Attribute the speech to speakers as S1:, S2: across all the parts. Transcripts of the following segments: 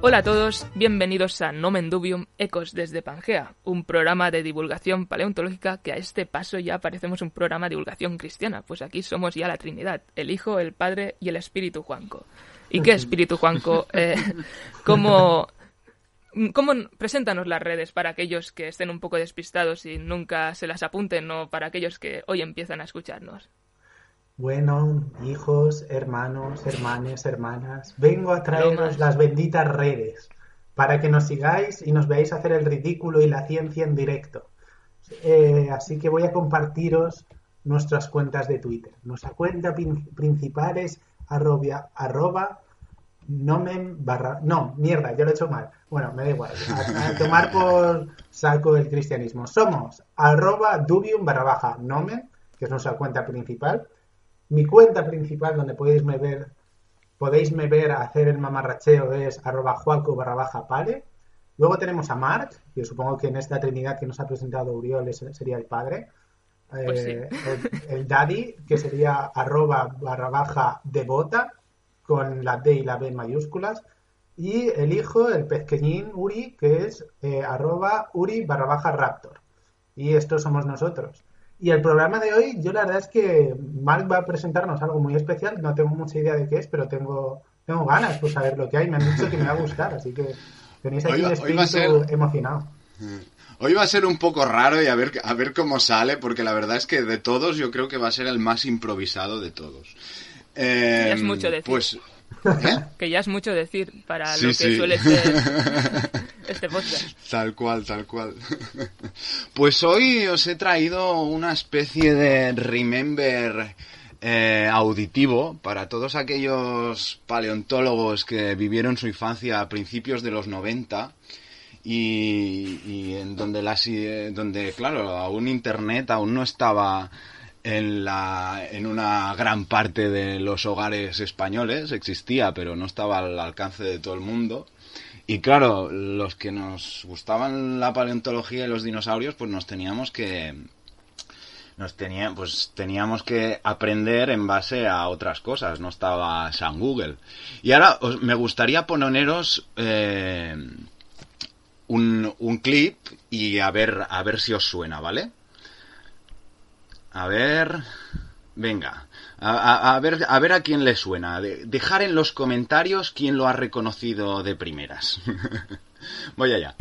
S1: Hola a todos, bienvenidos a Nomen Dubium Ecos desde Pangea, un programa de divulgación paleontológica que a este paso ya parecemos un programa de divulgación cristiana, pues aquí somos ya la Trinidad, el Hijo, el Padre y el Espíritu Juanco. ¿Y qué Espíritu Juanco? Eh, ¿Cómo ¿Cómo preséntanos las redes para aquellos que estén un poco despistados y nunca se las apunten o para aquellos que hoy empiezan a escucharnos?
S2: Bueno, hijos, hermanos, hermanes, hermanas, vengo a traeros las benditas redes para que nos sigáis y nos veáis hacer el ridículo y la ciencia en directo. Eh, así que voy a compartiros nuestras cuentas de Twitter. Nuestra cuenta pin- principal es arrobia- arroba nomen barra... No, mierda, yo lo he hecho mal. Bueno, me da igual. A, a tomar por saco el cristianismo. Somos arroba dubium barra baja nomen, que es nuestra cuenta principal. Mi cuenta principal donde podéis me ver, podéis me ver hacer el mamarracheo es arroba juaco barra baja pare. Luego tenemos a Mark, yo supongo que en esta trinidad que nos ha presentado Uriol ese sería el padre.
S1: Pues sí.
S2: Eh, el, el daddy, que sería arroba barra baja devota, con la D y la B mayúsculas. Y el hijo, el pezqueñín Uri, que es eh, arroba Uri barra baja Raptor. Y estos somos nosotros. Y el programa de hoy, yo la verdad es que Mark va a presentarnos algo muy especial. No tengo mucha idea de qué es, pero tengo, tengo ganas por saber lo que hay. Me han dicho que me va a gustar, así que tenéis
S3: Hoy
S2: aquí
S3: va-
S2: un
S3: hoy va a
S2: espíritu
S3: ser-
S2: emocionado.
S3: Hoy va a ser un poco raro y a ver, a ver cómo sale, porque la verdad es que de todos yo creo que va a ser el más improvisado de todos. Eh,
S1: Ya es mucho decir.
S3: Pues, ¿eh?
S1: Que ya es mucho decir para
S3: Sí,
S1: lo que
S3: sí.
S1: suele ser este podcast.
S3: Tal cual, tal cual. Pues hoy os he traído una especie de remember eh, auditivo para todos aquellos paleontólogos que vivieron su infancia a principios de los 90 y, y en donde las i- donde claro aún internet aún no estaba en la en una gran parte de los hogares españoles existía pero no estaba al alcance de todo el mundo y claro los que nos gustaban la paleontología y los dinosaurios pues nos teníamos que nos tenía, pues teníamos que aprender en base a otras cosas, no estaba San Google. Y ahora os- me gustaría poneros eh, un, un clip y a ver, a ver si os suena, ¿vale? A ver. Venga, a, a- a ver, a ver a quién le suena. De- dejar en los comentarios quién lo ha reconocido de primeras. Voy allá.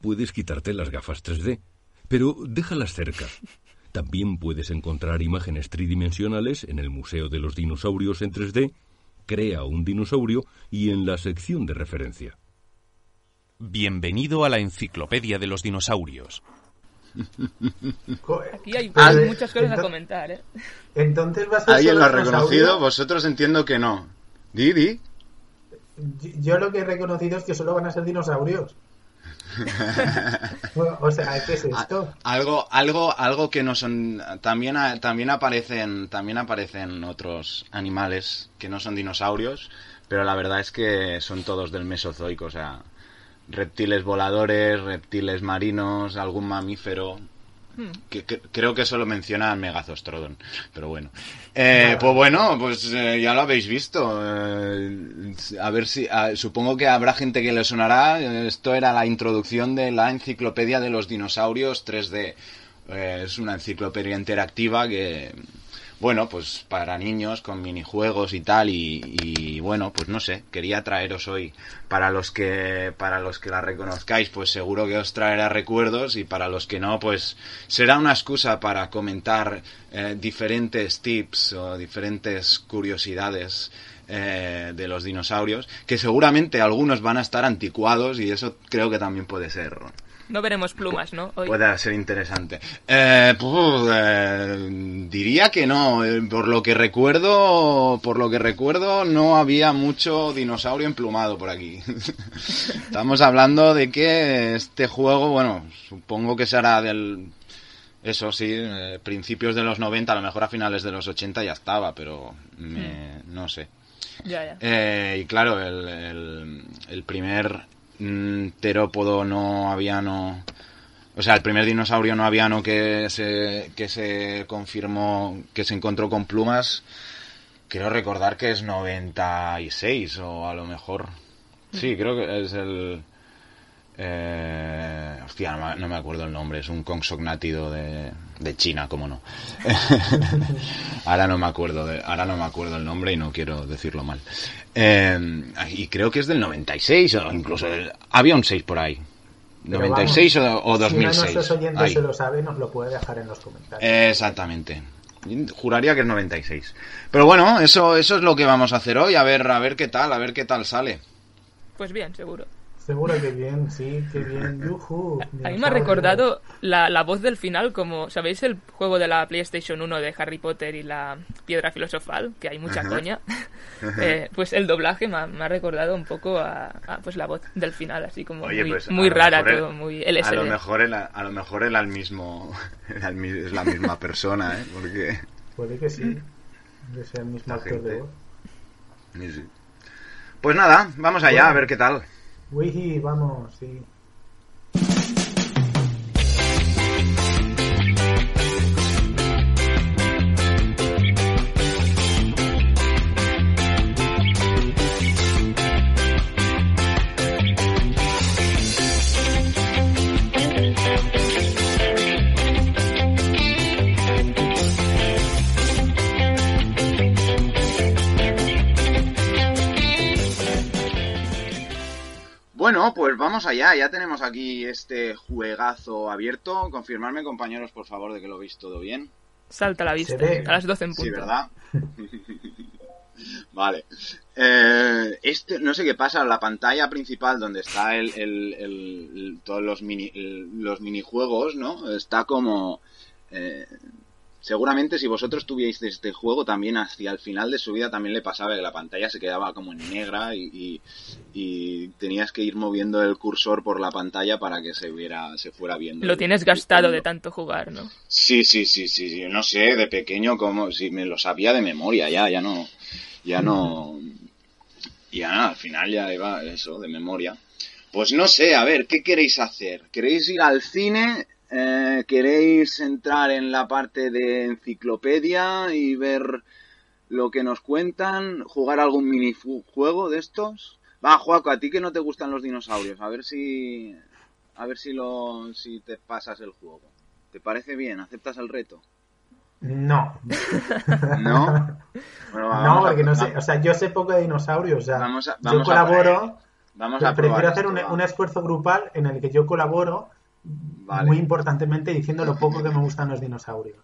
S4: Puedes quitarte las gafas 3D, pero déjalas cerca. También puedes encontrar imágenes tridimensionales en el Museo de los Dinosaurios en 3D, Crea un dinosaurio y en la sección de referencia.
S5: Bienvenido a la enciclopedia de los dinosaurios.
S2: Co-
S1: Aquí hay
S2: Pero, eh,
S1: muchas cosas a
S2: ento-
S1: comentar, ¿eh?
S2: Entonces va a ser
S3: ¿Alguien
S2: solo
S3: lo ha
S2: dinosaurio.
S3: reconocido? Vosotros entiendo que no. Didi.
S2: Yo- Yo lo que he reconocido es que solo van a ser dinosaurios. Bueno, o sea, ¿qué es esto?
S3: A- Algo, algo, algo que no son. También, a- también aparecen, también aparecen otros animales que no son dinosaurios, pero la verdad es que son todos del Mesozoico, o sea, reptiles voladores, reptiles marinos, algún mamífero. Que, que- creo que solo menciona al Megazostrodon, pero bueno. Eh,
S2: Nada.
S3: pues bueno, pues eh, ya lo habéis visto. eh, a ver si. a- supongo que habrá gente que le sonará. eh, Esto era la introducción de la enciclopedia de los dinosaurios 3D. Eh, es una enciclopedia interactiva que. Bueno, pues para niños con minijuegos y tal y, y bueno, pues no sé, quería traeros hoy para los que para los que la reconozcáis, pues seguro que os traerá recuerdos y para los que no, pues será una excusa para comentar eh, diferentes tips o diferentes curiosidades eh, de los dinosaurios, que seguramente algunos van a estar anticuados y eso creo que también puede ser
S1: No veremos plumas, ¿no? Hoy.
S3: Puede ser interesante. Eh, pues, eh, diría que no. Eh, Por lo que recuerdo, por lo que recuerdo, no había mucho dinosaurio emplumado por aquí. Estamos hablando de que este juego, bueno, supongo que será del eso sí, eh, principios de los 90, a lo mejor a finales de los 80 ya estaba, pero me- no sé.
S1: Ya, ya.
S3: Eh, y claro, el, el- el primer mm, terópodo no aviano. O sea, el primer dinosaurio no aviano que se, que se confirmó, que se encontró con plumas, quiero recordar que es 96 o a lo mejor. Sí, creo que es el. eh, hostia, no, me- no me acuerdo el nombre, es un consognátido de, de China, cómo no. ahora no me acuerdo de- ahora no me acuerdo el nombre y no quiero decirlo mal. Eh, y creo que es del 96 o incluso del- había un 6 por ahí.
S2: Pero
S3: 96
S2: vamos,
S3: o, o 2006.
S2: Si uno de nuestros oyentes
S3: ahí.
S2: se lo sabe, nos lo puede dejar en los comentarios.
S3: Exactamente. Juraría que es 96. Pero bueno, eso, eso es lo que vamos a hacer hoy. A ver, a ver qué tal, a ver qué tal sale.
S1: Pues bien, seguro.
S2: Seguro que bien, sí, que bien. Yujú,
S1: A mí me ha
S2: dinosaurio.
S1: recordado la, la voz del final, como, ¿sabéis el juego de la PlayStation 1 de Harry Potter y la piedra filosofal? Que hay mucha coña. Eh, pues el doblaje me ha, me ha recordado un poco a, a, pues la voz del final, así como muy, muy
S3: pues, a lo
S1: rara,
S3: mejor
S1: todo,
S3: el-
S1: muy
S3: A lo
S1: LSD.
S3: mejor era, a lo mejor era el mismo, era el mi- es la misma persona, ¿eh? Porque
S2: Puede que sí. Que sea el mismo
S3: La
S2: actor de
S3: gente.
S2: voz.
S3: sí, sí. pues nada, vamos allá
S2: Bueno.
S3: a ver qué tal.
S2: Wiji, vamos, sí.
S3: Bueno, pues vamos allá. Ya tenemos aquí este juegazo abierto. Confirmarme, compañeros, por favor, de que lo veis todo bien.
S1: Salta a la vista,
S2: Se ve.
S1: a las 12 en punto.
S3: Sí, ¿verdad? vale. Eh, este, no sé qué pasa, la pantalla principal donde está el, el- el- el- todos los, mini, el- los minijuegos, ¿no? Está como... eh, seguramente si vosotros tuvierais este juego también hacia el final de su vida también le pasaba que la pantalla se quedaba como en negra y, y- y tenías que ir moviendo el cursor por la pantalla para que se viera, se fuera viendo.
S1: Lo
S3: el-
S1: tienes
S3: el
S1: gastado
S3: fondo.
S1: de tanto jugar, ¿no?
S3: Sí, sí, sí, sí, sí, no sé, de pequeño como si me lo sabía de memoria, ya, ya no, ya no, ya al final ya iba eso de memoria. Pues no sé, a ver, ¿qué queréis hacer? ¿Queréis ir al cine? Eh, ¿Queréis entrar en la parte de enciclopedia y ver lo que nos cuentan? ¿Jugar algún minijuego de estos? Va, Juaco, a ti que no te gustan los dinosaurios, a ver si, a ver si lo, si te pasas el juego. ¿Te parece bien? ¿Aceptas el reto?
S2: No,
S3: No. Bueno, va,
S2: no,
S3: vamos a-
S2: porque no sé.
S3: va-
S2: O sea, yo sé poco de dinosaurios. O sea,
S3: Vamos a-
S2: yo
S3: vamos a
S2: colaboro.
S3: Vamos a probar.
S2: pero prefiero hacer
S3: esto,
S2: un, e-,
S3: va.
S2: un esfuerzo grupal en el que yo colaboro
S3: Vale.
S2: muy importantemente diciendo lo poco que me gustan los dinosaurios.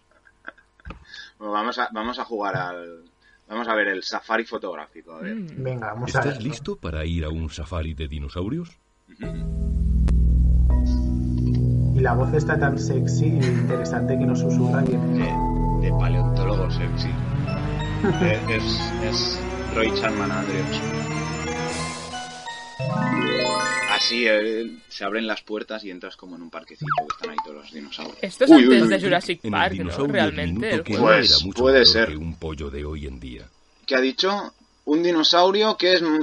S3: Bueno, vamos, a, vamos a jugar al. Vamos a ver el safari fotográfico. A ver.
S1: Mm.
S2: Venga, vamos a
S4: ¿Estás
S2: verlo.
S4: listo para ir a un safari de dinosaurios?
S2: Y la voz está tan sexy y interesante que nos susurra que
S3: De, de paleontólogo sexy. Eh, es, es Roy Charman Andrews. Así eh, se abren las puertas y entras como en un parquecito que están ahí todos los dinosaurios.
S1: Esto es
S3: Uy,
S1: antes
S3: uy,
S1: de
S3: uy.
S1: Jurassic
S4: En el
S1: Park, ¿no?
S4: dinosaurio
S1: Realmente.
S4: diminuto
S1: el
S4: que
S1: juego.
S4: no
S3: Pues,
S4: era mucho
S3: puede
S4: peor
S3: ser.
S4: que un pollo de hoy en día.
S3: ¿Qué ha dicho? Un dinosaurio que es mm,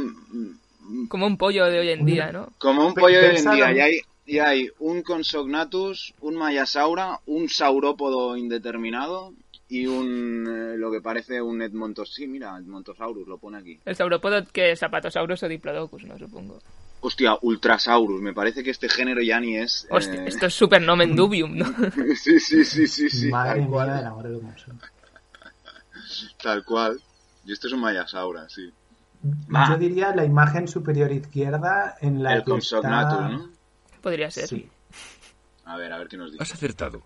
S3: mm,
S1: Como un pollo de hoy en día, ¿no?
S3: Como un
S2: Pe-
S3: pollo de hoy en
S2: pensado-
S3: día, y hay, y hay un consognatus, un mayasaura, un saurópodo indeterminado y un eh, lo que parece un Edmontos. Sí, mira, Edmontosaurus, lo pone aquí.
S1: El sauropodo que es Zapatosaurus o Diplodocus, ¿no? Supongo.
S3: Eh. Hostia, Ultrasaurus, me parece que este género ya ni es. eh,
S1: Hostia, esto es super
S3: Mm.
S1: nomen dubium, ¿no?
S3: sí, sí, sí, sí, sí,
S2: madre
S3: tal
S2: mía
S3: cual.
S2: del amor hermoso.
S3: Tal cual. Y esto es un mayasaura, sí. Va.
S2: Yo diría la imagen superior izquierda en la
S3: El
S2: que
S3: consognatus,
S2: está...
S3: ¿no?
S1: Podría ser.
S2: Sí.
S3: A ver, a ver qué nos dice.
S4: Has acertado.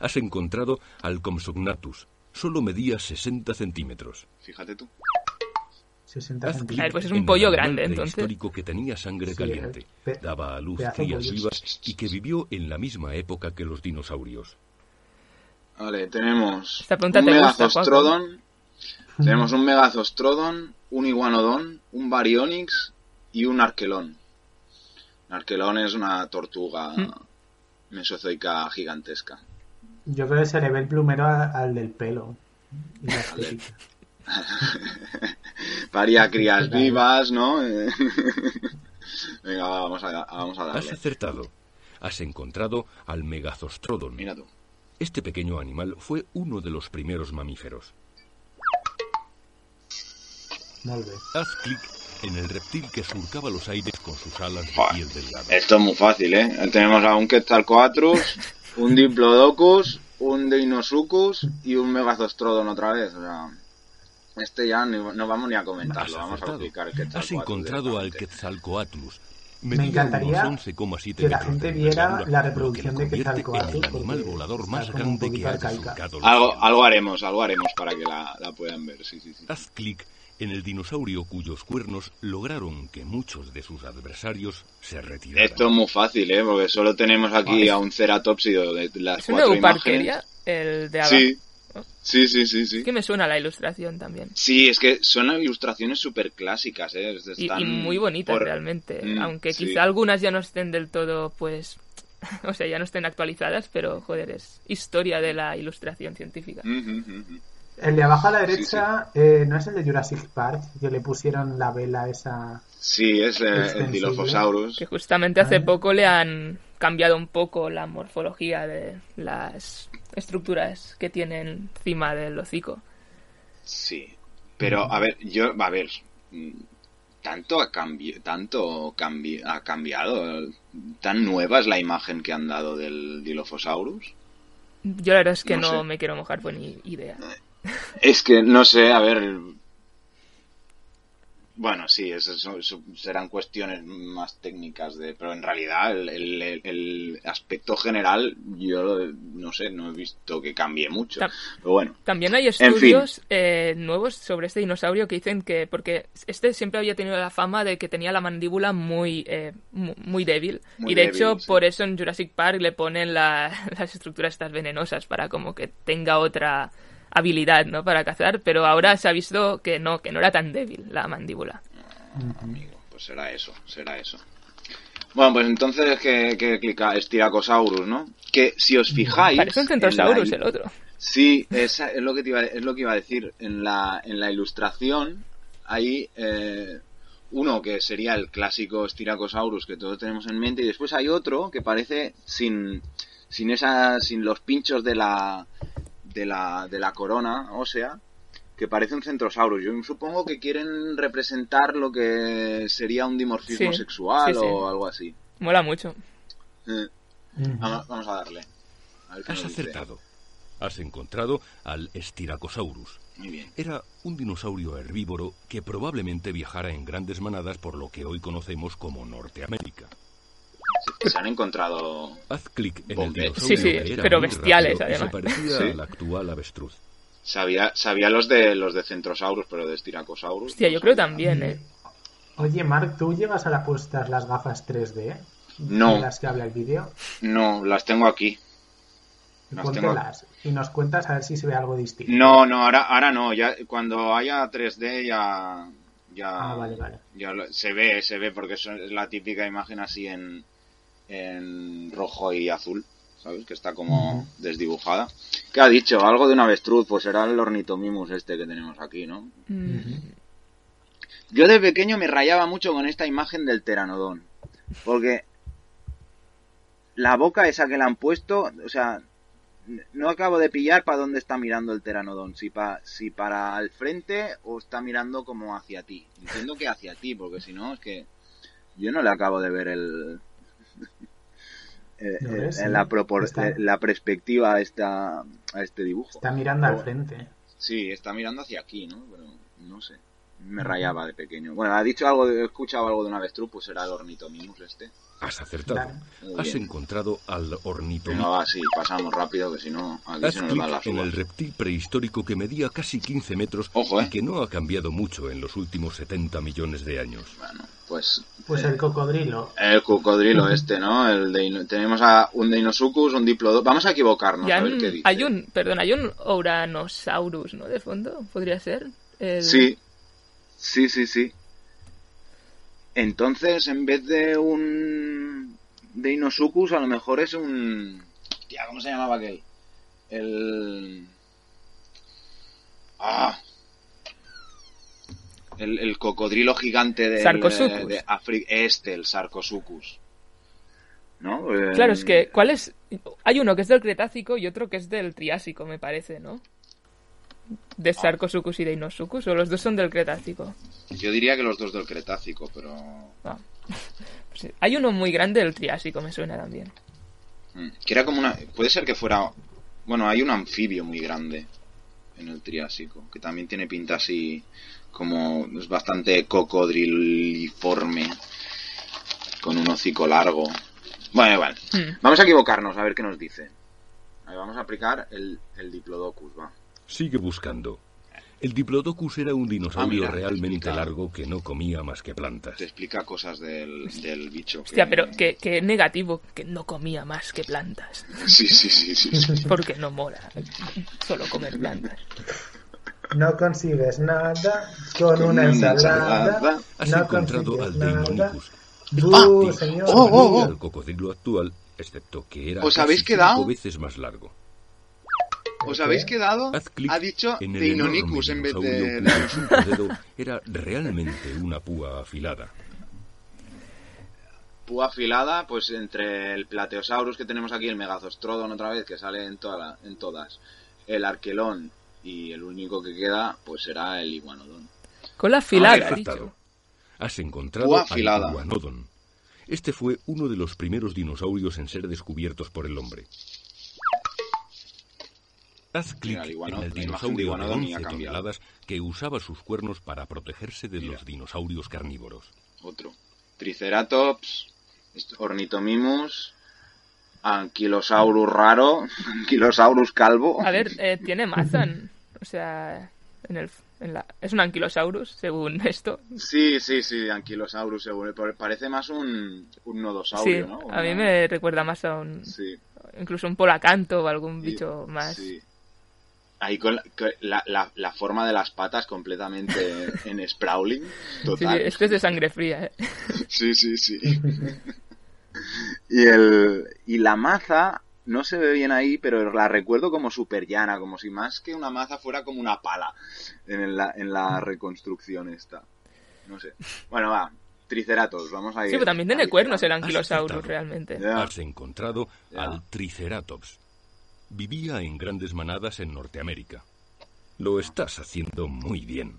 S4: Has encontrado al Compsognathus. Solo medía 60 centímetros.
S3: Fíjate tú.
S2: 60
S4: Haz clic
S1: A ver,
S2: centímetros.
S1: pues es un
S4: en el
S1: pollo
S4: animal
S1: grande, entonces.
S4: prehistórico que tenía sangre
S2: Sí, eh,
S4: caliente,
S2: pe-
S4: daba a luz
S2: pedazo de
S4: crías
S2: pollo.
S4: vivas y que vivió en la misma época que los dinosaurios.
S3: Vale, tenemos
S1: Esta pregunta
S3: un
S1: te gusta,
S3: Megazostrodon, tenemos un Megazostrodon, un Iguanodon, un Baryonyx y un Arquelón. Un Arquelón es una tortuga mesozoica gigantesca.
S2: Yo creo que se le ve el plumero a- al del pelo. Y la estética.
S3: Varía crías vivas, ¿no? Eh, Venga, va, vamos a, vamos a
S4: Has
S3: darle.
S4: acertado. Has encontrado al Megazostrodon.
S3: Mira tú.
S4: Este pequeño animal fue uno de los primeros mamíferos.
S2: Molt bé.
S4: Haz clic en el reptil que surcaba los aires con sus alas de
S3: Joder.
S4: piel delgada.
S1: Este
S3: Esto es muy fácil, ¿eh? Tenemos a un Quetzalcoatrus, un Diplodocus, un Deinosuchus y un Megazostrodon otra vez. O sea, este ya ni- no vamos ni a
S4: Has
S3: comentarlo, vamos a
S4: acertado.
S3: explicar
S4: Has encontrado al Quetzalcoatlus.
S2: Me encantaría que la gente viera la reproducción de
S4: El
S2: Quetzalcóatlus,
S4: animal
S2: porque
S4: volador
S2: está
S4: más
S2: como un
S4: grande que
S2: poquito
S4: haya
S2: arcaica.
S4: surcado los
S3: Algo,
S4: cielos.
S3: algo haremos, algo haremos para que la, la puedan ver, sí, sí, sí.
S4: Haz clic en el dinosaurio cuyos cuernos lograron que muchos de sus adversarios se retiraran.
S3: Esto es muy fácil, ¿eh? Porque solo tenemos aquí
S1: Ah,
S3: a un ceratópsido de las
S1: ¿Es un
S3: cuatro imágenes.
S1: euparqueria? El de abajo.
S3: Sí, sí, sí, sí, sí.
S1: Es que me suena la ilustración también.
S3: Sí, es que son ilustraciones súper clásicas, ¿eh?
S1: Y,
S3: Están
S1: y muy bonitas
S3: por-
S1: realmente.
S3: Mm,
S1: Aunque
S3: sí.
S1: quizá algunas ya no estén del todo, pues. O sea, ya no estén actualizadas, pero joder, es historia de la ilustración científica.
S3: Ujú, ujú, ujú.
S2: El de abajo a la derecha eh, no es el de Jurassic Park, que le pusieron la vela esa.
S3: Sí, es eh, el
S2: Extensible.
S3: Dilophosaurus.
S1: Que justamente hace
S2: Ah.
S1: poco le han cambiado un poco la morfología de las estructuras que tienen encima del hocico.
S3: Sí. Pero, a ver, yo, a ver, mm, tanto ha, cambi- tanto cambi- ha cambiado, tan nueva es la imagen que han dado del Dilophosaurus.
S1: Yo la verdad es que
S3: No
S1: no,
S3: sé.
S1: me quiero mojar por ni idea.
S3: Es que, no sé, a ver... Bueno, sí, eso son- eso serán cuestiones más técnicas, de, pero en realidad el, el- el- el aspecto general yo no sé, no he visto que cambie mucho.
S1: Tam-
S3: Pero bueno,
S1: También hay
S3: fin.
S1: estudios eh, nuevos sobre este dinosaurio que dicen que, porque este siempre había tenido la fama de que tenía la mandíbula muy, eh, mu- muy débil.
S3: Muy
S1: y de
S3: débil,
S1: hecho,
S3: sí.
S1: por eso en Jurassic Park le ponen la- las estructuras estas venenosas para como que tenga otra habilidad, ¿no? Para cazar, pero ahora se ha visto que no, que no era tan débil la mandíbula.
S3: amigo, pues será eso, será eso. Bueno, pues entonces que, que clica Estiracosaurus, ¿no? Que si os fijáis...
S1: Parece un
S3: en la-
S1: centrosaurus el otro.
S3: Sí, esa es lo que te iba, es lo que iba a decir. En la, en la ilustración hay eh, uno que sería el clásico Styracosaurus que todos tenemos en mente y después hay otro que parece sin sin esa sin los pinchos de la de la, de la corona ósea que parece un centrosaurus. Yo supongo que quieren representar lo que sería un dimorfismo
S1: Sí,
S3: sexual
S1: sí, sí.
S3: o algo así.
S1: Mola mucho.
S3: Eh,
S2: Ujú.
S3: vamos, vamos a darle. A ver qué
S4: Has
S3: nos dice.
S4: acertado. Has encontrado al Styracosaurus.
S3: Muy bien.
S4: Era un dinosaurio herbívoro que probablemente viajara en grandes manadas por lo que hoy conocemos como Norteamérica.
S3: Se- se han encontrado
S4: Haz clic en el
S3: Bombe.
S4: dinosaurio
S1: Sí, sí,
S4: que era
S1: pero
S4: muy
S1: bestiales,
S4: rápido y
S1: además.
S4: se parecía
S3: Sí.
S4: al actual avestruz.
S3: Sabía, sabía los de los de Centrosaurus, pero de Styracosaurus.
S1: Hostia,
S3: no
S1: yo creo
S3: sabía.
S1: también, ¿eh?
S2: Oye, Mark, ¿tú llevas a la puestas las gafas 3D?
S3: No.
S2: De las que habla el vídeo.
S3: No, las tengo aquí. Las tengo.
S2: Póntelas y nos cuentas a ver si se ve algo distinto.
S3: No, no, ahora, ahora no. Ya, cuando haya 3D ya. ya
S2: Ah, vale, vale.
S3: ya lo- se ve, se ve, porque eso es la típica imagen así en, en rojo y azul, ¿sabes? Que está como
S2: Ujú.
S3: desdibujada. ¿Qué ha dicho? Algo de un avestruz, pues será el ornitomimus este que tenemos aquí, ¿no?
S1: Mm,
S3: Yo de pequeño me rayaba mucho con esta imagen del pteranodón. Porque la boca esa que le han puesto, o sea, n- no acabo de pillar para dónde está mirando el pteranodón. Si, pa- si para el frente o está mirando como hacia ti. Entiendo que hacia ti, porque si no, es que yo no le acabo de ver el... eh,
S2: ¿Lo
S3: eh,
S2: ves?
S3: en la,
S2: Sí,
S3: propor-
S2: está.
S3: eh, la perspectiva a, esta, a este dibujo.
S2: Está mirando
S3: Ah,
S2: al
S3: bueno.
S2: frente.
S3: Sí, está mirando hacia aquí, ¿no? Pero no sé. me rayaba de pequeño. Bueno, ha dicho algo, de- he escuchado algo de un avestruz, pues era el ornitomimus este.
S4: Has acertado.
S3: Muy
S4: Has
S3: bien.
S4: encontrado al
S3: Venga,
S4: ornitomíaco.
S3: va, sí, pasamos rápido, que si no, aquí
S4: Haz
S3: se nos van las
S4: clic Ah, en
S3: uvas.
S4: el reptil prehistórico que medía casi 15 metros
S3: Ojo, ¿eh?
S4: y que no ha cambiado mucho en los últimos 70 millones de años.
S3: Bueno, pues
S2: Pues el cocodrilo.
S3: el cocodrilo este, ¿no? El de, tenemos a un Deinosuchus, un Diplodocus. Vamos a equivocarnos,
S1: Y
S3: a
S1: han-
S3: ver qué dice.
S1: hay un, perdón, hay un Uranosaurus, ¿no? De fondo, podría ser. El-
S3: Sí, sí, sí, sí. Entonces, en vez de un Deinosuchus, a lo mejor es un... Hostia, ¿cómo se llamaba aquel? El... Ah. El, el cocodrilo gigante del-
S1: Sarcosuchus.
S3: de África. Este, el Sarcosuchus. ¿No? Eh,
S1: Claro, es que, ¿cuál es? Hay uno que es del Cretácico y otro que es del Triásico, me parece, ¿no?
S3: Ah.
S1: De Sarcosuchus y Deinosuchus, o los dos son del Cretácico.
S3: Yo diría que los dos del Cretácico, pero...
S1: Ah. Sí, Hay uno muy grande del Triásico, me suena también.
S3: Mm, Que era como una. Puede ser que fuera. Bueno, hay un anfibio muy grande en el Triásico, que también tiene pinta así como. Es bastante cocodriliforme, con un hocico largo. Bueno, vale.
S1: Hmm.
S3: Vamos a equivocarnos, a ver qué nos dice. A ver, vamos a aplicar el, el Diplodocus, va.
S4: Sigue buscando. El Diplodocus era un dinosaurio
S3: Ah, mira,
S4: realmente
S3: explicado.
S4: largo que no comía más que plantas.
S3: Te explica cosas del, del bicho. que-
S1: Hostia, pero qué, qué negativo que no comía más que plantas.
S3: Sí, sí, sí, sí. sí.
S1: Porque no mola solo comer plantas.
S2: No consigues nada con,
S3: Con
S2: una
S3: una
S2: ensalada.
S3: ensalada.
S4: Has
S2: no
S4: encontrado al
S2: consigues nada.
S4: Deinonychus.
S2: ¡Bu,
S3: Ah,
S2: señor!
S3: oh, oh, oh.
S4: al cocodrilo actual, excepto que era casi
S3: ¿Os Pues, habéis quedado?
S4: cinco veces más largo.
S3: ¿Os habéis quedado?
S4: Haz clic
S3: Ha dicho
S4: en el enorme
S3: Deinonychus en vez de.
S4: dinosaurio cuyo dedo era realmente una púa afilada.
S3: púa afilada, pues entre el Plateosaurus que tenemos aquí, el Megazostrodon otra vez, que sale en, toda la- en todas, el Arquelón y el único que queda, pues será el Iguanodon.
S1: Con
S3: Ah,
S1: la
S4: Has
S1: filada, ha
S4: acertado.
S1: dicho.
S4: Has encontrado
S3: Púa
S4: al
S3: afilada.
S4: Iguanodon. Este fue uno de los primeros dinosaurios en ser descubiertos por el hombre. Haz clic
S3: Mira, el
S4: en
S3: iguano-
S4: el
S3: la imagen de
S4: dinosaurio de
S3: Iguanodon ya
S4: 11
S3: ha cambiado.
S4: toneladas que usaba sus cuernos para protegerse de
S3: Mira.
S4: los dinosaurios carnívoros.
S3: Otro. Triceratops, est- Ornitomimus, Anquilosaurus raro, Anquilosaurus calvo.
S1: A ver, eh, tiene Mazan. O sea, en el, en la, es un anquilosaurus, según esto.
S3: Sí, sí, sí, Anquilosaurus seguro. pero Parece más un, un
S1: Sí,
S3: nodosaurio, ¿no?
S1: a mí
S3: Una-
S1: me recuerda más a un.
S3: Sí.
S1: Incluso un polacanto o algún
S3: Sí,
S1: bicho más.
S3: sí. Ahí con la, con la- la- la forma de las patas completamente en sprawling.
S1: Sí, sí,
S3: Total.
S1: este es de sangre fría. ¿eh?
S3: Sí, sí, sí. y, el, y la maza no se ve bien ahí, pero la recuerdo como súper llana, como si más que una maza fuera como una pala en la, en la reconstrucción esta. No sé. Bueno, va. Triceratops, vamos a ir.
S1: Sí, pero también
S3: a
S1: tiene
S3: ir
S1: cuernos el
S3: tirando.
S1: anquilosaurus,
S4: acertado.
S1: realmente.
S3: Ya.
S4: Has encontrado
S3: Ya.
S4: al Triceratops. Vivía en grandes manadas en Norteamérica. Lo estás haciendo muy bien.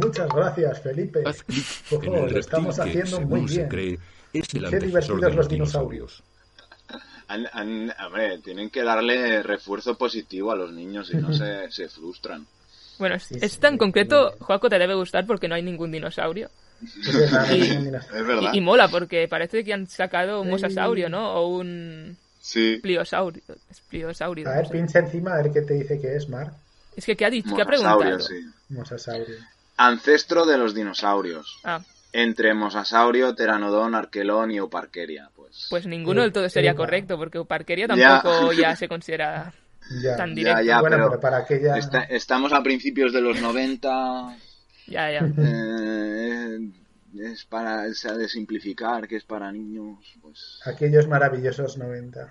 S2: Muchas gracias, Felipe.
S4: Haz clic
S2: Ojo,
S4: en el
S2: lo
S4: reptil
S2: estamos
S4: que,
S2: haciendo muy
S4: según se
S2: bien.
S4: cree, es el
S2: Qué
S4: antecesor de
S2: divertidos
S4: los,
S2: los
S4: dinosaurios.
S2: dinosaurios.
S3: Han- han- hombre, tienen que darle refuerzo positivo a los niños, si no se, se frustran.
S1: Bueno, es-
S2: Sí, sí,
S1: esta en
S2: sí,
S1: concreto,
S2: sí.
S1: Juaco, te debe gustar porque no hay ningún dinosaurio.
S2: Es verdad,
S1: Y-
S2: es un dinosaurio.
S3: Es
S1: Y,
S3: verdad.
S1: y mola porque parece que han sacado un
S2: Sí.
S1: mosasaurio, ¿no? O un
S3: Sí.
S1: pliosaurio. Es pliosaurio.
S2: A
S1: no
S2: ver,
S1: sé.
S2: pincha encima a ver qué te dice que es, Mar.
S1: Es que, ¿qué ha dicho? ¿Qué ha
S3: Mosasaurio,
S1: preguntado?
S3: sí.
S2: Mosasaurio.
S3: Ancestro de los dinosaurios.
S1: Ah,
S3: Entre mosasaurio, pteranodón, arquelón y euparqueria. Pues,
S1: pues ninguno del todo
S2: Sí,
S1: sería
S4: Eh,
S2: sí,
S1: correcto porque Euparqueria
S3: Ya.
S1: tampoco ya se considera
S2: Ya.
S1: tan
S3: Ya,
S1: directo.
S3: ya,
S2: bueno,
S3: pero
S2: pero, para aquella...
S3: está- estamos a principios de los 90.
S1: Ya, ya.
S3: eh, es para o sea, de simplificar, que es para niños. Pues,
S2: aquellos maravillosos 90.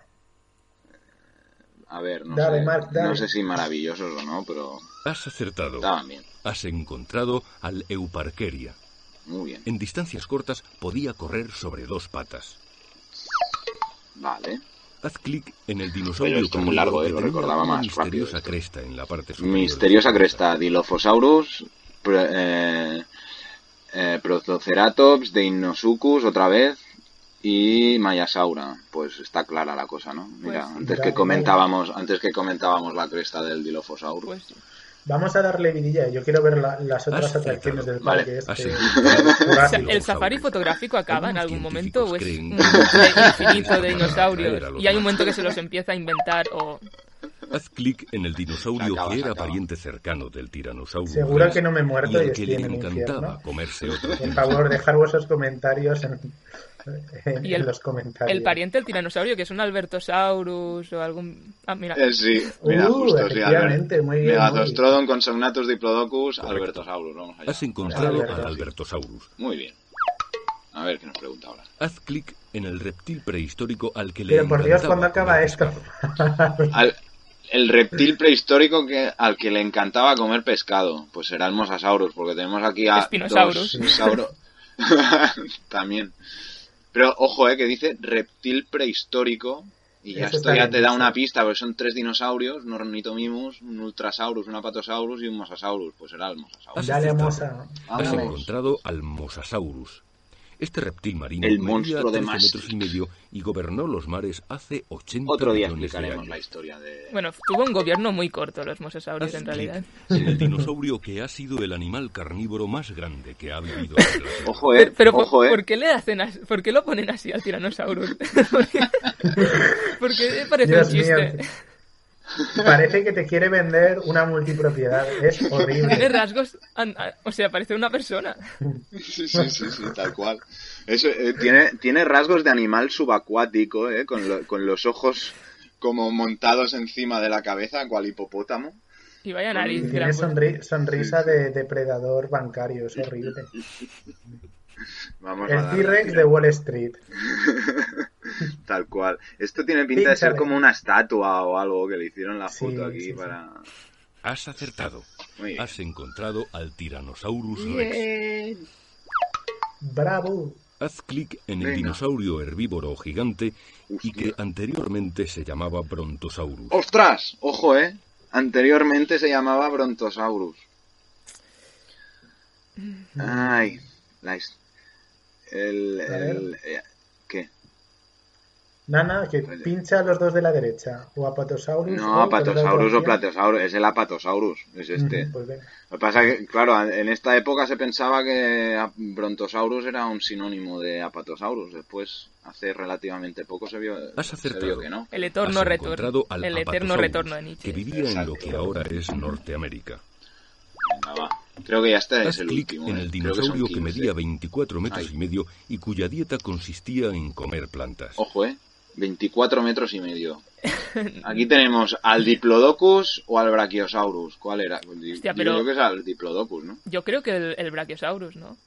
S3: a ver, no,
S2: Dale,
S3: sé,
S2: Marc, dale.
S3: no sé si maravillosos o no, pero
S4: Has acertado.
S3: estaban bien.
S4: Has encontrado al Euparqueria.
S3: Muy bien.
S4: En distancias cortas podía correr sobre dos patas.
S3: Vale.
S4: Haz clic en el dinosaurio
S3: esto es muy
S4: carnívoro
S3: largo,
S4: que
S3: eh, lo
S4: tenía
S3: recordaba
S4: una
S3: más rápido
S4: misteriosa
S3: esto.
S4: cresta en la parte superior. de
S3: Misteriosa
S4: su cabeza.
S3: cresta, Dilophosaurus, pr- eh, eh, Protoceratops, Deinosuchus otra vez y Mayasaura. Pues está clara la cosa, ¿no? Mira,
S1: Pues sí.
S3: antes
S2: Ya,
S3: que
S2: ya.
S3: comentábamos, antes que comentábamos la cresta del Dilophosaurus.
S1: Pues sí.
S2: Vamos a darle vidilla. Yo quiero ver la- las otras
S4: Has
S2: atracciones del
S4: acertado. Vale.
S2: parque. este.
S4: Ah, sí.
S1: O sea,
S2: Jurásico.
S4: Dinosaurio.
S1: ¿El safari fotográfico acaba en algún
S4: Algunos
S1: momento o es
S4: científicos
S1: un
S4: creen que-
S1: bucle infinito de
S4: Era
S1: dinosaurios?
S4: lo
S1: Y hay un
S4: que-
S1: momento que se los empieza a inventar o...
S4: Haz clic en el dinosaurio
S3: Se acaba,
S4: que
S3: se
S4: era
S3: acaba.
S4: pariente cercano del tiranosaurio.
S2: Seguro
S4: rex
S2: que no me he
S4: y
S2: muerto y
S4: al que
S2: estoy
S4: le
S2: en el infierno.
S4: encantaba comerse otro.
S2: Por favor, dejad vuestros comentarios en, en-
S1: Y el-
S2: en los comentarios.
S1: El pariente del tiranosaurio, que es un Albertosaurus o algún... Ah, mira.
S3: Eh, sí, mira,
S2: Uh,
S3: justo, sí,
S2: efectivamente, muy bien,
S3: Megazostrodon, Consognatus, Diplodocus, Albertosaurus, vamos allá.
S4: Has encontrado
S2: Alberto.
S4: al Albertosaurus.
S3: Muy bien. A ver qué nos pregunta ahora.
S4: Haz clic en el reptil prehistórico al que le
S2: Pero por Dios,
S4: encantaba
S2: ¿cuándo acaba
S4: comer
S2: esto?
S4: pescado.
S3: Al- el reptil prehistórico que, al que le encantaba comer pescado, pues será el Mosasaurus, porque tenemos aquí a
S1: Espinosaurus.
S3: dos sauro- También. Pero ojo, eh, que dice reptil prehistórico y ya
S2: Eso
S3: esto ya
S2: está
S3: te
S2: bien,
S3: da
S2: sí.
S3: una pista, porque son tres dinosaurios, un ornitomimus, un ultrasaurus, un apatosaurus y un mosasaurus, pues será el mosasaurus.
S4: Has
S2: Dale a
S4: acertado.
S2: Mosa.
S4: Has
S3: Vamos.
S4: encontrado al Mosasaurus. Este reptil marino
S3: El
S4: medía
S3: monstruo de
S4: 13
S3: Maastricht.
S4: metros y medio y gobernó los mares hace 80
S3: Otro día
S4: millones de
S3: explicaremos la
S4: años.
S3: historia de...
S1: Bueno, tuvo un gobierno muy corto los
S4: Haz
S1: mosasaurios en
S4: clic
S1: realidad.
S4: en el dinosaurio que ha sido el animal carnívoro más grande que ha vivido. en la Tierra.
S3: Ojo, eh,
S1: Pero, pero ¿por-
S3: ojo, eh.
S1: ¿por qué le hacen as- ¿Por qué lo ponen así al Tyrannosaurus? Porque parece
S2: Dios
S1: un
S2: mío.
S1: chiste.
S2: Parece que te quiere vender una multipropiedad. Es
S1: Tiene
S2: horrible.
S1: rasgos, an- a- o sea, parece una persona.
S3: Sí, sí, sí, sí, tal cual. Eso, eh, tiene, tiene rasgos de animal subacuático, eh, con, lo- con los ojos como montados encima de la cabeza, cual hipopótamo.
S1: Y vaya nariz. que la
S2: Tiene
S1: puta.
S2: sonri- sonrisa de depredador bancario. Es horrible.
S3: Vamos a
S2: El
S3: darle
S2: T-Rex
S3: tira.
S2: de Wall Street.
S3: Tal cual. Esto tiene pinta de ser
S2: Pínchale.
S3: como una estatua o algo que le hicieron la
S2: Sí,
S3: foto aquí
S2: sí, sí.
S3: para...
S4: Has acertado.
S3: Muy bien.
S4: Has encontrado al Tyrannosaurus Rex.
S2: ¡Bravo!
S4: Haz clic en el
S3: Venga.
S4: dinosaurio herbívoro gigante y
S3: Hostia.
S4: que anteriormente se llamaba Brontosaurus.
S3: ¡Ostras! Ojo, eh. Anteriormente se llamaba Brontosaurus. Ay. La his- el-
S2: Mm. A ver.
S3: el- eh, ¿Qué?
S2: Nana, que
S3: Oye.
S2: pincha a los dos de la derecha. O Apatosaurus.
S3: No,
S2: o
S3: Apatosaurus o
S2: Plateosaurus.
S3: Plateosaurus, es el Apatosaurus, es este.
S2: Pues venga.
S3: Lo que pasa que, claro, en esta época se pensaba que a- Brontosaurus era un sinónimo de Apatosaurus. Después, hace relativamente poco, se vio,
S4: Has
S3: se
S4: acertado.
S3: vio que no.
S1: El eterno
S4: Has
S1: retorno.
S4: encontrado al
S1: El eterno
S4: Apatosaurus,
S1: retorno de Nietzsche.
S4: Que vivía en lo que
S3: Exacto.
S4: ahora es Norteamérica.
S3: Venga, va. Creo que ya este es
S4: Haz
S3: el
S4: clic
S3: último.
S4: en
S3: eh.
S4: el
S3: Creo que son
S4: dinosaurio que,
S3: 15.
S4: medía 24 metros
S3: Ay.
S4: y medio y cuya dieta consistía en comer plantas.
S3: Ojo, eh. 24 metros y medio. Aquí tenemos al Diplodocus o al Brachiosaurus. ¿Cuál era? Di-
S1: Hostia,
S3: digo
S1: pero-
S3: yo que es al Diplodocus, ¿no?
S1: Yo creo que el, el Brachiosaurus, ¿no?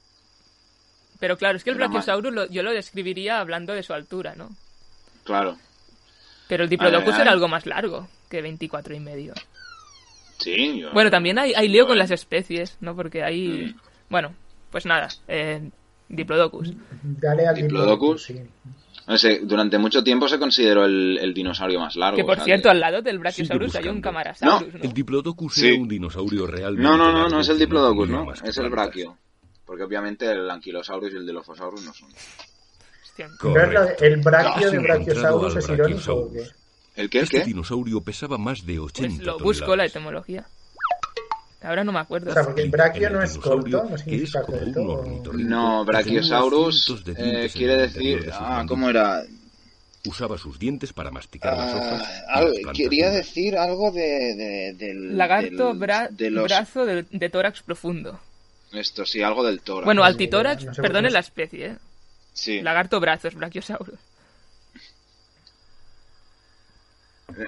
S1: Pero claro, es que el
S3: Pero mal.
S1: Brachiosaurus lo- yo lo describiría hablando de su altura, ¿no?
S3: Claro.
S1: Pero el Diplodocus
S3: a ver.
S1: era algo más largo que 24 y medio.
S3: Sí, yo-
S1: Bueno, también hay, hay lío con
S3: Bueno.
S1: las especies, ¿no? Porque hay...
S3: Mm.
S1: Bueno, pues nada, eh, Diplodocus.
S2: Dale al
S3: Diplodocus.
S2: sí.
S3: No sé, durante mucho tiempo se consideró el, el dinosaurio más largo.
S1: Que
S3: o
S1: por
S3: sea
S1: cierto, al lado del
S4: Sigue
S1: Brachiosaurus hay
S4: buscando.
S1: un Camarasaurus, ¿no?
S4: El Diplodocus
S3: Sí.
S4: era un dinosaurio real.
S3: No, no, no, no es el Diplodocus,
S4: comía
S3: ¿no?
S4: más que
S3: Es el
S4: plantas.
S3: Brachio. Porque obviamente el Anquilosaurus y el Dilophosaurus no son.
S1: Hostia.
S2: ¿Ves lo de-
S4: Correcto.
S2: el braquio
S4: Has
S2: de
S4: encontrado
S2: Brachiosaurus
S4: al
S2: es irónico? o qué?
S4: Brachiosaurus.
S3: ¿El qué? ¿El
S4: Este
S3: qué?
S4: dinosaurio pesaba más de 80
S1: Pues lo busco la
S4: toneladas.
S1: etimología. Ahora no me acuerdo.
S2: O sea, porque el brachio
S4: En
S2: no es
S4: dinosaurio,
S2: corto,
S4: que
S2: no
S4: es
S2: significa
S4: como
S2: corto.
S4: un
S2: o-
S4: ornitorrinco, que
S3: No,
S4: tenía
S3: Brachiosaurus
S4: cientos de
S3: eh,
S4: dientes en
S3: quiere
S4: el interior
S3: decir...
S4: de sus
S3: Ah,
S4: mandíbulas.
S3: ¿cómo era?
S4: Usaba sus dientes para masticar las
S3: Ah,
S4: hojas. y
S3: algo-
S4: las plantas
S3: quería
S4: duras.
S3: decir algo de, de- del...
S1: Lagarto,
S3: del-
S1: bra-
S3: de los-
S1: brazo de, de tórax profundo.
S3: Esto, sí, algo del toro.
S1: Bueno,
S2: no
S1: altitórax,
S2: sé por qué
S1: perdone
S2: no-
S1: la especie, ¿eh?
S3: sí.
S1: Lagarto, brazos, brachiosaurus.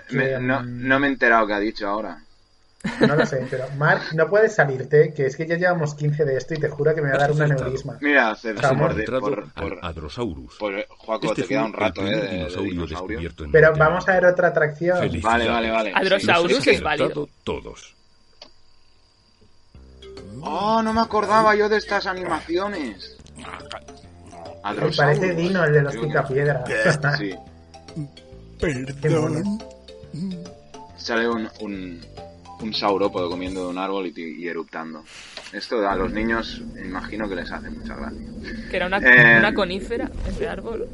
S3: Me- no, no me he enterado que ha dicho ahora.
S2: No lo sé, pero Mark, no puedes salirte, que es que ya llevamos 15 de esto y te juro que me va a dar un
S4: Acertado.
S2: aneurisma.
S3: Mira, acertado
S4: Has
S2: Estamos
S3: por... de-
S4: encontrado
S3: por,
S4: al
S3: por,
S4: Adrosaurus.
S3: por- Joaco,
S4: Este
S3: te
S4: fue
S3: queda un rato,
S4: el
S3: ¿eh?
S4: primer
S3: de- de
S4: dinosaurio,
S3: dinosaurio.
S4: descubierto en
S2: Pero
S4: Norteamérica.
S2: vamos a ver otra atracción.
S4: Felicidades.
S3: Vale, vale, vale. sí.
S1: Adrosaurus.
S4: Los
S1: es
S4: has
S1: válido.
S4: acertado todos.
S3: Oh, no me acordaba yo de estas animaciones.
S2: Me parece Dino, el de los picapiedras.
S3: Sí,
S2: Qué mono.
S3: sale un, un, un saurópodo comiendo de un árbol y, ti- y eruptando. Esto a los niños imagino que les hace mucha gracia.
S1: Que era una,
S3: Eh.
S1: una conífera, ese árbol.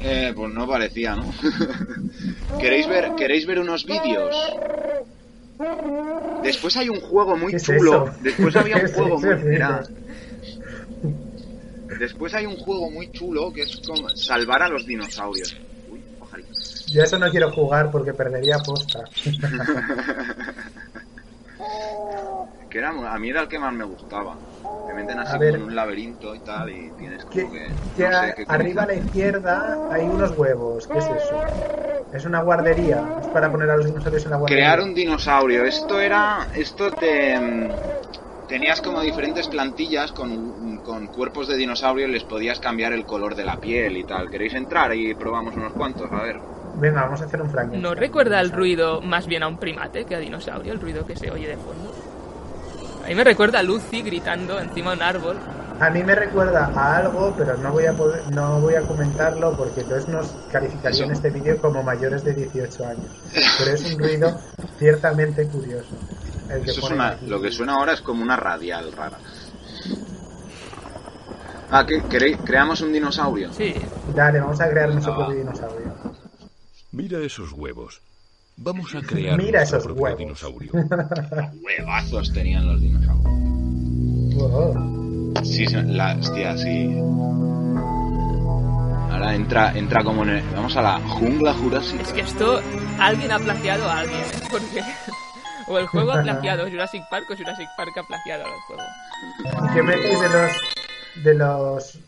S3: Eh, pues no parecía, ¿no? ¿Queréis ver, ¿Queréis ver unos vídeos? Después hay un juego muy
S2: ¿Qué es
S3: chulo.
S2: eso?
S3: Después había
S2: ¿Qué
S3: un
S2: es
S3: juego
S2: eso?
S3: muy. era- Después hay un juego muy chulo que es como salvar a los dinosaurios. Uy, ojalá.
S2: Yo a eso no quiero jugar porque perdería posta.
S3: Que era, a mí era el que más me gustaba. Te meten así
S2: A ver.
S3: con un laberinto y tal y tienes
S2: Que-
S3: como que...
S2: que
S3: no
S2: a-
S3: sé, qué
S2: arriba a la izquierda hay unos huevos. ¿Qué es eso? Es una guardería. Es para poner a los dinosaurios en la guardería.
S3: crear un dinosaurio. Esto era, esto te mm, tenías como diferentes plantillas con, con cuerpos de dinosaurio y les podías cambiar el color de la piel y tal. ¿Queréis entrar y probamos unos cuantos? A ver.
S2: Venga, vamos a hacer un Frankenstein.
S1: ¿No recuerda el ruido más bien a un primate que a dinosaurio, el ruido que se oye de fondo? A mí me recuerda a Lucy gritando encima de un árbol.
S2: A mí me recuerda a algo, pero no voy a poder- no voy a comentarlo porque entonces nos calificarían
S3: Eso.
S2: este vídeo como mayores de 18 años. Pero es un ruido ciertamente curioso. El que
S3: Eso es
S2: ponen
S3: una,
S2: aquí.
S3: lo que suena ahora es como una radial rara. Ah, ¿qué, queréis- creamos un dinosaurio.
S1: Sí,
S2: Dale, vamos a crear nuestro
S3: Ah.
S2: propio dinosaurio.
S4: Mira esos huevos. Vamos a crear
S2: Mira
S4: nuestro
S2: esos
S4: propio
S2: huevos.
S4: dinosaurio.
S3: Huevazos tenían los dinosaurios.
S2: Oh,
S3: Sí, se- la, hostia, sí. Ahora entra, entra como en el- Vamos a la jungla jurásica.
S1: es que esto alguien ha plagiado a alguien, ¿eh? porque o el juego ha plagiado Jurassic Park o Jurassic Park ha plagiado al juego.
S2: ¿Qué metéis de los de los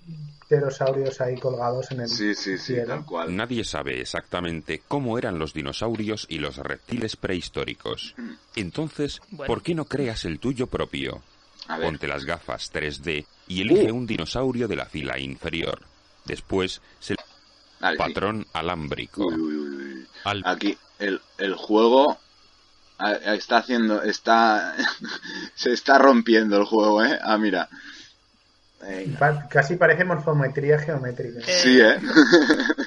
S2: pterosaurios ahí colgados en el
S3: Sí, sí, sí,
S2: cielo?
S3: tal cual.
S6: Nadie sabe exactamente cómo eran los dinosaurios y los reptiles prehistóricos. Entonces,
S1: Bueno.
S6: ¿por qué no creas el tuyo propio?
S3: A ver. Uh.
S6: Ponte las gafas 3D y elige un dinosaurio de la fila inferior. Después, se
S3: Vale, sí.
S6: patrón alámbrico.
S3: Uy, uy, uy, uy.
S5: Al-
S3: Aquí el, el juego ah, ah, está haciendo, está, se está rompiendo el juego, ¿eh? Ah, mira. Venga.
S2: Pa- casi parece morfometría geométrica.
S1: Eh.
S3: Sí, ¿eh?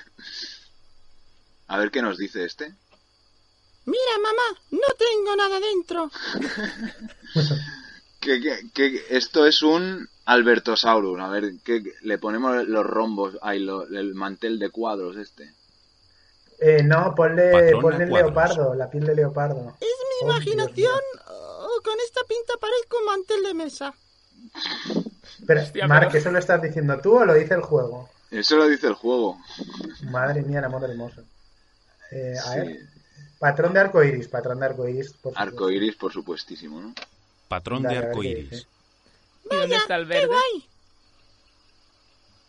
S3: A ver qué nos dice este.
S7: Mira, mamá, no tengo nada dentro.
S3: Que, que- que esto es un Albertosaurus. A ver, que le ponemos los rombos, ahí lo- el mantel de cuadros este.
S2: Eh, no, ponle,
S5: Patrón a
S2: ponle el
S5: cuadros.
S2: leopardo, la piel de leopardo.
S7: ¿Es mi
S2: Oh,
S7: imaginación o con esta pinta parezco un mantel de mesa?
S2: Pero,
S1: Hostia,
S2: Mark,
S1: pero-
S2: ¿eso lo estás diciendo tú o lo dice el juego?
S3: Eso lo dice el juego.
S2: Madre mía, el amor hermoso. Eh, a
S3: Sí.
S2: ver, patrón de arcoiris, patrón de arcoiris. Por favor.
S3: Arcoiris, por supuestísimo, ¿no?
S5: Patrón
S2: Dale,
S5: de
S2: a ver qué dice.
S5: arcoíris.
S1: ¿Y dónde está el verde?
S7: guay!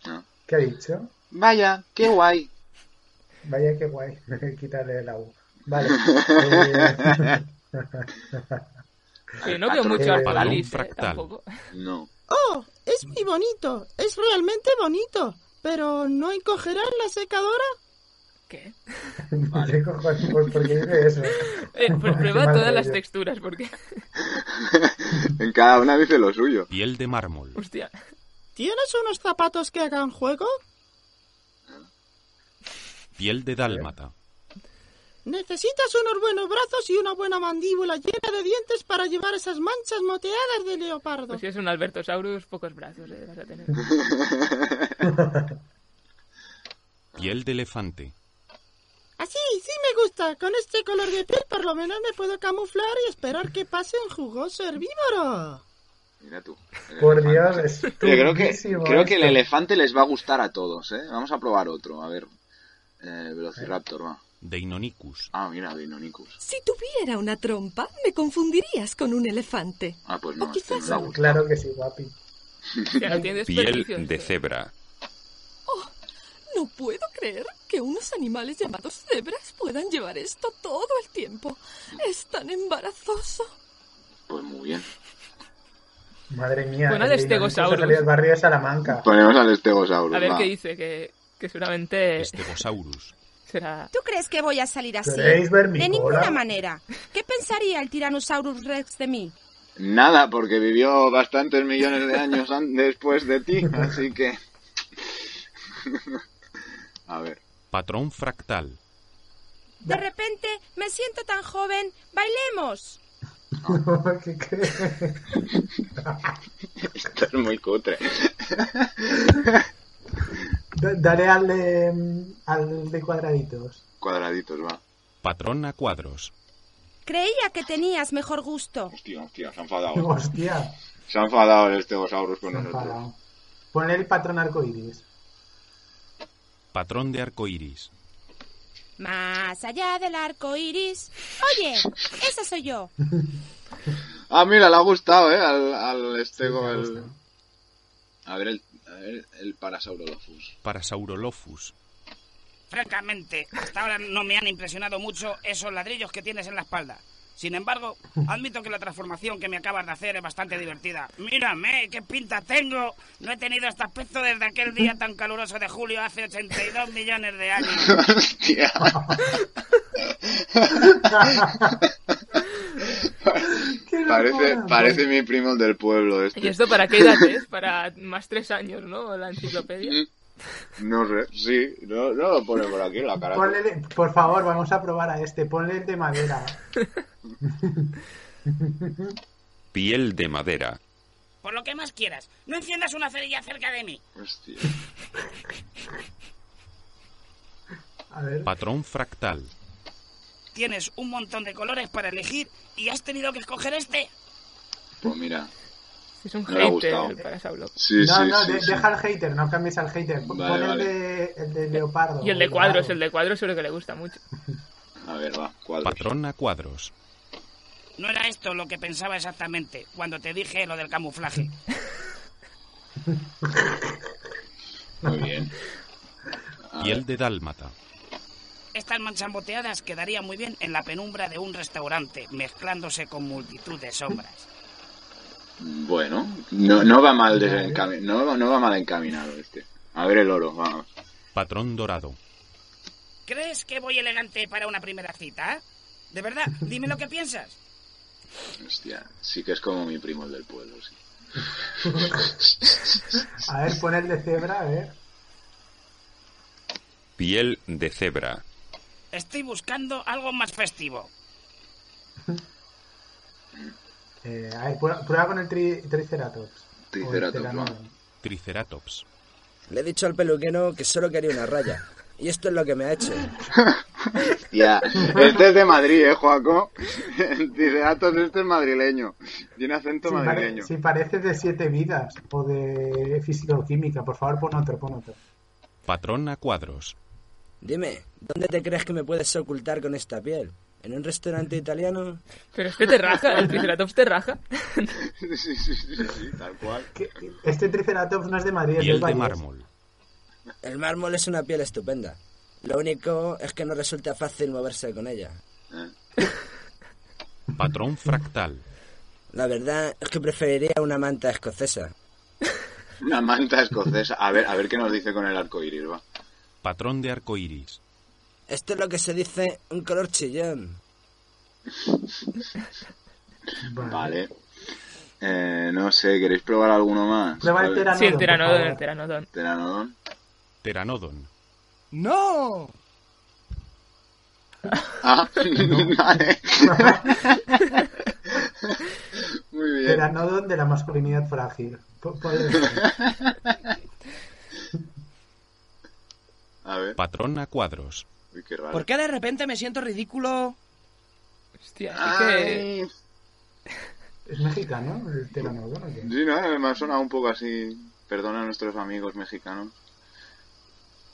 S3: ¿No?
S2: ¿Qué ha dicho?
S3: Vaya, qué guay.
S2: Vaya, qué guay. Quítale la U. Vale. Eh,
S1: Que no veo
S3: Patrón-
S1: mucho
S2: Eh,
S1: arcoiris,
S5: balón
S1: eh,
S5: fractal.
S1: tampoco.
S3: No.
S7: ¡Oh! Es muy bonito, es realmente bonito. Pero ¿no encogerán la secadora?
S1: ¿Qué?
S2: ¿qué cojones? Pues, ¿Por qué dice eso?
S1: Eh, pues prueba
S2: Qué
S1: todas las
S2: maravilla.
S1: texturas, porque,
S3: en cada una dice lo suyo.
S5: Piel de mármol.
S1: hostia,
S7: ¿Tienes unos zapatos que hagan juego?
S5: Piel de dálmata.
S7: Necesitas unos buenos brazos y una buena mandíbula llena de dientes para llevar esas manchas moteadas de leopardo.
S1: pues si es un Albertosaurus, pocos brazos eh, vas a tener.
S5: Piel de elefante.
S7: Así, sí me gusta. Con este color de piel por lo menos me puedo camuflar y esperar que pase un jugoso herbívoro.
S3: Mira tú. el
S2: Por
S3: elefante.
S2: Dios, eh. es
S3: Yo creo que,
S2: turbísimo
S3: creo que el
S2: esto.
S3: elefante les va a gustar a todos, ¿eh? Vamos a probar otro, a ver. Eh, Velociraptor, va.
S5: Deinonicus.
S3: Ah, mira, Deinonychus.
S8: Si tuviera una trompa, me confundirías con un elefante.
S3: Ah, pues no,
S8: O
S3: este no
S8: quizás
S3: le gusta.
S2: Claro que sí, guapi.
S1: Hostia, no tiene desperdicio
S6: Piel de
S1: esto.
S6: cebra.
S8: No puedo creer que unos animales llamados cebras puedan llevar esto todo el tiempo. Es tan embarazoso.
S3: Pues muy bien.
S2: Madre mía.
S1: Bueno,
S2: el
S1: de este
S2: Deinonychus
S1: Stegosaurus.
S2: ha salido del barrio de Salamanca.
S3: Ponemos al Estegosaurus.
S1: A ver
S3: va.
S1: qué dice, que, que seguramente
S5: Estegosaurus.
S1: será...
S9: ¿Tú crees que voy a salir así?
S2: ¿Queréis ver mi
S9: de
S2: cola?
S9: ninguna manera. ¿Qué pensaría el Tyrannosaurus Rex de mí?
S3: Nada, porque vivió bastantes millones de años an- después de ti, así que. a ver.
S5: Patrón fractal.
S9: De repente me siento tan joven. ¡Bailemos!
S2: ¿Qué- qué?
S3: Esto es muy cutre.
S2: Da- Dale al de, al de cuadraditos.
S3: Cuadraditos, va.
S5: Patrón a cuadros.
S9: Creía que tenías mejor gusto.
S6: Hostia, hostia, se ha enfadado. ¿eh?
S2: Hostia.
S6: Se ha enfadado el Stegosaurus con
S2: se ha
S6: nosotros.
S2: enfadado. Ponle el patrón arcoíris.
S5: Patrón de arcoíris.
S9: Más allá del arco iris. Oye, esa soy yo.
S3: Ah, mira, le ha gustado, ¿eh? Al, al Stego.
S2: me
S3: el-
S2: gusta.
S3: A ver, el, a ver, el Parasaurolophus.
S5: Parasaurolophus.
S10: Francamente, hasta ahora no me han impresionado mucho esos ladrillos que tienes en la espalda. Sin embargo, admito que la transformación que me acabas de hacer es bastante divertida. Mírame, qué pinta tengo. No he tenido este aspecto desde aquel día tan caluroso de julio hace 82 millones de años.
S3: Hostia. parece,
S2: locura.
S3: parece mi primo el del pueblo
S1: ¿Y
S3: este.
S1: esto para qué edad es? Para más tres años, ¿no? La enciclopedia.
S3: No sé, sí, no, no lo pone por aquí la cara.
S2: Ponle de- por favor, vamos a probar a este. Ponle el de madera.
S6: Piel de madera.
S10: Por lo que más quieras, no enciendas una cerilla cerca de mí.
S3: Hostia.
S2: A ver.
S5: Patrón fractal.
S10: Tienes un montón de colores para elegir y has tenido que escoger este.
S3: Pues mira.
S1: Es un
S3: No le ha
S1: hater
S3: gustado.
S1: el Parasaurolophus.
S3: Sí,
S2: no,
S3: sí,
S2: no,
S3: sí,
S2: de-
S3: sí.
S2: deja al hater, no cambies al hater. Pon
S3: Vale,
S2: pon el,
S3: vale.
S2: de, el de leopardo.
S1: Y el de cuadros, el de cuadros seguro que le gusta mucho.
S3: A ver, va, cuadros.
S5: Patrón a cuadros.
S10: No era esto lo que pensaba exactamente cuando te dije lo del camuflaje.
S3: Muy bien.
S5: Piel de dálmata.
S10: Estas manchamboteadas quedarían muy bien en la penumbra de un restaurante, mezclándose con multitud de sombras.
S3: Bueno, no, no va mal desencami- no, no va mal encaminado este. A ver el oro, vamos.
S5: Patrón dorado.
S10: ¿Crees que voy elegante para una primera cita? De verdad, dime lo que piensas.
S3: Hostia, sí que es como mi primo el del pueblo, sí.
S2: A ver, pon el de cebra, a ver.
S6: Piel de cebra.
S10: Estoy buscando algo más festivo.
S2: Eh, a ver, prueba, prueba con el tri- triceratops.
S3: Triceratops,
S2: O el
S3: va.
S2: teranodon.
S5: Triceratops.
S11: Le he dicho al peluquero que solo quería una raya. Y esto es lo que me ha hecho.
S3: Ya, este es de Madrid, ¿eh, Joaco? Dice Atos, este es madrileño. Tiene acento
S2: Si, pare-
S3: madrileño.
S2: si parece de siete vidas o de físico-química, por favor, pon otro, pon otro.
S5: Patrón a cuadros.
S11: Dime, ¿dónde te crees que me puedes ocultar con esta piel? ¿En un restaurante italiano?
S1: Pero es que te raja, el Triceratops te raja.
S3: Sí, sí, sí, sí, sí, tal cual.
S2: ¿Qué- qué- Este triceratops no es de Madrid, es
S5: Piel
S2: del
S5: de
S2: Vallés.
S5: mármol.
S11: El mármol es una piel estupenda. Lo único es que no resulta fácil moverse con ella.
S3: Eh,
S5: Patrón fractal.
S11: La verdad es que preferiría una manta escocesa.
S3: Una manta escocesa. A ver, a ver qué nos dice con el arco iris, va.
S5: Patrón de arcoíris.
S11: Esto es lo que se dice un color chillón.
S3: Vale. Eh, no sé, ¿queréis probar alguno más?
S2: Prueba el
S3: A
S1: Sí, el
S3: ver,
S2: teranodon. Ah, por
S1: teranodon,
S2: favor.
S1: el teranodon.
S3: Pteranodon.
S5: Pteranodon.
S11: ¡No!
S3: Ah, vale. Muy bien.
S2: Teranodon de la masculinidad frágil. Po- pues, ponle otro.
S3: A ver.
S5: Patrón a cuadros.
S3: Uy, qué raro.
S10: ¿Por qué de repente me siento ridículo?
S1: Hostia, es que...
S3: Ay,
S2: ¿Es mexicano el teranodon o qué?
S3: Sí, no, me ha sonado un poco así. Perdona a nuestros amigos mexicanos.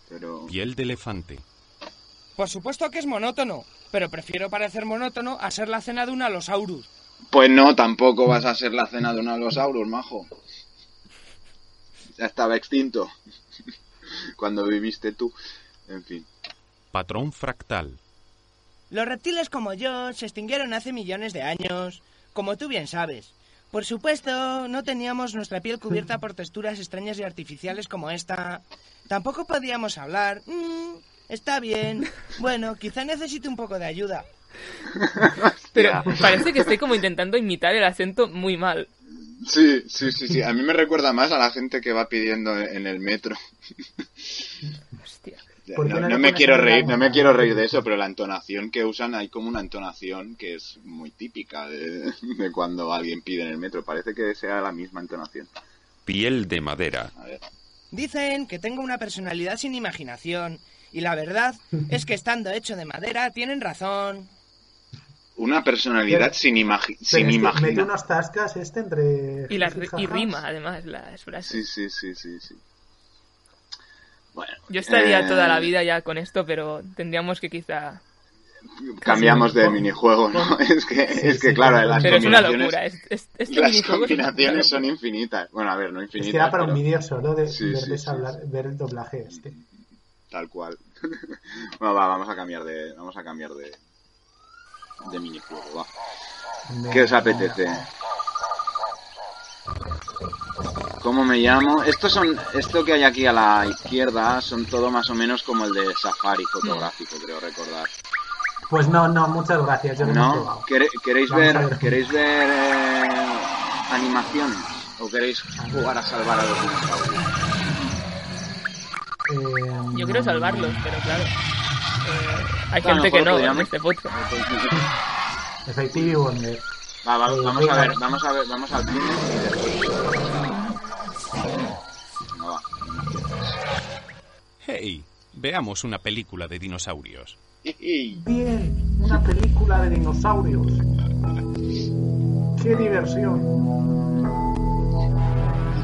S3: Pero.
S5: Piel de elefante.
S10: Por supuesto que es monótono, pero prefiero parecer monótono a ser la cena de un alosaurus.
S3: Pues no, tampoco vas a ser la cena de un alosaurus, majo. Ya estaba extinto. Cuando viviste tú. En fin.
S5: Patrón fractal.
S10: Los reptiles como yo se extinguieron hace millones de años, como tú bien sabes. Por supuesto, no teníamos nuestra piel cubierta por texturas extrañas y artificiales como esta. Tampoco podíamos hablar. Mm, está bien. Bueno, quizá necesite un poco de ayuda.
S1: Pero parece que estoy como intentando imitar el acento muy mal.
S3: Sí, sí, sí, sí. A mí me recuerda más a la gente que va pidiendo en el metro.
S1: Hostia.
S2: ¿Por qué
S3: No, no
S2: no le
S3: me
S2: pones
S3: quiero
S2: el
S3: reír,
S2: drama?
S3: no me quiero reír de eso, pero la entonación que usan, hay como una entonación que es muy típica de, de cuando alguien pide en el metro. Parece que sea la misma entonación.
S6: Piel de madera.
S3: A ver.
S10: Dicen que tengo una personalidad sin imaginación. Y la verdad es que estando hecho de madera tienen razón.
S3: Una personalidad sin, imagi- sin
S2: es que Mete
S3: imaginar.
S2: unas tascas este entre...
S1: Y, las-
S2: jiji,
S1: y
S2: jajas.
S1: rima, además, las frases.
S3: Sí, sí, sí, sí, sí. Bueno,
S1: Yo estaría
S3: eh,
S1: toda la vida ya con esto, pero tendríamos que quizá...
S3: Cambiamos de minijuego, ¿no? Es que, es que claro, las
S1: Pero es una
S3: combinaciones,
S1: locura. es- es- este
S3: las
S1: minijuego es una
S3: combinaciones son infinitas. Bueno, a ver, no infinitas.
S2: Es que da Este para un
S3: pero
S2: vídeo solo de
S3: Sí, sí,
S2: verles
S3: sí,
S2: hablar, ver el doblaje este.
S3: Tal cual. bueno, va, vamos a cambiar de, vamos a cambiar de, de minijuego, va. ¿Qué os apetece? ¿Cómo me llamo? Estos son, esto que hay aquí a la izquierda son todo más o menos como el de Safari fotográfico, creo recordar.
S2: Pues no, no, muchas gracias. Yo no, lo he probado.
S3: ¿No? ¿Quere- ¿Queréis
S2: Vamos
S3: ver,
S2: a ver.
S3: queréis ver eh, animaciones o queréis jugar a salvar a los dinosaurios?
S2: Eh,
S1: Yo quiero salvarlos, pero claro. eh, hay
S3: Bueno,
S1: gente que
S3: juego
S1: no
S3: que
S1: en
S3: llame.
S1: este podcast.
S2: Effective Wonder.
S3: Va, va, vamos a
S2: venga.
S3: ver, vamos a ver, vamos al cine y después. No, va.
S5: Hey, veamos una película de dinosaurios.
S2: Bien, una película de dinosaurios. ¡Qué diversión!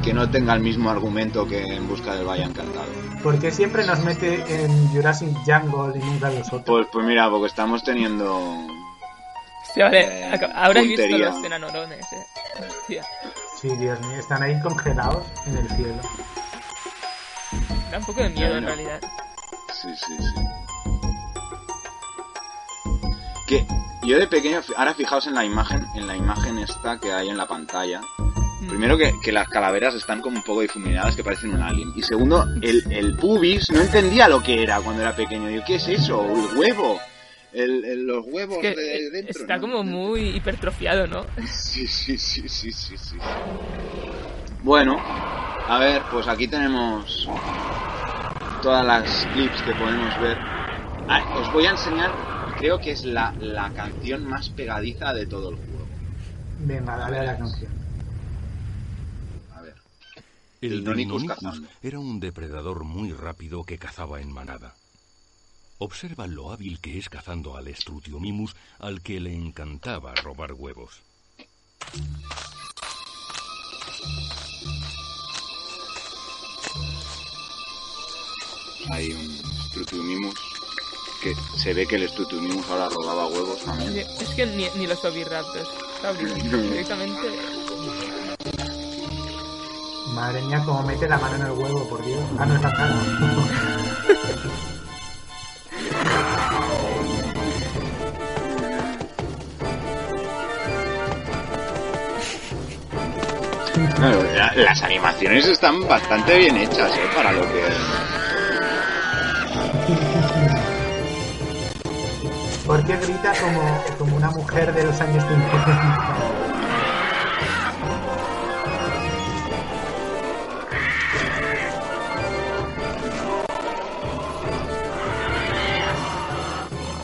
S3: Que no tenga el mismo argumento que en busca del Valle Encantado.
S2: Porque siempre nos mete en Jurassic Jungle y nunca en los otros.
S3: Pues, pues mira, porque estamos teniendo.
S1: Hostia, vale,
S3: Eh,
S1: ac- ahora he visto
S3: puntería.
S1: los enanorones, eh. Hostia,
S2: Sí, Dios mío, están ahí congelados en el cielo.
S1: da un poco de miedo en
S3: Bueno.
S1: realidad.
S3: Sí, sí, sí. Que yo de pequeño, ahora fijaos en la imagen, en la imagen esta que hay en la pantalla.
S1: Mm.
S3: Primero que, que las calaveras están como un poco difuminadas, que parecen un alien. Y segundo, el, el pubis no entendía lo que era cuando era pequeño. Yo, ¿qué es eso? El huevo. El, el- los huevos
S1: Es que
S3: de- de
S1: eh,
S3: dentro.
S1: está
S3: ¿no?
S1: como muy hipertrofiado, ¿no?
S3: Sí, sí, sí, sí, sí, sí. Bueno, a ver, pues aquí tenemos todas las clips que podemos ver. Ah, os voy a enseñar, creo que es la, la canción más pegadiza de todo el juego.
S2: Venga, dale a la canción.
S3: A ver.
S4: El
S3: Deinonychus
S4: Deinonychus era un depredador muy rápido que cazaba en manada. Observa lo hábil que es cazando al Strutionimus, al que le encantaba robar huevos.
S3: Hay un Strutunimus que se ve que el Strutunimus ahora robaba huevos también.
S1: Es que ni, ni los oviraptors, ¿sabes? Directamente.
S2: Madre mía, cómo mete la mano en el huevo, por Dios. Ah, no es la cara.
S3: Bueno, la- las animaciones están bastante bien hechas, ¿eh? Para lo que...
S2: ¿Por qué grita como, como una mujer de los años 50?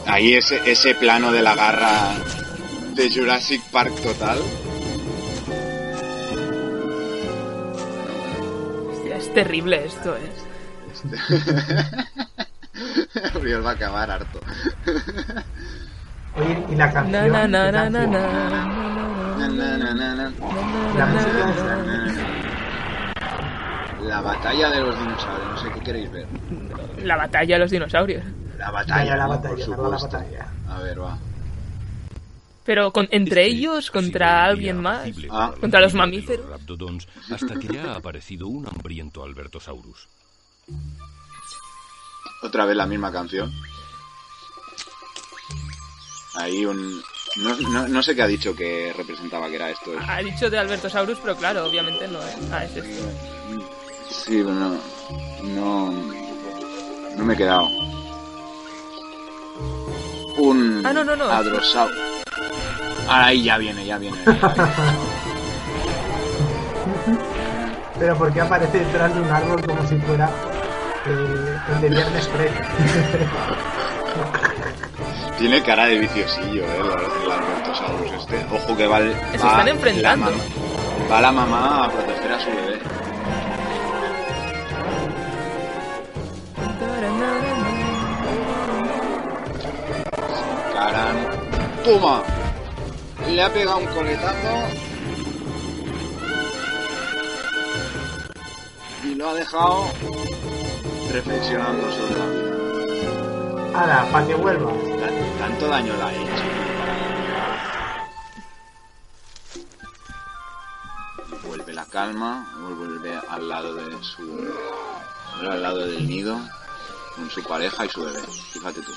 S3: Ahí ese, ese plano de la garra de Jurassic Park total.
S1: Hostia, es terrible esto, ¿eh?
S3: Oriol va a acabar harto.
S2: Oye, y la
S1: Na,
S2: canción.
S1: na, na, na, na,
S2: ¿Qué canción?
S1: na.
S3: Na, na, na, na, na.
S2: La música es la-
S3: La batalla de los dinosaurios, no sé qué queréis ver.
S1: La batalla de los dinosaurios.
S3: La batalla,
S2: Vaya, la
S3: ¿no?
S2: batalla,
S3: por
S2: la
S3: supuesto.
S2: batalla.
S3: A ver, va.
S1: Pero con, entre
S3: Este
S1: ellos, contra alguien más,
S4: Este Apacible para la
S1: contra los
S4: familia de
S1: mamíferos.
S4: Raptodons, hasta que ya ha aparecido un hambriento Albertosaurus.
S3: Otra vez la misma canción. Ahí un... No, no- no sé qué ha dicho que representaba que era esto.
S1: Ha dicho de Albertosaurus, pero claro, obviamente no es. Ah, es esto.
S3: Sí, pero no... No... No me he quedado. Un...
S1: Ah, no, no, no.
S3: Adrosau. Ah, Ahí ya viene, ya viene. ya viene.
S2: Pero ¿por qué aparece detrás de un árbol como si fuera eh, el de Viernes 13?
S3: Tiene cara de viciosillo, eh, el el Albertosaurus este. Ojo que va, el-
S1: Se
S3: va
S1: están enfrentando.
S3: La mamá, va la mamá a proteger a su bebé. Caran. ¡Toma! Le ha pegado un coletazo. Y lo ha dejado reflexionando sobre la vida.
S2: Ahora, para que vuelvas.
S3: Tan- Tanto daño la ha hecho. Vuelve la calma, vuelve al lado de su. al lado del nido, con su pareja y su bebé. Fíjate tú.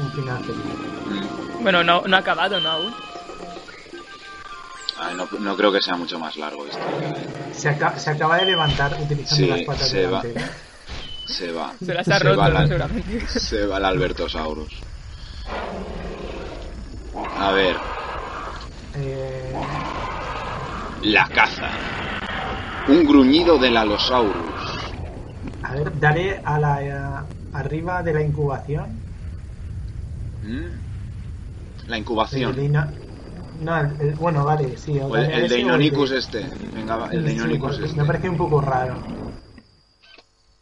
S2: Un final feliz.
S1: Bueno, no, no ha acabado, ¿no? Aún.
S3: Ay, no, no creo que sea mucho más largo esto. ¿eh?
S2: Se, aca- se acaba de levantar utilizando
S3: Sí,
S2: las patas
S3: se va.
S2: delanteras.
S3: Se va.
S1: Se las ha roto,
S3: va la-
S1: seguramente.
S3: Se va el Albertosaurus. A ver,
S2: Eh,
S3: la caza. Un gruñido del Alosaurus.
S2: a ver, dale a la eh, arriba de la incubación.
S3: ¿Mm? La
S2: El de
S3: incubación.
S2: Ino- No, el- el- bueno, vale, sí.
S3: O
S2: dale
S3: Pues el,
S2: a
S3: el
S2: ese o
S3: de Inonicus este. Venga, va, el de
S2: Sí,
S3: Inonicus
S2: porque
S3: este.
S2: Me parece un poco raro.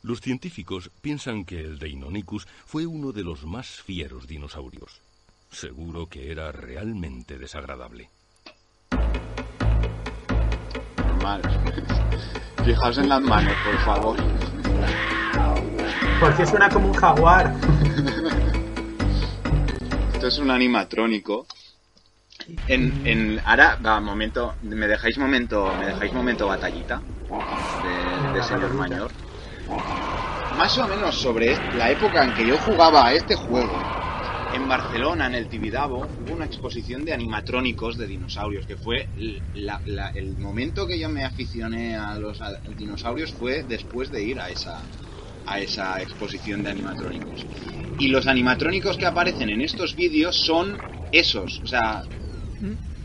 S4: Los científicos piensan que el Deinonychus fue uno de los más fieros dinosaurios. Seguro que era realmente desagradable.
S3: Normal. Fijaos en las manos, por favor.
S2: Porque suena como un jaguar.
S3: Esto es un animatrónico. En, en- ahora, va, momento, me dejáis momento, me dejáis momento batallita de, de señor mayor. Más o menos sobre la época en que yo jugaba a este juego, en Barcelona, en el Tibidabo, hubo una exposición de animatrónicos de dinosaurios, que fue l- la- la- el momento que yo me aficioné a los a- dinosaurios fue después de ir a esa, a esa exposición de animatrónicos. Y los animatrónicos que aparecen en estos vídeos son esos, o sea,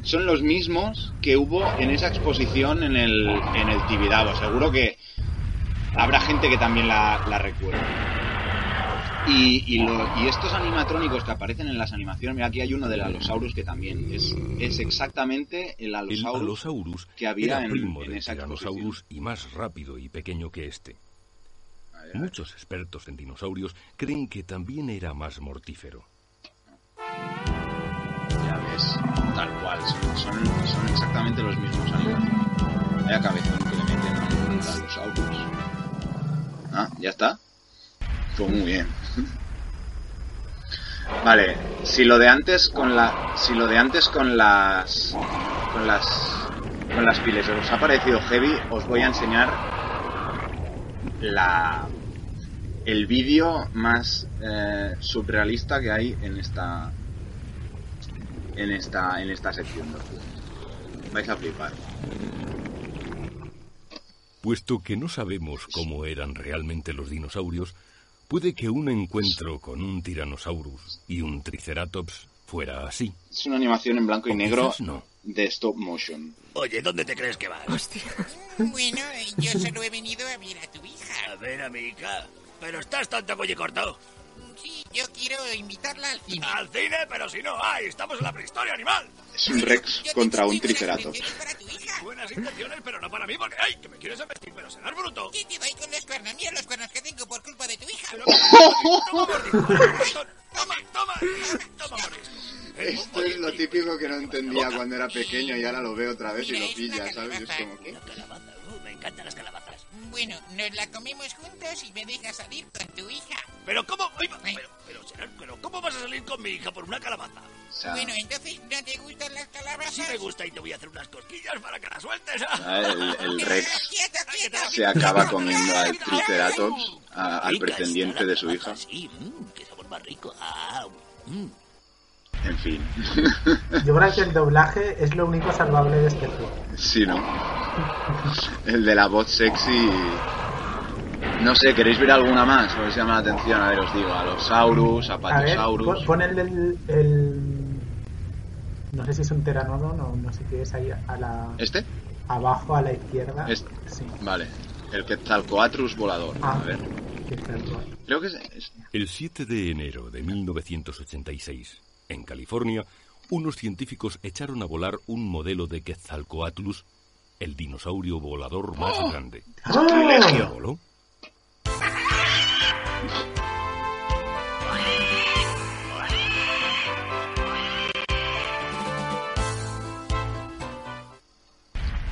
S3: son los mismos que hubo en esa exposición en el, en el Tibidabo. Seguro que habrá gente que también la, la recuerda. Y, y lo- y estos animatrónicos que aparecen en las animaciones, mira, aquí hay uno del Allosaurus que también es, es exactamente el
S4: El
S3: Allosaurus.
S4: Allosaurus
S3: que había
S4: era
S3: en-
S4: primo
S3: en
S4: del
S3: esa
S4: Tyrannosaurus y más rápido y pequeño que este. Muchos expertos en dinosaurios creen que también era más mortífero.
S3: Ya ves, tal cual, son, son- son exactamente los mismos animales. Vaya cabezón que le meten al Allosaurus. Ah, ya está. Pues muy bien. Vale, si lo de antes con la. Si lo de antes con las. Con las. Con las piles os ha parecido heavy, os voy a enseñar la. El vídeo más eh, surrealista que hay en esta. En esta. En esta sección del juego. Vais a flipar.
S4: Puesto que no sabemos cómo eran realmente los dinosaurios, puede que un encuentro con un Tyrannosaurus y un Triceratops fuera así.
S3: Es una animación en blanco y
S4: O
S3: negro
S4: quizás no.
S3: de stop motion.
S12: Oye, ¿dónde te crees que vas?
S13: Bueno, eh, yo solo he venido a ver a tu hija.
S12: A ver, amiga. Ah, Pero estás tanto cuello cortado.
S13: Sí, yo quiero invitarla al cine.
S12: Al cine, pero si no hay. Estamos en la prehistoria, animal.
S3: Es un Rex contra un Triceratops.
S12: Buenas intenciones, pero no para mí porque... ¡Ay, que me quieres embestir, pero cenar bruto!
S13: ¿Qué te doy con los cuernos? Mira los cuernos que tengo por culpa de tu hija.
S12: ¡Toma, toma! ¡Toma, morisco!
S3: Esto es lo típico que no entendía cuando era pequeño y ahora lo veo otra vez y lo pilla, ¿sabes? Es como que...
S12: Me encantan las calabazas.
S13: Bueno, nos la comemos juntos y me dejas salir con tu hija.
S12: Pero cómo... Ay, va- pero, pero, será- pero ¿cómo vas a salir con mi hija por una calabaza?
S13: Bueno, entonces, ¿no te gustan las calabazas?
S12: Sí me gusta y te voy a hacer unas cosquillas para que la sueltes.
S3: Ah, el- el Rex
S13: ¡Quieto, quieto!
S3: se acaba comiendo al Triceratops, a- al pretendiente de su hija.
S12: Sí, mmm, qué sabor más rico. Ah, mm.
S3: En fin.
S2: Yo creo que el doblaje es lo único salvable de este juego.
S3: Sí, ¿no? El de la voz sexy... No sé, ¿queréis ver alguna más? ¿Os llama la atención? A ver, os digo. Alosaurus,
S2: A ver,
S3: Apatosaurus...
S2: pon- pon el, del- el- No sé si es un teranodon o no sé qué es ahí a la...
S3: ¿Este?
S2: Abajo a la izquierda.
S3: Este.
S2: Sí.
S3: Vale. El Quetzalcoatrus volador. A
S2: Ah.
S3: ver.
S2: que está el cual.
S3: Creo que es- es...
S4: El 7 de enero de 1986, en California, unos científicos echaron a volar un modelo de Quetzalcoatlus, el dinosaurio volador más
S3: Oh.
S4: grande.
S2: ¡Ah!
S3: ¡Sacrilegio!
S4: ¿Voló?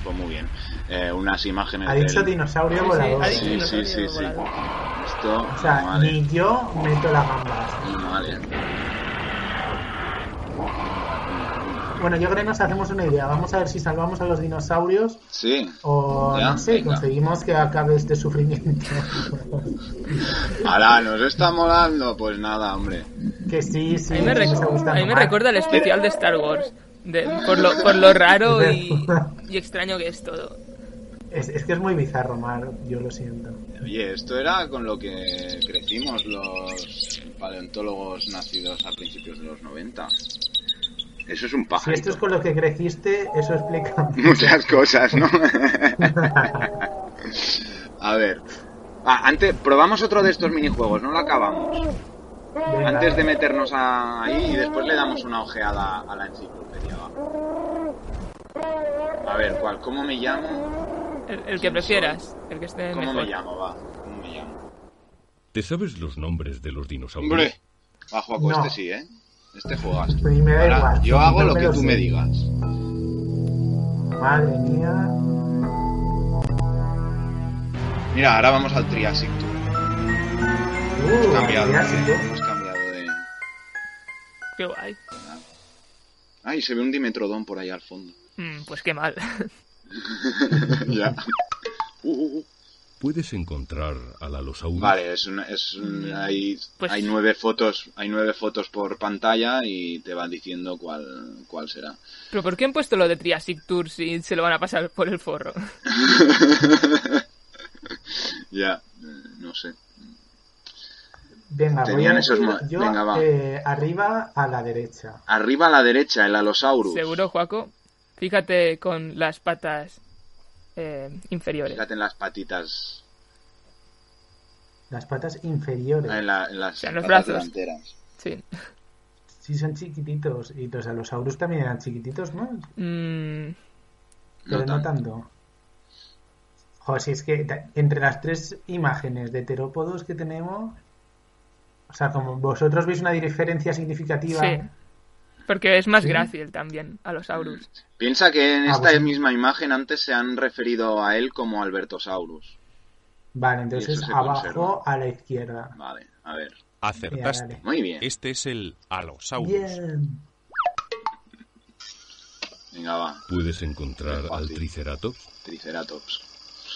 S3: pues buenas Eh, imágenes.
S2: Ha dicho
S3: del-
S2: dinosaurio Sí, sí, volador. ha dicho
S3: Sí, sí, sí,
S2: dinosaurio
S3: sí.
S2: volador.
S3: Esto,
S2: O sea,
S3: vale,
S2: ni yo meto la gamba.
S3: vale.
S2: Bueno, yo creo que nos hacemos una idea. Vamos a ver si salvamos a los dinosaurios
S3: Sí.
S2: o,
S3: Ya,
S2: no sé,
S3: venga.
S2: conseguimos que acabe este sufrimiento.
S3: Ahora, nos está molando. Pues nada, hombre.
S2: que sí, sí.
S1: A mí me,
S2: nos
S1: rec-
S2: está gustando
S1: a mí me
S2: más.
S1: recuerda el especial de Star Wars. de- por, lo, por lo raro y, y extraño que es todo.
S2: Es, es que es muy bizarro, Mar, yo lo siento.
S3: Oye, esto era con lo que crecimos los paleontólogos nacidos a principios de los 90. Eso es un
S2: Si esto
S3: pajarito.
S2: es con lo que creciste, eso explica.
S3: Muchas cosas, ¿no? a ver. Ah, antes, probamos otro de estos minijuegos, no lo acabamos.
S2: Venga.
S3: Antes de meternos a- ahí y después le damos una ojeada a la enciclopedia. va. A ver, ¿cuál? ¿Cómo me llamo?
S1: El, el que prefieras, el que esté
S3: ¿Cómo
S1: Eh, mejor.
S3: me llamo, va? ¿Cómo me llamo?
S4: ¿Te sabes los nombres de los dinosaurios?
S3: Hombre, bajo Juaco,
S4: No.
S3: este sí, ¿eh? Este juegas.
S2: Y me da
S3: Ahora,
S2: igual.
S3: yo hago lo
S2: me
S3: que tú
S2: sé.
S3: me digas.
S2: Madre mía.
S3: Mira, ahora vamos al Triassic Tour.
S2: Uh,
S3: Hemos cambiado,
S2: Triassic
S3: de-
S2: Tour.
S3: hemos cambiado de...
S1: Qué guay.
S3: Ay, se ve un dimetrodón por ahí al fondo.
S1: Mm, pues qué mal.
S3: ya. Uh,
S4: Puedes encontrar al Allosaurus.
S3: Vale, es una- es un- hay,
S4: Pues-
S3: hay nueve fotos, hay nueve fotos por pantalla y te van diciendo cuál, cuál será.
S1: Pero ¿por qué han puesto lo de Triassic Tour si se lo van a pasar por el forro?
S3: Ya, eh, no sé.
S2: Venga,
S3: Tenían
S2: voy a
S3: esos
S2: ir
S3: mo-
S2: yo,
S3: Venga, va.
S2: eh, arriba a la derecha.
S3: Arriba a la derecha, el Allosaurus.
S1: Seguro, Juaco. Fíjate con las patas eh, inferiores.
S3: Fíjate en las patitas,
S2: Las patas inferiores.
S3: en, la- en las
S1: en los
S3: patas
S1: brazos.
S3: delanteras.
S1: Sí.
S2: Sí, son chiquititos. Y los alosaurus también eran chiquititos, ¿no?
S1: Mm,
S2: Pero no, tanto. Joder, si es que ta- entre las tres imágenes de terópodos que tenemos... O sea, como vosotros veis una diferencia significativa...
S1: Sí. Porque es más
S2: Sí.
S1: grácil también a los Aurus.
S3: Piensa que en
S2: Ah,
S3: esta
S2: pues-
S3: misma imagen antes se han referido a él como Albertosaurus.
S2: Vale, entonces
S3: se
S2: abajo
S3: conserva.
S2: a la izquierda.
S3: Vale, a ver.
S5: Acertaste.
S2: Ya,
S3: Muy bien.
S5: Este es el Alosaurus.
S2: Bien.
S3: Venga, va,
S4: Puedes encontrar al Triceratops.
S3: Triceratops.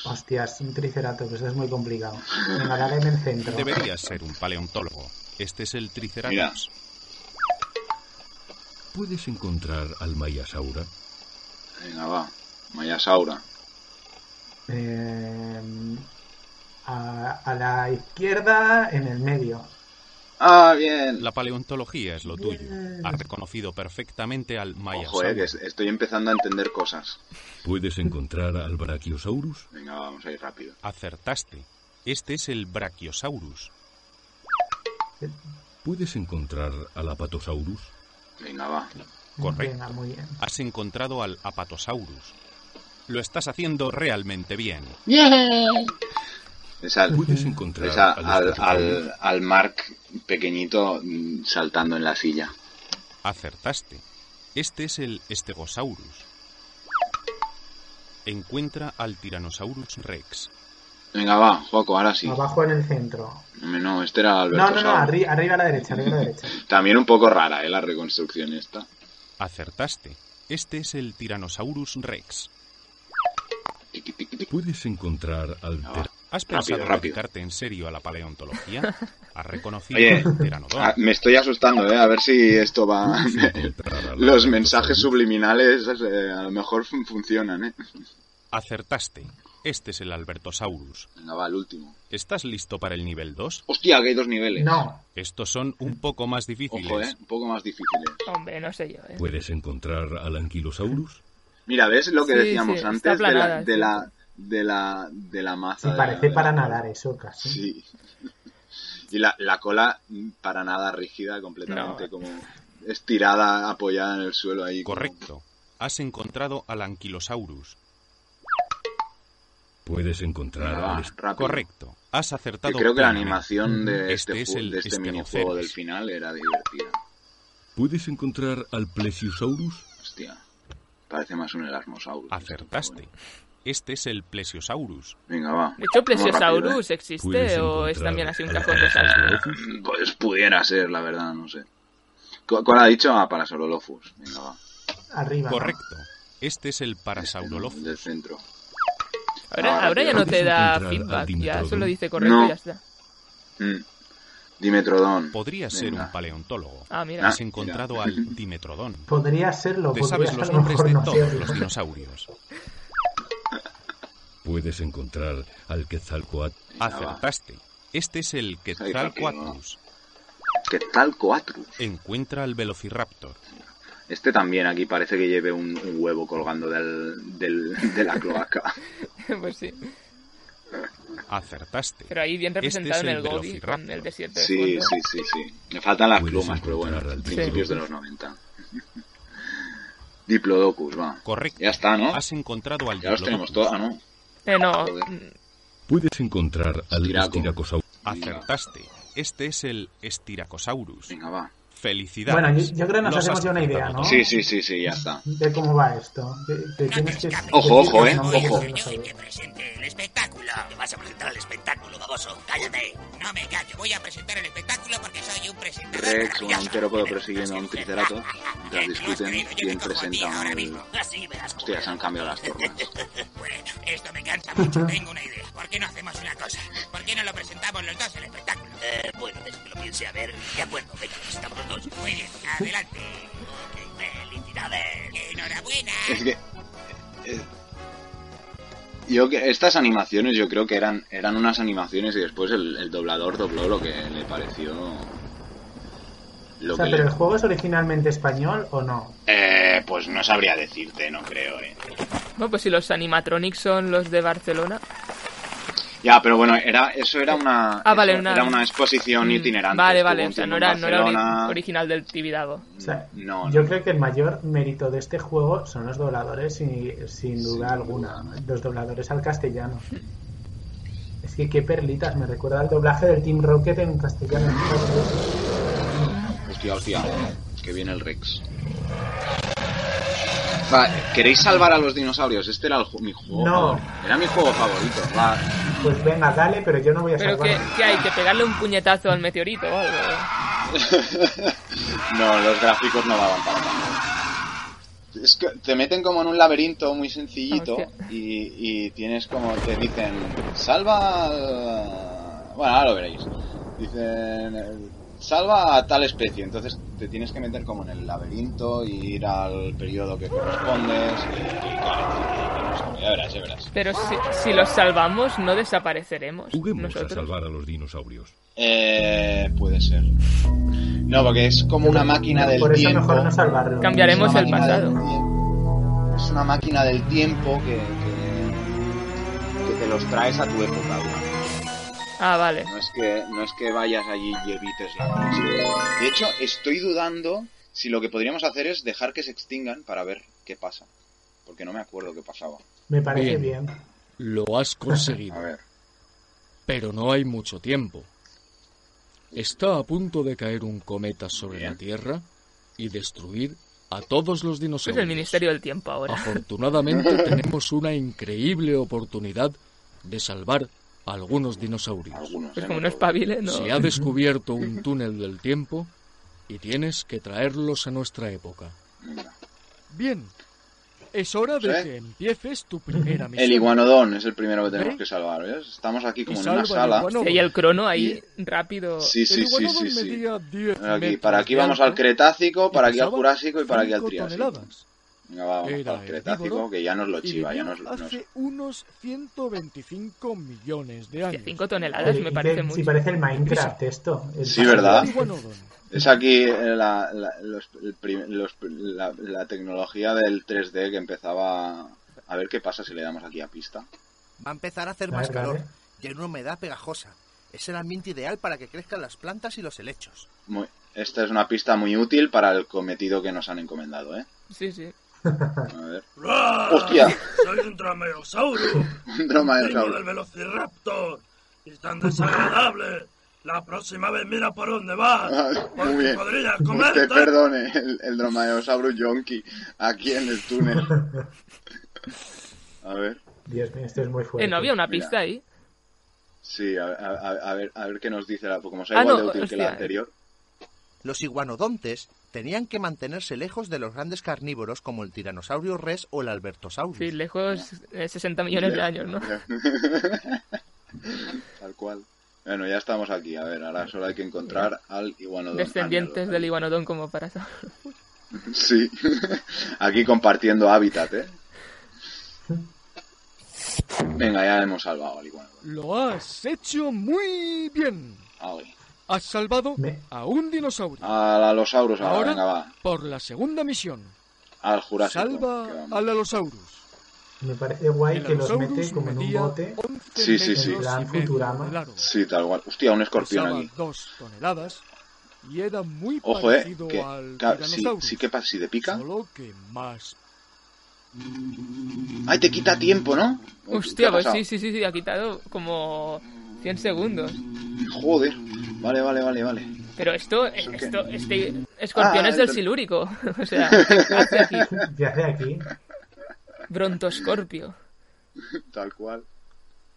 S2: Hostias, un triceratops, eso es muy complicado. Venga, dale en el centro.
S5: Deberías ser un paleontólogo. Este es el Triceratops.
S4: Puedes encontrar al Mayasaura.
S3: Venga, va. Mayasaura.
S2: Eh, a, a la izquierda, en el medio.
S3: Ah, bien.
S5: La paleontología es lo tuyo. Ha reconocido perfectamente al
S3: Ojo, eh, que
S5: Mayasaurus.
S3: es- estoy empezando a entender cosas.
S4: Puedes encontrar al Brachiosaurus.
S3: Venga, vamos a ir rápido.
S5: Acertaste. Este es el Brachiosaurus.
S4: Puedes encontrar al Apatosaurus.
S3: Venga, va.
S5: Correcto.
S2: Venga, muy bien.
S5: Has encontrado al Apatosaurus. Lo estás haciendo realmente bien.
S3: Es al,
S4: Puedes encontrar
S3: es a-
S4: a los
S3: al,
S4: dinosaurios.
S3: al, al Mark pequeñito mm, saltando en la silla.
S5: Acertaste. Este es el Stegosaurus. Encuentra al Tyrannosaurus Rex.
S3: Venga, va, Joco, ahora sí.
S2: Abajo en el centro.
S3: Hombre, no, este era
S2: Ah, No,
S3: Alberto
S2: no, no, arri- arriba a la derecha, arriba a la derecha.
S3: También un poco rara, ¿eh? La reconstrucción esta.
S5: Acertaste. Este es el Tyrannosaurus Rex.
S4: Puedes encontrar al Ter-
S5: ¿Has
S3: Rápido,
S5: pensado
S3: rápido.
S5: dedicarte en serio a la paleontología? ¿Has reconocido
S3: Oye,
S5: al Pteranodon?
S3: ah, me estoy asustando, ¿eh? A ver si esto va... Los mensajes subliminales eh, a lo mejor fun- funcionan, ¿eh?
S5: Acertaste. Este es el Albertosaurus.
S3: Venga, va, el último.
S5: ¿Estás listo para el nivel 2?
S3: Hostia, que hay dos niveles.
S2: No.
S5: Estos son un poco más difíciles.
S3: Ojo, ¿eh? Un poco más difíciles.
S1: Hombre, no sé yo, ¿eh?
S4: Puedes encontrar al Anquilosaurus.
S3: Mira, ¿ves lo que
S1: Sí,
S3: decíamos
S1: sí, está
S3: antes de la,
S1: aplanada,
S3: de,
S1: sí.
S3: la, de, la, de la maza?
S2: Sí,
S3: de la-
S2: parece
S3: de
S2: para
S3: la-
S2: nadar eso casi.
S3: Sí. Y la, la cola mm, para nada rígida, completamente
S5: No.
S3: como estirada, apoyada en el suelo ahí. como-
S5: Correcto. Has encontrado al Anquilosaurus.
S4: Puedes encontrar
S3: Venga, va,
S4: al Est-
S3: rápido.
S5: Correcto. Has acertado.
S3: Que creo que la
S5: plenamente.
S3: animación de este,
S5: es
S3: ju-
S5: el
S3: de este minijuego del final era divertida.
S4: Puedes encontrar al Plesiosaurus.
S5: Ah,
S3: Hostia. Parece más un Erasmosaurus.
S5: Acertaste. Este es el Plesiosaurus.
S3: Venga, va.
S1: De hecho,
S3: Vamos
S1: Plesiosaurus
S3: rápido, ¿eh?
S1: existe ¿Este o es también así un cajón de sal.
S3: Mm, Pues pudiera ser, la verdad, no sé. ¿Cu- ¿Cuál ha dicho? Ah, para Sorolophus. Venga, va.
S2: Arriba.
S5: Correcto. Este es el Parasaurolophus.
S3: Del centro.
S1: Ahora, ahora ya no te da feedback, ya solo dice correcto
S3: No.
S1: y ya está.
S3: Mm. Dimetrodón.
S5: Podría ser
S3: Venga.
S5: un paleontólogo.
S1: Ah, mira.
S5: Has encontrado al Dimetrodón.
S2: Podría serlo,
S5: Te
S2: podría
S5: sabes
S2: a
S5: los
S2: lo
S5: nombres
S2: mejor
S5: de
S2: no
S5: todos
S2: serlo.
S5: los dinosaurios.
S4: Puedes encontrar al Quetzalcoatl.
S5: Acertaste. Este es el Quetzalcoatlus.
S3: Quetzalcoatlus.
S5: Encuentra al Velociraptor.
S3: Este también aquí parece que lleve un, un huevo colgando del, del- de la cloaca.
S1: pues sí.
S5: Acertaste.
S1: Pero ahí bien
S5: Este es
S1: representado en
S5: el
S1: el Gobi,
S5: Velociraptor.
S1: con el desierto de
S3: Sí,
S1: fondo.
S3: sí, sí, sí. Me faltan las
S4: Puedes
S3: plumas, pero bueno,
S4: encontrar al
S3: principios
S4: Diplodocus.
S3: de los 90. Diplodocus, va.
S5: Correcto.
S3: Ya está, ¿no?
S5: Has encontrado al
S3: Ya los tenemos todos, ah, ¿no?
S1: Eh, no,
S4: Puedes encontrar al Estiracosaurus.
S5: Acertaste. Este es el Estiracosaurus.
S3: Venga, va.
S5: Felicidades.
S2: Bueno, yo, yo creo que nos
S5: Los
S2: hacemos
S5: has
S2: ya una idea,
S5: acertado
S2: ¿no?
S3: Sí, sí, sí, sí, ya está.
S2: De cómo va esto. De- de- tienes que-
S3: Ojo,
S2: decir
S3: ojo,
S2: los
S3: eh,
S2: nombres de
S3: ojo.
S2: los dinosaurios.
S13: Presente el espectáculo. Te vas a presentar el espectáculo, baboso. Cállate. No me callo. Voy a presentar el espectáculo porque soy un presentador.
S3: Rex, un anterópodo persiguiendo a un triceratops. Mientras discuten quién presenta al...
S13: Así verás cómo
S3: Hostia, se han cambiado las tornas.
S13: Bueno, esto me cansa mucho. Tengo una idea. ¿Por qué no hacemos una cosa? ¿Por qué no lo presentamos los dos el espectáculo? Eh, bueno, desde que lo piense, a ver. De acuerdo, venga, estamos los dos. Muy bien, adelante. ¡Felicidades! ¡Enhorabuena!
S3: Es que... eh, Yo que estas animaciones yo creo que eran eran unas animaciones y después el, el doblador dobló lo que le pareció
S2: O
S3: lo
S2: sea,
S3: que
S2: pero
S3: le-
S2: el juego es originalmente español o no?
S3: Eh, pues no sabría decirte, no creo, eh.
S1: Bueno, pues si los animatronics son los de Barcelona.
S3: Ya, pero bueno, era eso era una
S1: Ah, vale,
S3: eso
S1: una-
S3: era una exposición
S1: Mm,
S3: itinerante.
S1: Vale,
S3: Estuvo
S1: vale,
S3: un
S1: o sea, no
S3: tiempo
S1: era,
S3: en
S1: no era ori-
S3: Barcelona.
S1: original del Tibidabo.
S2: O sea,
S3: No, no.
S2: yo creo que el mayor mérito de este juego son los dobladores, y, sin duda alguna.
S3: ¿eh?
S2: Los dobladores al castellano. Es que qué perlitas, me recuerda al doblaje del Team Rocket en castellano.
S3: Hostia, hostia. Que viene el Rex. Va, ¿Queréis salvar a los dinosaurios? Este era el ju- mi juego
S2: No.
S3: favorito. Era mi juego favorito. Va.
S2: Pues venga, dale, pero yo no voy a
S1: Pero
S2: salvar.
S1: que, que hay que pegarle un puñetazo al meteorito o algo.
S3: No, los gráficos no daban para tanto. Es que te meten como en un laberinto muy sencillito y, y tienes como, te dicen, salva... al-". Bueno, ahora lo veréis. Dicen, eh, salva a tal especie. Entonces te tienes que meter como en el laberinto y ir al periodo que correspondes. Y, y claro, ya verás, ya verás.
S1: Pero si, si los salvamos, no desapareceremos.
S4: Juguemos a
S1: Nosotros.
S4: salvar a los dinosaurios.
S3: Eh, puede ser. No, porque es como una máquina del
S2: Por eso
S3: tiempo.
S2: mejor no salvarlo.
S1: Cambiaremos
S3: Es una
S1: el
S3: máquina del
S1: pasado.
S3: tiempo. Es una máquina del tiempo que, que- que te los traes a tu época. güey.
S1: Ah, vale.
S3: No es que, no es que vayas allí y evites la crisis. De hecho, estoy dudando si lo que podríamos hacer es dejar que se extingan para ver qué pasa. Porque no me acuerdo qué pasaba.
S2: Me parece bien.
S14: Lo has conseguido.
S3: A ver.
S14: Pero no hay mucho tiempo. Está a punto de caer un cometa sobre la Tierra y destruir a todos los
S1: Pues el
S14: dinosaurios.
S1: Ministerio del Tiempo ahora.
S3: Ah.
S14: Afortunadamente tenemos una increíble oportunidad de salvar a algunos dinosaurios.
S1: Pues
S3: ¿eh?
S1: como no espabile, no.
S14: Se ha descubierto un túnel del tiempo y tienes que traerlos a nuestra época. Bien. Es hora
S3: de
S14: que empieces tu primera
S3: El iguanodón es el primero que
S1: ¿Eh?
S3: tenemos que salvar. ¿ves? Estamos aquí como en una sala.
S1: Si hay el crono ahí, rápido.
S3: Sí, sí, sí, sí, sí. Aquí, para aquí vamos al Cretácico, para aquí al Jurásico y para aquí al Triásico. Venga, va, vamos
S14: Era
S3: al Cretácico,
S14: herbívoro
S3: que ya nos lo
S14: y
S3: chiva,
S14: vivió
S3: ya nos, nos-
S14: hace unos 125 millones de años.
S1: 5 toneladas
S2: Oye,
S1: me
S2: y
S1: parece
S2: que-
S1: mucho.
S2: Si parece el Minecraft esto. El
S3: Sí, ¿verdad?
S14: Iguanodon.
S3: Es aquí eh, la, la, los- el prim- los- la- la tecnología del 3D que empezaba... A ver qué pasa si le damos aquí a pista.
S15: Va a empezar a hacer
S2: Vale,
S15: más calor
S2: vale.
S15: y en una humedad pegajosa. Es el ambiente ideal para que crezcan las plantas y los helechos.
S3: Muy- esta es una pista muy útil para el cometido que nos han encomendado, ¿eh?
S1: Sí, sí.
S3: A ver.
S10: Ah,
S3: ¡Hostia!
S12: Soy un dromeosauro.
S3: Un dromeosauro.
S12: Vengo del velociraptor. Y es tan desagradable. La próxima vez mira por dónde vas.
S3: Muy
S12: porque
S3: bien.
S12: podrías
S3: Usted
S12: comerte.
S3: perdone el, el dromaeosaurus yonki aquí en el túnel. A ver.
S2: Dios mío, esto es muy fuerte.
S1: Eh, no había una pista
S3: Mira.
S1: ahí.
S3: Sí, a, a- a ver, a ver qué nos dice la. Como sea
S1: Ah,
S3: igual
S1: no,
S3: de útil que la
S1: hostia.
S3: anterior.
S15: Los iguanodontes tenían que mantenerse lejos de los grandes carnívoros como el tiranosaurio res o el albertosaurus.
S1: Sí, lejos eh, 60 millones de años, ¿no?
S3: Tal cual. Bueno, ya estamos aquí. A ver, ahora solo hay que encontrar al iguanodón.
S1: Descendientes del iguanodón como para eso.
S3: Sí. Aquí compartiendo hábitat, ¿eh? Venga, ya hemos salvado al iguanodón.
S14: Lo has hecho muy bien.
S3: Ay.
S14: Has salvado a un dinosaurio.
S3: Al alosaurus ahora,
S14: Ahora,
S3: venga, va.
S14: por la segunda misión,
S3: Al jurásico. que
S14: salva
S3: vamos.
S14: al Allosaurus.
S2: Me parece guay
S14: El
S2: que los
S14: Allosaurus
S2: mete como en un
S14: medía
S2: bote.
S3: Sí, sí, sí.
S2: En plan Futurama.
S3: Sí, tal cual. Hostia, un escorpión
S14: pesaba
S3: aquí.
S14: dos toneladas y era muy
S3: Ojo, eh.
S14: parecido
S3: Que,
S14: al
S3: ca- sí,
S14: Tyrannosaurus,
S3: sí que pasa. Si te pica.
S14: solo que más
S3: Ay, te quita tiempo, ¿no? ¿Qué
S1: Hostia,
S3: ha
S1: pues
S3: pasado?
S1: sí, sí, sí, sí, ha quitado como 100 segundos.
S3: Joder. Vale, vale, vale, vale.
S1: Pero esto, esto este escorpión
S3: Ah,
S1: es del
S3: entonces-
S1: silúrico. O sea, ¿qué hace aquí?
S2: ¿Qué hace aquí?
S1: Brontoscorpio.
S3: Tal cual.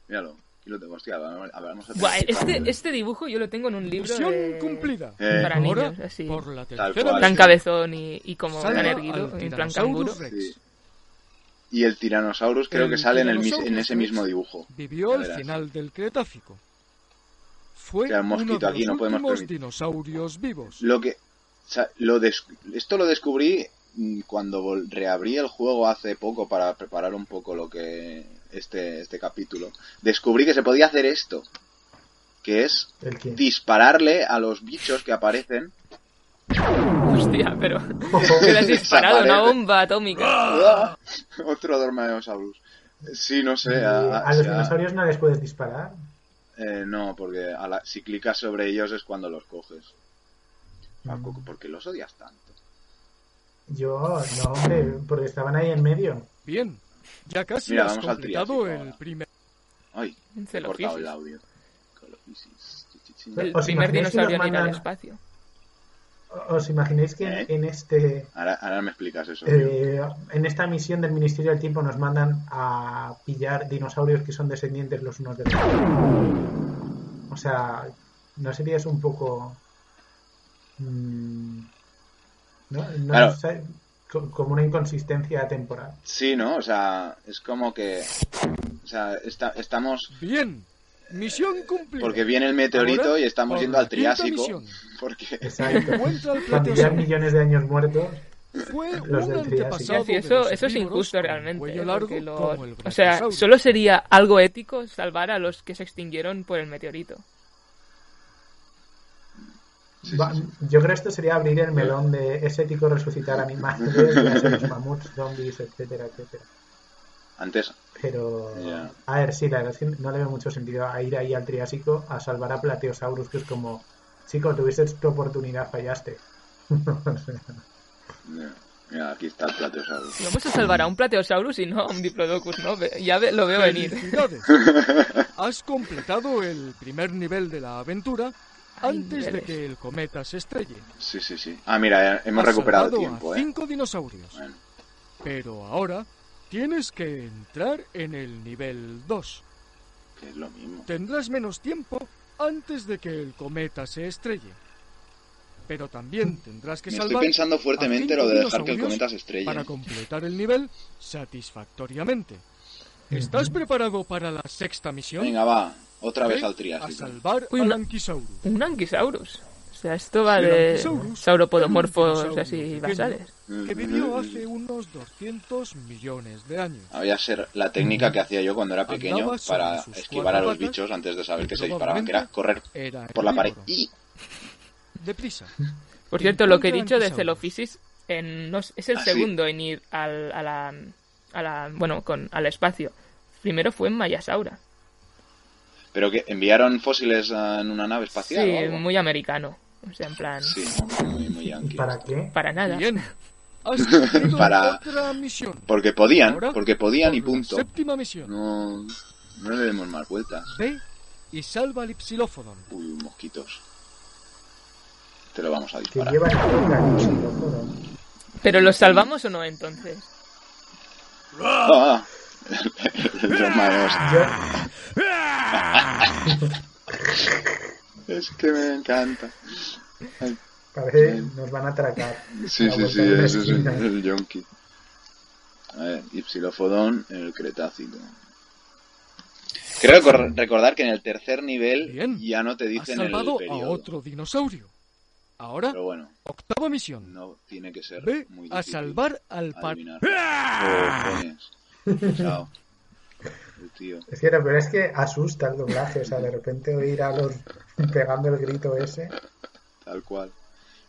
S3: Míralo. Aquí lo tengo. Hostia, hablamos- hablamos
S1: Buah, este, este dibujo yo lo tengo en un libro
S14: Misión
S1: de-
S14: cumplida.
S3: Eh.
S1: para
S14: Ahora,
S1: niños, así.
S14: por la
S3: Tal
S14: tercera
S3: cual.
S1: Tan
S14: misión,
S1: cabezón y, y como
S14: salva
S1: tan
S14: al
S1: erguido, en plan
S14: Tyrannosaurus
S1: canguro.
S14: Rex.
S3: Y el Tiranosaurus creo
S14: El
S3: que sale en, el, mis- en
S14: Tyrannosaurus
S3: ese
S14: Rex
S3: mismo dibujo.
S14: Vivió
S3: Ya
S14: al
S3: verás.
S14: final del Cretácico. Fue
S3: Queda un
S14: uno
S3: mosquito
S14: de los
S3: aquí, no podemos
S14: últimos
S3: permitir.
S14: dinosaurios vivos.
S3: Lo que. o sea, Lo des- esto lo descubrí mm, cuando vol- reabrí el juego hace poco para preparar un poco lo que este, este capítulo. Descubrí que se podía hacer esto, que es
S2: ¿El qué?
S3: dispararle a los bichos que aparecen.
S1: Hostia, pero que le has disparado una
S3: Desaparece.
S1: bomba
S3: Ah.
S1: atómica.
S3: Otro Dormaeosaurus. Sí, no sé.
S2: Y
S3: a- a-
S2: a los
S3: se ha-
S2: dinosaurios no les puedes disparar.
S3: eh, no, porque a la- si clicas sobre ellos es cuando los coges.
S2: Mm.
S3: Paco, ¿Por qué los odias tanto?
S2: Yo, no, hombre, porque estaban ahí en medio.
S14: Bien, ya casi
S3: Mira,
S14: has
S3: vamos al
S14: completado
S3: Triásico
S14: el primer...
S3: Ay, he cortado el audio. Colofisis.
S1: El
S2: ¿Os
S1: primer
S2: imagináis que
S1: dinosaurio
S2: nos
S1: en ir al
S2: mandan-
S1: espacio.
S2: ¿Os imagináis que en-
S3: ¿Eh?
S2: en este
S3: Ahora, ahora me explicas eso.
S2: eh, en esta misión del Ministerio del Tiempo nos mandan a pillar dinosaurios que son descendientes los unos de los otros? O sea, ¿no serías un poco... mm, ¿no? No
S3: Claro.
S2: sé, co- como una inconsistencia temporal.
S3: Sí, ¿no? O sea, es como que... O sea, esta- estamos...
S14: Bien, misión cumplida.
S3: Porque viene el meteorito
S14: Ahora,
S3: y estamos
S14: por
S3: yendo
S14: la
S3: al
S14: quinta
S3: Triásico.
S14: misión.
S3: Porque...
S2: Exacto.
S14: Encuentra el
S2: Cuando ya hay
S14: plateosaurio.
S2: millones de años muertos,
S14: Fue
S2: los
S14: un
S2: del
S14: antepasado
S2: Triásico.
S1: Sí,
S14: de
S1: eso, eso
S14: los
S1: es
S14: herbívoros
S1: incusto
S14: con
S1: realmente.
S14: cuello
S1: ¿eh?
S14: largo
S1: porque los-
S14: como el
S1: O sea,
S14: brachiosaurio.
S1: solo sería algo ético salvar a los que se extinguieron por el meteorito.
S2: va- yo creo que esto sería abrir el melón de es ético resucitar animales, ya sea los mamuts, zombies, etcétera, etcétera.
S3: Antes...
S2: Pero,
S3: Ya.
S2: a ver, sí, la verdad es que no le veo mucho sentido a ir ahí al Triásico a salvar a Plateosaurus, que es como, chico, tuviste tu oportunidad, fallaste. O sea,
S3: Mira, mira, aquí está el plateosaurus.
S1: Si vamos a salvar a un plateosaurus y no a un diplodocus, ¿no? Ve- Ya ve- lo veo venir.
S14: Felicidades. Has completado el primer nivel de la aventura antes de
S1: niveles.
S14: que el cometa se estrelle.
S3: Sí, sí, sí. Ah, mira, eh, hemos
S14: Has
S3: recuperado
S14: salvado
S3: tiempo,
S14: a
S3: ¿eh?
S14: cinco dinosaurios.
S3: Bueno.
S14: Pero ahora tienes que entrar en el nivel 2.
S3: Que es lo mismo.
S14: Tendrás menos tiempo antes de que el cometa se estrelle. Pero también tendrás que
S3: Me
S14: salvar
S3: estoy pensando
S14: a
S3: fuertemente
S14: cinco
S3: lo de dejar que el
S14: dinosaurios
S3: cometa se estrelle.
S14: Para completar el nivel satisfactoriamente. ¿Estás preparado para la sexta misión?
S3: Venga, va. Otra
S14: Ve
S3: vez al
S14: A
S3: Triásico.
S14: salvar
S1: Uy,
S14: al
S1: una-
S14: Anquisaurus.
S1: Un anquisaurus. O sea, esto va
S14: Sí, el
S1: de
S14: anquisaurus es un
S1: sauropodomorfos
S14: dinosaurio
S1: así
S14: pequeño
S1: basales.
S14: Que vivió hace unos 200 millones de años.
S3: Voy a ser la técnica que hacía yo cuando era pequeño
S14: Andaba sobre
S3: para
S14: sus
S3: esquivar
S14: cuatro
S3: a los
S14: patas
S3: bichos antes de saber
S14: y
S3: que se disparaban, que era correr
S14: probablemente era
S3: por la pared.
S14: herbívoro.
S3: Y
S14: Deprisa.
S1: Por cierto, lo que he
S14: Encuentra
S1: dicho de
S14: anquisaurus.
S1: Celofisis en- no es es el
S3: Ah, sí.
S1: segundo en ir al, a la, a la- bueno, con, al espacio. Primero fue en Mayasaura.
S3: Pero que enviaron fósiles ah, en una nave espacial o
S1: Sí,
S3: algo.
S1: muy americano. O sea, en plan,
S3: Sí, muy, muy yankee.
S2: ¿Para qué?
S1: para nada.
S14: Bien. Has cumplido
S3: Para-
S14: otra misión.
S3: Porque podían,
S14: Ahora,
S3: porque podían y
S14: por la
S3: punto.
S14: Séptima misión.
S3: No, no le demos más vueltas.
S14: Ve y salva al Ipsilófodon.
S3: Uy, mosquitos. Te lo vamos a
S2: que
S3: disparar.
S2: lleva la boca, que se lo juro.
S1: ¿Pero los salvamos o no entonces?
S3: Ah, Los mareos. es que me encanta. Ay,
S2: Parece nos van a atracar.
S3: Sí,
S2: La
S3: sí,
S2: vuelta
S3: sí,
S2: de la
S3: ese es el,
S2: esquina.
S3: el yonki. A ver, Ipsilofodón, el Cretácico. Creo cor- recordar que en el tercer nivel ya no te
S14: Has
S3: dicen el
S14: salvado a
S3: periodo.
S14: otro dinosaurio. Ahora,
S3: Pero bueno,
S14: octava misión.
S3: no tiene que ser
S14: Ve
S3: muy
S14: a
S3: difícil.
S14: salvar al par...
S3: adivinar.
S14: ¡Ah!
S3: Cojones. Chao. El tío.
S2: Es cierto, pero es que asusta el doblaje, o sea, de repente oír a los pegando el grito ese.
S3: Tal cual.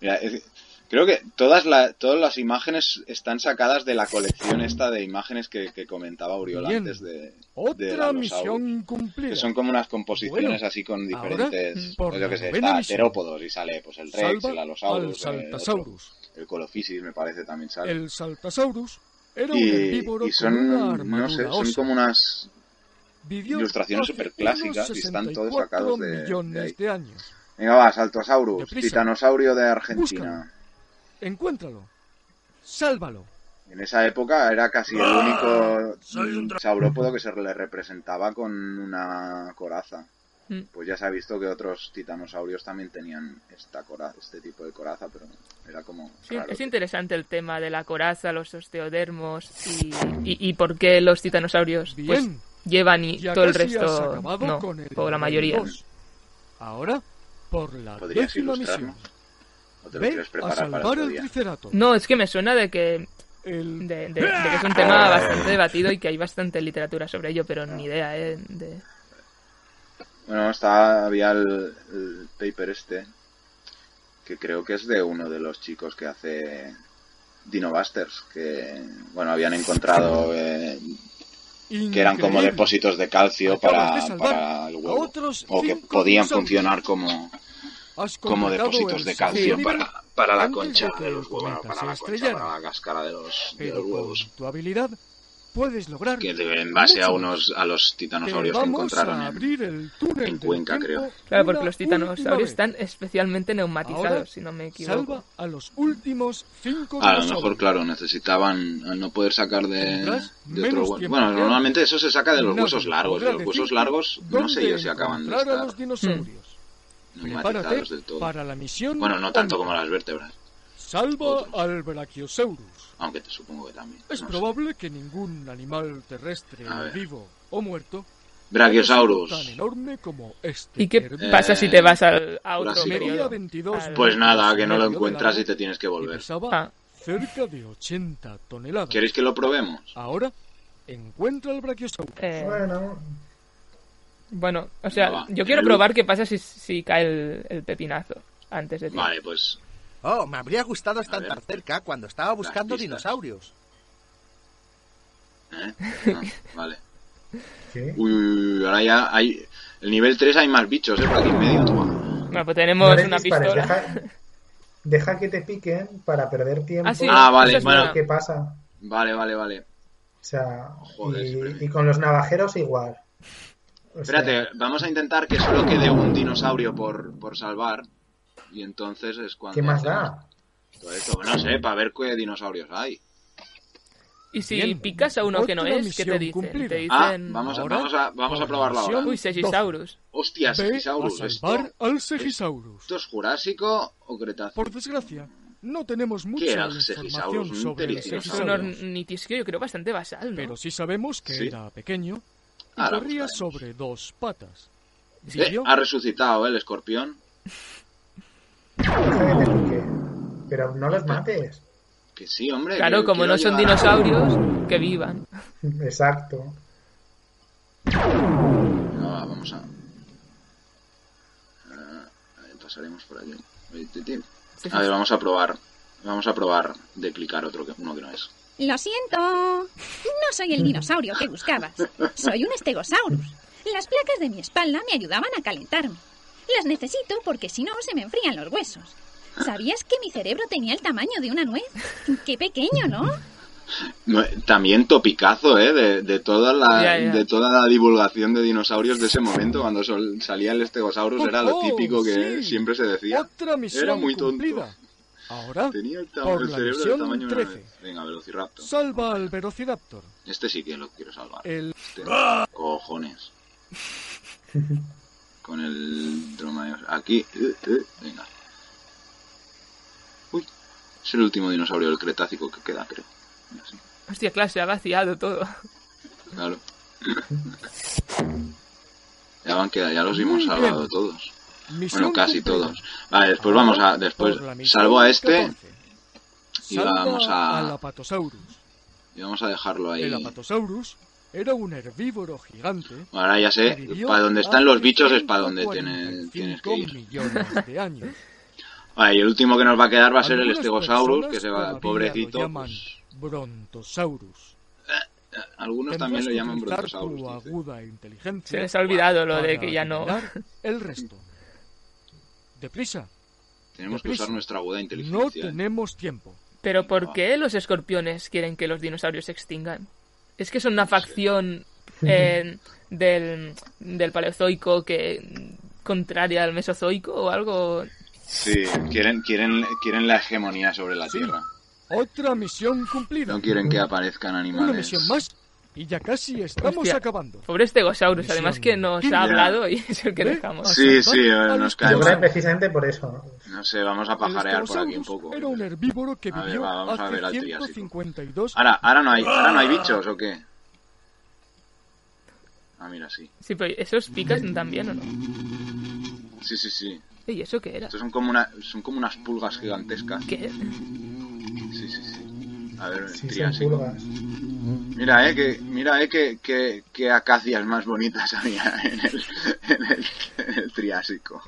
S3: Mira, es- creo que todas, la- todas las imágenes están sacadas de la colección esta de imágenes que, que comentaba Oriol
S14: Bien.
S3: antes de, de
S14: Otra
S3: Dinosaurus,
S14: misión
S3: Que
S14: cumplida.
S3: son como unas composiciones
S14: Bueno,
S3: así con
S14: ahora, mm,
S3: diferentes,
S14: por
S3: pues yo que
S14: la
S3: sé,
S14: novena
S3: está
S14: misión.
S3: Terópodos y sale pues el Rex,
S14: Salva
S3: el Alosaurus,
S14: al
S3: eh, otro.
S14: Saltasaurus.
S3: el Colophysis me parece también sale.
S14: El Saltasaurus era un
S3: y,
S14: herbívoro
S3: y
S14: con una
S3: son,
S14: armadura
S3: no sé, son
S14: ósea.
S3: como unas
S14: Vivió
S3: ilustraciones
S14: hace
S3: superclásicas y están todos
S14: 64
S3: sacados de- de
S14: millones de, años.
S3: Venga, va, Saltosaurus,
S14: Deprisa.
S3: Titanosaurio de Argentina.
S14: Búscalo. Encuéntralo. Sálvalo.
S3: En esa época era casi el único
S14: Ah, Soy un dra-
S3: saurópodo que se le representaba con una coraza.
S1: Mm.
S3: Pues ya se ha visto que otros titanosaurios también tenían esta coraza, este tipo de coraza, pero era como
S1: Sí,
S3: raro.
S1: es interesante el tema de la coraza, los osteodermos y, y, y por qué los titanosaurios pues,
S14: Bien.
S1: llevan y
S14: Ya
S1: todo el
S14: casi has
S1: resto
S14: acabado
S1: no,
S14: con el
S1: o la mayoría.
S14: dos. Ahora, por la
S3: ¿Podrías
S14: décima misión.
S3: ilustrarnos? ¿O te lo
S14: Ve
S3: quieres
S14: a
S3: preparar para
S14: salvar
S3: otro
S14: al
S3: día?
S14: Triceratops.
S1: No, es que me suena de que
S14: El-
S1: de, de- de que es un tema bastante debatido y que hay bastante literatura sobre ello, pero ni idea, ¿eh? De...
S3: Bueno, está, había el, el paper este, que creo que es de uno de los chicos que hace Dinobusters, que, bueno, habían encontrado eh, que eran como
S14: Increíble.
S3: depósitos de calcio
S14: Acabas
S3: para,
S14: de salvar
S3: para el
S14: a
S3: huevo.
S14: otros
S3: O que
S14: cinco
S3: podían
S14: dinosaurios.
S3: funcionar como,
S14: Has
S3: como
S14: completado
S3: depósitos
S14: el
S3: de calcio
S14: segundo nivel
S3: para, para la
S14: antes
S3: concha
S14: de que
S3: de los
S14: el cometa
S3: huevos,
S14: se
S3: para la concha,
S14: estrellara.
S3: para la cáscara de los, de
S14: Pero
S3: los huevos.
S14: con tu habilidad puedes lograr
S3: Que de- en base a
S14: mucho
S3: unos a los
S14: Te
S3: titanosaurios que
S14: vamos
S3: encontraron
S14: a
S3: en,
S14: abrir el túnel del
S3: en Cuenca, creo.
S14: tiempo
S1: Claro, porque
S14: una
S1: los
S14: última
S1: titanosaurios
S14: vez.
S1: están especialmente neumatizados,
S14: Ahora
S1: si no me equivoco.
S14: salva a los últimos cinco
S3: A lo
S14: dinosaurios.
S3: mejor, claro, necesitaban al no poder sacar de,
S14: Tendrás
S3: de otro
S14: menos
S3: hueso.
S14: tiempo
S3: Bueno,
S14: que
S3: normalmente eso se saca de los
S14: Nadie
S3: huesos largos. y
S14: podrá
S3: Los huesos
S14: decirte
S3: largos, no sé
S14: dónde
S3: yo si acaban de
S14: encontrar a
S3: estar Hmm.
S14: los dinosaurios. Prepárate
S3: neumatizados del todo.
S14: para la misión.
S3: Bueno, no tanto
S14: once.
S3: como las vértebras,
S14: Salva al Brachiosaurus.
S3: aunque te supongo que también.
S14: Es
S3: no sé.
S14: probable que ningún animal terrestre
S3: A ver.
S14: vivo o muerto
S3: Brachiosaurus.
S14: tan enorme como este.
S1: ¿Y
S3: Eh,
S1: qué
S14: herbívoro.
S1: pasa si te vas al, a otro
S3: Jurásico.
S1: periodo?
S14: Medía 22
S1: Al-
S3: Pues nada, que no lo
S14: medio de
S3: encuentras
S14: largo
S3: y te tienes que
S14: y
S3: volver.
S14: pesaba
S1: Ah.
S14: cerca de 80 toneladas.
S3: ¿Queréis que lo probemos?
S14: Ahora encuentra el Brachiosaurus.
S1: Eh,
S2: Bueno,
S1: Bueno, o sea,
S3: Venga, va.
S1: yo quiero
S3: El-
S1: probar qué pasa si, si cae el, el pepinazo antes de ti.
S3: Vale, pues
S15: Oh, me habría gustado estar
S3: ver.
S15: tan cerca cuando estaba buscando
S3: pistas.
S15: dinosaurios.
S3: ¿Eh? Ah, vale.
S2: ¿Qué?
S3: Uy, uy, uy, ahora ya hay... El nivel 3 hay más bichos, ¿eh? Por aquí en medio. toma.
S1: Bueno, pues tenemos
S2: No les
S1: una
S2: dispares,
S1: pistola.
S2: Deja, deja que te piquen para perder tiempo.
S1: Ah, sí,
S3: Ah, vale,
S1: eso es
S3: bueno.
S1: una-
S2: ¿Qué pasa?
S3: Vale, vale, vale.
S2: O sea,
S3: Joder,
S2: y-
S3: Superman.
S2: y, con los navajeros igual. O sea,
S3: Espérate, vamos a intentar que solo quede un dinosaurio por, por salvar. Y entonces es cuando...
S2: ¿Qué más
S3: hacemos
S2: da?
S3: todo esto. Bueno, No sé, para ver qué dinosaurios hay.
S1: Y si
S14: Bien.
S1: picas a uno que no
S14: Otra
S1: es, ¿qué te
S14: misión
S1: dicen?
S14: cumplida.
S1: Te dicen...
S3: Ah, vamos a,
S14: Ahora,
S3: vamos a, vamos a
S14: por
S3: probarlo ahora.
S14: misión-
S1: Uy, Segisaurus.
S3: Hostia,
S14: Ve a
S3: Segisaurus.
S14: salvar
S3: ¿Esto,
S14: al Segisaurus.
S3: esto es Jurásico o Cretáceo?
S14: Por desgracia, no tenemos
S3: ¿Qué
S14: mucha
S3: era el Segisaurus?
S14: información
S3: Un
S14: sobre el
S1: Es un
S3: pterodinosaurio.
S14: Segisaurus.
S1: ornitisquio, yo creo, bastante basal, ¿no?
S14: Pero sí sabemos que
S3: Sí.
S14: era pequeño y
S3: Ahora
S14: corría
S3: buscaremos.
S14: sobre dos patas.
S3: Eh,
S14: Vivió
S3: ha resucitado ¿eh? el escorpión.
S2: Deja que te pique. Pero no los mates.
S3: Que sí, hombre.
S1: Claro,
S3: que
S1: como
S3: quiero
S1: no son
S3: llegar a-
S1: dinosaurios, que vivan.
S2: Exacto.
S3: Venga, va, vamos a... Ah, a ver, pasaremos por aquí. Oye, Titi. A ver, vamos a probar. Vamos a probar de clicar otro que uno que no es.
S16: Lo siento. No soy el dinosaurio que buscabas. Soy un estegosaurus. Las placas de mi espalda me ayudaban a calentarme. Las necesito porque si no se me enfrían los huesos. ¿Sabías que mi cerebro tenía el tamaño de una nuez? Qué pequeño, ¿no?
S3: No, eh, También topicazo, ¿eh? De, de toda la,
S1: Ya, ya.
S3: de toda la divulgación de dinosaurios de ese momento, cuando sol- salía el Stegosaurus, era lo
S14: Oh,
S3: típico que
S14: sí.
S3: siempre se decía.
S14: otra misión
S3: Era muy tonto.
S14: cumplida. Ahora,
S3: Tenía el, ta-
S14: por
S3: el
S14: la
S3: cerebro del
S14: misión
S3: tamaño de una
S14: 13.
S3: vez. Venga, Velociraptor.
S14: Salva al Velociraptor.
S3: Este sí que lo quiero salvar.
S14: El-
S3: Este- Cojones. Con el dromaeos. Aquí. eh, eh, Venga. Uy. Es el último dinosaurio del Cretácico que queda, creo.
S1: Hostia, claro, se ha vaciado todo.
S3: Claro. Ya van quedado, ya los hemos
S1: Muy
S3: salvado
S1: bien.
S3: todos.
S14: Misión
S3: Bueno, casi
S14: cumplida.
S3: todos. Vale, después vamos a. Después
S14: Por la misión
S3: salvo a este
S14: 14.
S3: y
S14: Salva
S3: vamos
S14: al
S3: a.
S14: Apatosaurus.
S3: Y vamos a dejarlo ahí.
S14: El Apatosaurus era un herbívoro gigante.
S3: Ahora ya sé,
S14: que vivió
S3: para donde están los bichos es para donde
S14: hace
S3: tiene- tienes que
S14: 45
S3: ir.
S14: millones de años.
S3: Vale, y el último que nos va a quedar va a ser el
S14: Algunas
S3: Stegosaurus, que
S14: personas
S3: se va,
S14: todavía
S3: pobrecito. pues,
S14: Lo llaman Brontosaurus.
S3: Algunos también lo
S14: Tendrás
S3: llaman
S14: que utilizar
S3: Brontosaurus.
S14: tu aguda inteligencia
S1: Se les ha olvidado lo de
S14: para
S1: que ya no-
S14: eliminar El resto. Deprisa.
S3: Tenemos que
S14: deprisa.
S3: usar nuestra aguda
S14: No
S3: inteligencia. ¿eh?
S14: tenemos tiempo.
S1: Pero ¿por qué los escorpiones quieren que los dinosaurios se extingan? Es que son una facción eh, del, del paleozoico que contraria al mesozoico o algo.
S3: Sí, quieren, quieren, quieren la hegemonía sobre la Tierra.
S14: Otra misión cumplida.
S3: No quieren que aparezcan
S14: Una
S3: animales.
S14: misión más y ya casi estamos
S1: Hostia,
S14: acabando.
S1: Pobre Stegosaurus,
S14: Misión
S1: además que nos
S14: quince.
S1: ha hablado y es el que dejamos.
S3: Sí, sí, eh, nos
S2: Yo
S3: caemos.
S2: creo que precisamente por eso. ¿no?
S3: No sé, vamos a pajarear por aquí un poco.
S14: Era un herbívoro que
S3: A ver,
S14: vivió
S3: va, vamos a
S14: hace
S3: ver al Triásico.
S14: 152
S3: Ahora, ahora no hay, ahora no hay bichos o qué. Ah, mira, sí.
S1: Sí, pero esos picas también, ¿o no?
S3: Sí, sí, sí.
S1: ¿Y eso qué era?
S3: Estos son como una, son como unas pulgas gigantescas.
S1: ¿Qué?
S3: Sí, sí, sí. A ver,
S2: Sí, son
S3: Triásico.
S2: pulgas.
S3: Mira, eh, que, mira, eh, que, que, que acacias más bonitas había en el, en el, en el Triásico.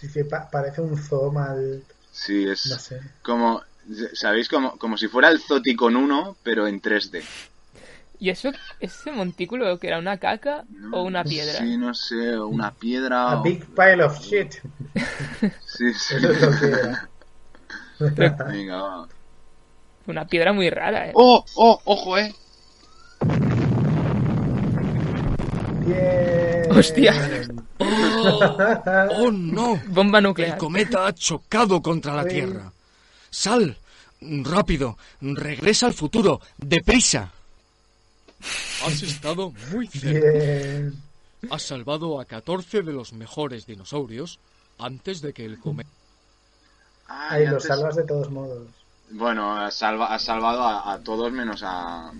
S2: Sí, sí, pa- parece un zoo mal.
S3: Sí, es
S2: No sé.
S3: como, ¿sabéis? Como, como si fuera el Zoticon 1, pero en 3D.
S1: ¿Y eso, ese montículo que era una caca o una piedra?
S3: Sí, no sé, o una piedra.
S2: A
S3: o-
S2: big pile of shit.
S3: Sí, sí.
S2: Eso es lo que era.
S3: Venga, va.
S1: Una piedra muy rara, ¿eh?
S3: ¡Oh, oh, ojo, eh!
S2: Bien.
S1: ¡Hostia!
S14: ¡Oh no!
S1: Bomba nuclear.
S14: El cometa ha chocado contra la
S2: Sí.
S14: Tierra. Sal, rápido, regresa al futuro, deprisa. Has estado muy cerca.
S2: Bien.
S14: Has salvado a 14 de los mejores dinosaurios antes de que el cometa...
S3: Ah,
S2: Ahí
S3: y
S2: lo
S3: antes-
S2: salvas de todos modos.
S3: Bueno, has salva, has salvado a, a todos menos a.
S2: Al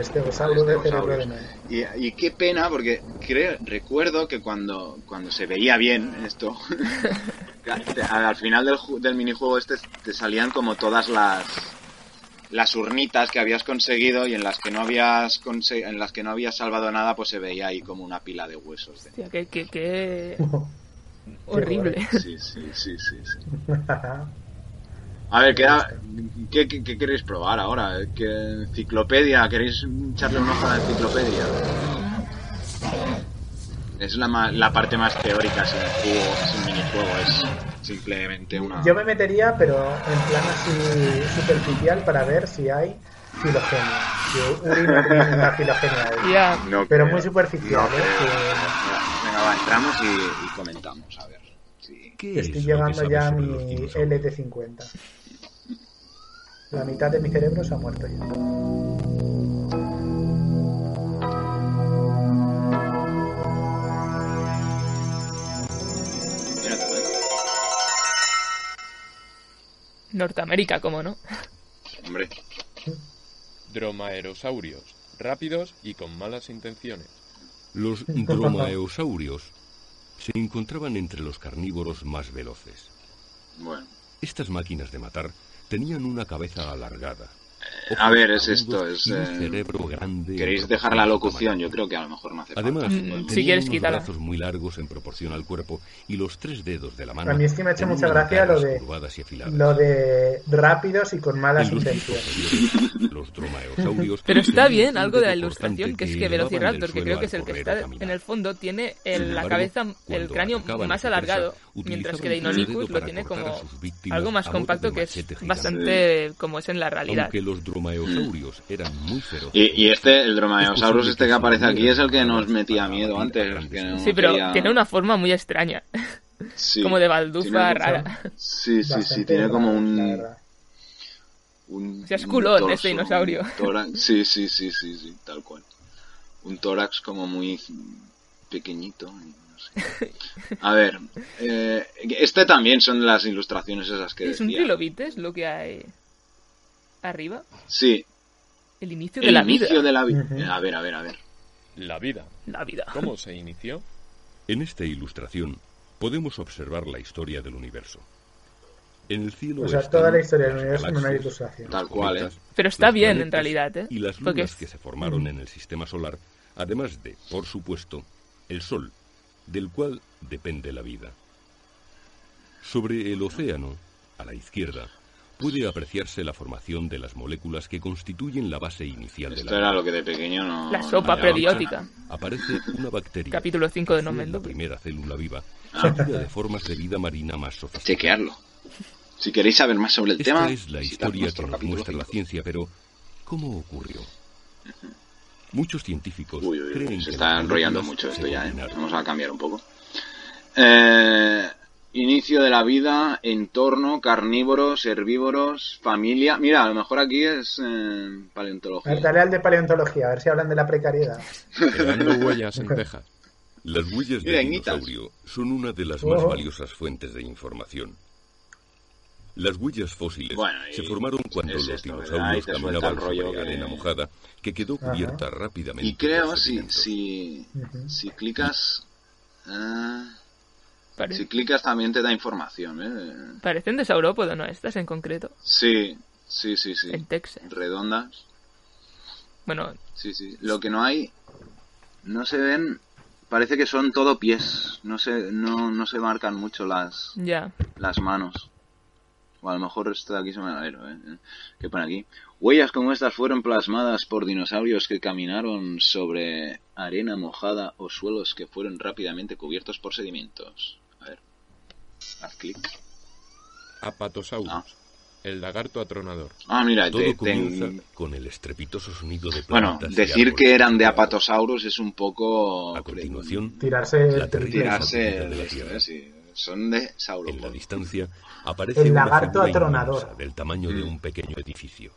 S3: este, pues,
S2: estegosauro de cerebro de
S3: Estegosaurus.
S2: nada.
S3: Y, y qué pena, porque creo, recuerdo que cuando, cuando se veía bien esto, te- al al final del, ju- del minijuego este te salían como todas las las urnitas que habías conseguido y en las que no habías conse- en las que no habías salvado nada pues se veía ahí como una pila de huesos
S1: Hostia, qué, qué, qué horrible.
S3: sí sí sí sí, sí. A ver, ¿qué, era- qué, qué- qué queréis probar ahora? ¿Qué enciclopedia? ¿Queréis echarle un ojo a la enciclopedia? Es la, ma- la parte más teórica sin juego, sin minijuego, es simplemente una...
S2: Yo me metería, pero en plan así superficial para ver si hay filogenia. Yo urino como una filogenia ahí.
S1: Ya.
S3: No
S2: Pero
S3: creo,
S2: muy superficial,
S3: no
S2: ¿eh?
S3: creo.
S2: Que
S3: Venga, va, entramos y, y comentamos, a ver. Sí.
S4: ¿Qué
S2: estoy
S4: es lo que
S2: llegando
S4: sabes
S2: ya a
S4: sobre
S2: mi
S4: los dinosaurios?
S2: LT50. La mitad de mi cerebro se ha muerto ya.
S3: Espérate, ¿eh?
S1: Norteamérica, ¿cómo no?
S3: Hombre,
S5: Dromaerosaurios, rápidos y con malas intenciones.
S4: Los dromaeosaurios se encontraban entre los carnívoros más veloces.
S3: bueno.
S4: Estas máquinas de matar tenían una cabeza alargada.
S3: Eh, A
S4: ojos
S3: ver, es
S4: agudos
S3: esto, es...
S4: y un
S3: eh,
S4: cerebro grande en
S3: ¿Queréis dejar
S4: proporción
S3: la
S4: a su
S3: locución?
S4: tamaño.
S3: Yo creo que a lo mejor no hace falta.
S4: Además,
S1: Mm, si
S4: tenía
S1: quieres,
S4: unos
S1: quítala.
S4: brazos muy largos en proporción al cuerpo y los tres dedos de la mano.
S2: A mí es que me ha hecho
S4: tenían
S2: mucha gracia lo
S4: garras
S2: de,
S4: curvadas y afiladas.
S2: lo de rápidos y con malas
S4: En los
S2: intenciones.
S4: tiempos anteriores, los dromaeosaurios
S1: Pero está
S4: tenían
S1: bien
S4: Este un
S1: algo de la
S4: dedo
S1: ilustración,
S4: cortante
S1: que es que
S4: elevaban del
S1: Velociraptor, que
S4: suelo
S1: creo que
S4: al
S1: es el que
S4: correr o
S1: está
S4: caminar.
S1: en el fondo, tiene el-
S4: Sin
S1: la
S4: embargo,
S1: cabeza, el
S4: cuando
S1: cráneo
S4: atacaban a
S1: más
S4: su presa,
S1: alargado, mientras
S4: utilizaban
S1: que
S4: su dedo
S1: Deinonychus lo
S4: para
S1: tiene
S4: cortar
S1: como
S4: a sus víctimas
S1: algo más
S4: a modo de
S1: compacto que
S4: machete
S1: es
S4: gigante.
S1: bastante como es en la realidad.
S4: Aunque los dromaeosaurios eran muy feroces.
S3: Y, y este, el Dromaeosaurus este que aparece aquí, es el que nos
S4: metía
S3: miedo antes. que no
S1: Sí, pero
S3: quería-
S1: tiene una forma muy extraña.
S3: Sí,
S1: como de baldufa
S3: tiene mucho-
S1: rara.
S3: Sí, sí, sí,
S1: Bastante
S3: tiene
S1: raro,
S3: como
S1: la
S3: un.
S1: verdad.
S3: un
S1: Sí, es
S3: un
S1: culón
S3: torso,
S1: este dinosaurio.
S3: un tórax- sí, sí, sí, sí, sí, tal cual. Un tórax como muy pequeñito. no sé. A ver, eh, este también son las ilustraciones esas que
S1: ¿Es un
S3: decía.
S1: trilobite? ¿Es lo que hay arriba?
S3: Sí,
S1: El inicio de
S3: el
S1: la
S3: inicio
S1: vida.
S3: de la vida. A ver, a ver, a ver.
S5: La vida.
S1: La vida.
S5: ¿Cómo se inició?
S4: En esta ilustración podemos observar la historia del universo. En el cielo
S2: O sea,
S4: están
S2: toda la historia del
S4: las
S2: universo en una
S4: galaxias,
S2: ilustración.
S4: los
S3: Tal cual,
S4: cometas,
S3: ¿eh?
S1: Pero está
S4: los
S1: bien, en
S4: planetas
S1: realidad, ¿eh?
S4: Y las
S1: Porque
S4: lunas
S1: es-
S4: que se formaron en el sistema solar, además de, por supuesto, el Sol, del cual depende la vida. Sobre el océano, a la izquierda, puede apreciarse la formación de las moléculas que constituyen la base inicial de la
S3: Esto era lo que de pequeño no.
S1: La sopa
S4: en la
S1: periódica.
S4: mancha aparece una bacteria.
S1: Capítulo 5 de
S4: que
S1: Nomen
S4: es la
S1: Dupe.
S4: primera célula viva,
S3: Ah.
S4: surgida de formas de vida marina más sofisticadas.
S3: Chequearlo. Si queréis saber más sobre el
S4: Esta
S3: tema,
S4: es la
S3: visitad
S4: historia que
S3: nuestro
S4: nos
S3: capítulo
S4: muestra la
S3: cinco.
S4: ciencia, pero ¿cómo ocurrió? Muchos científicos
S3: Uy, uy, uy,
S4: creen
S3: se
S4: que
S3: está
S4: las
S3: enrollando
S4: moléculas
S3: mucho
S4: se
S3: esto ya, ¿eh?
S4: combinaron.
S3: Vamos a cambiar un poco. Eh, inicio de la vida, entorno, carnívoros, herbívoros, familia. Mira, a lo mejor aquí es eh,
S2: A ver,
S3: paleontología.
S2: dale al de paleontología, a ver si hablan de la precariedad.
S5: Creando huellas en Texas.
S4: Las huellas de
S3: Mira, Ignitas.
S4: dinosaurio son una de las más
S2: Oh.
S4: valiosas fuentes de información. Las huellas fósiles
S3: Bueno, y
S4: se formaron cuando
S3: es
S4: los
S3: esto, ¿verdad? Ahí
S4: dinosaurios
S3: te suelta
S4: caminaban
S3: el rollo
S4: sobre
S3: que-
S4: arena mojada que quedó
S3: Ajá.
S4: cubierta rápidamente.
S3: Y creo
S4: por
S3: si,
S4: sedimentos.
S3: si,
S2: Ujú.
S3: si clicas... ah,
S1: Pare-
S3: si clicas también te da información, ¿eh?
S1: Parecen de saurópodo, ¿no? Estas en concreto.
S3: Sí, sí, sí, sí.
S1: En Texas.
S3: Redondas.
S1: Bueno,
S3: Sí, sí. Lo que no hay, no se ven, parece que son todo pies. No se, no, no se marcan mucho las,
S1: ya.
S3: las manos. O a lo mejor esto de aquí se me va a ver, ¿eh? ¿Qué pone aquí? Huellas como estas fueron plasmadas por dinosaurios que caminaron sobre arena mojada o suelos que fueron rápidamente cubiertos por sedimentos. A ver. Haz clic.
S5: Apatosaurus.
S2: Ah.
S5: El lagarto atronador.
S3: Ah, mira,
S4: Todo
S3: te- te-
S4: comienza con el estrepitoso sonido de
S3: Bueno,
S4: plantas y
S3: decir
S4: árboles.
S3: que eran de apatosaurus es un poco... A continuación,
S2: Tirarse
S4: La terrible
S3: tirarse
S4: sacudido de la
S3: de esto,
S4: Tierra.
S3: ¿eh? Sí, Son de saurópodos.
S4: En la distancia aparece
S2: El
S4: una
S2: lagarto
S4: figura
S2: atronador.
S4: inmensa del tamaño
S3: Mm.
S4: de un pequeño edificio.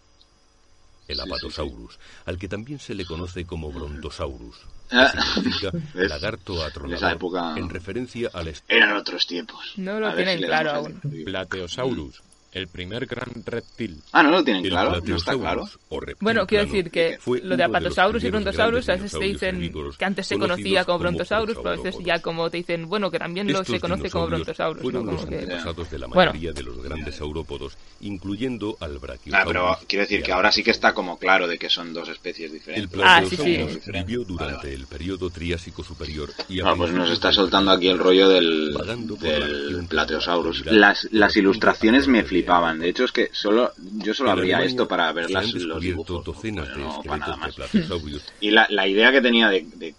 S4: El Apatosaurus, al que también se le conoce como Brontosaurus, que
S3: Ah.
S4: significa
S3: ¿Ves?
S4: lagarto atronador,
S3: En esa época-
S4: en referencia al
S3: Eran otros tiempos.
S1: No lo
S3: A ver
S1: tienen
S3: si le
S1: claro
S3: damos el-
S1: aún.
S5: Plateosaurus. El primer gran reptil.
S3: Ah, no lo tienen
S4: El
S3: claro, no está
S4: Plateosaurus,
S3: claro.
S4: o reptil
S1: Bueno, quiero
S4: plano,
S1: decir que
S4: eh, fue
S1: lo
S4: uno
S1: de
S4: los
S1: Apatosaurus y
S4: primeros
S1: Brontosaurus a
S4: grandes
S1: veces te dicen
S4: dinosaurios
S1: que antes se
S4: herbívoros conocidos
S1: conocía como
S4: como
S1: Brontosaurus, pero a veces ya como te dicen, bueno, que también lo
S4: Estos
S1: se conoce como
S4: dinosaurios
S1: Brontosaurus. ¿no?
S4: Fueron
S1: Como
S4: los
S1: que-
S4: antepasados de la
S1: Bueno,
S4: mayoría de los grandes saurópodos, incluyendo al
S3: Ah,
S4: Brachiosaurus.
S3: pero quiero decir
S4: y
S3: que
S4: al
S3: ahora sí que está como claro de que son dos especies diferentes.
S4: El
S1: Ah,
S4: Plateosaurus
S3: Dos diferentes.
S4: vivió durante el periodo Triásico superior y a
S3: Ah, pues nos
S4: principios
S3: está
S4: del
S3: soltando aquí el rollo del,
S4: Vagando por la
S3: del
S4: región
S3: Plateosaurus.
S4: de la
S3: Las,
S4: actividad
S3: las ilustraciones me
S4: corresponde
S3: flipaban. De hecho, es que solo yo solo
S4: En
S3: abría
S4: Alemania
S3: esto para ver
S4: se
S3: las,
S4: han
S3: los
S4: descubierto
S3: dibujos.
S4: docenas
S3: Bueno,
S4: de
S3: no, para nada
S4: esqueletos de
S3: más.
S4: Plateosaurus
S3: Y la, la idea que tenía de, de-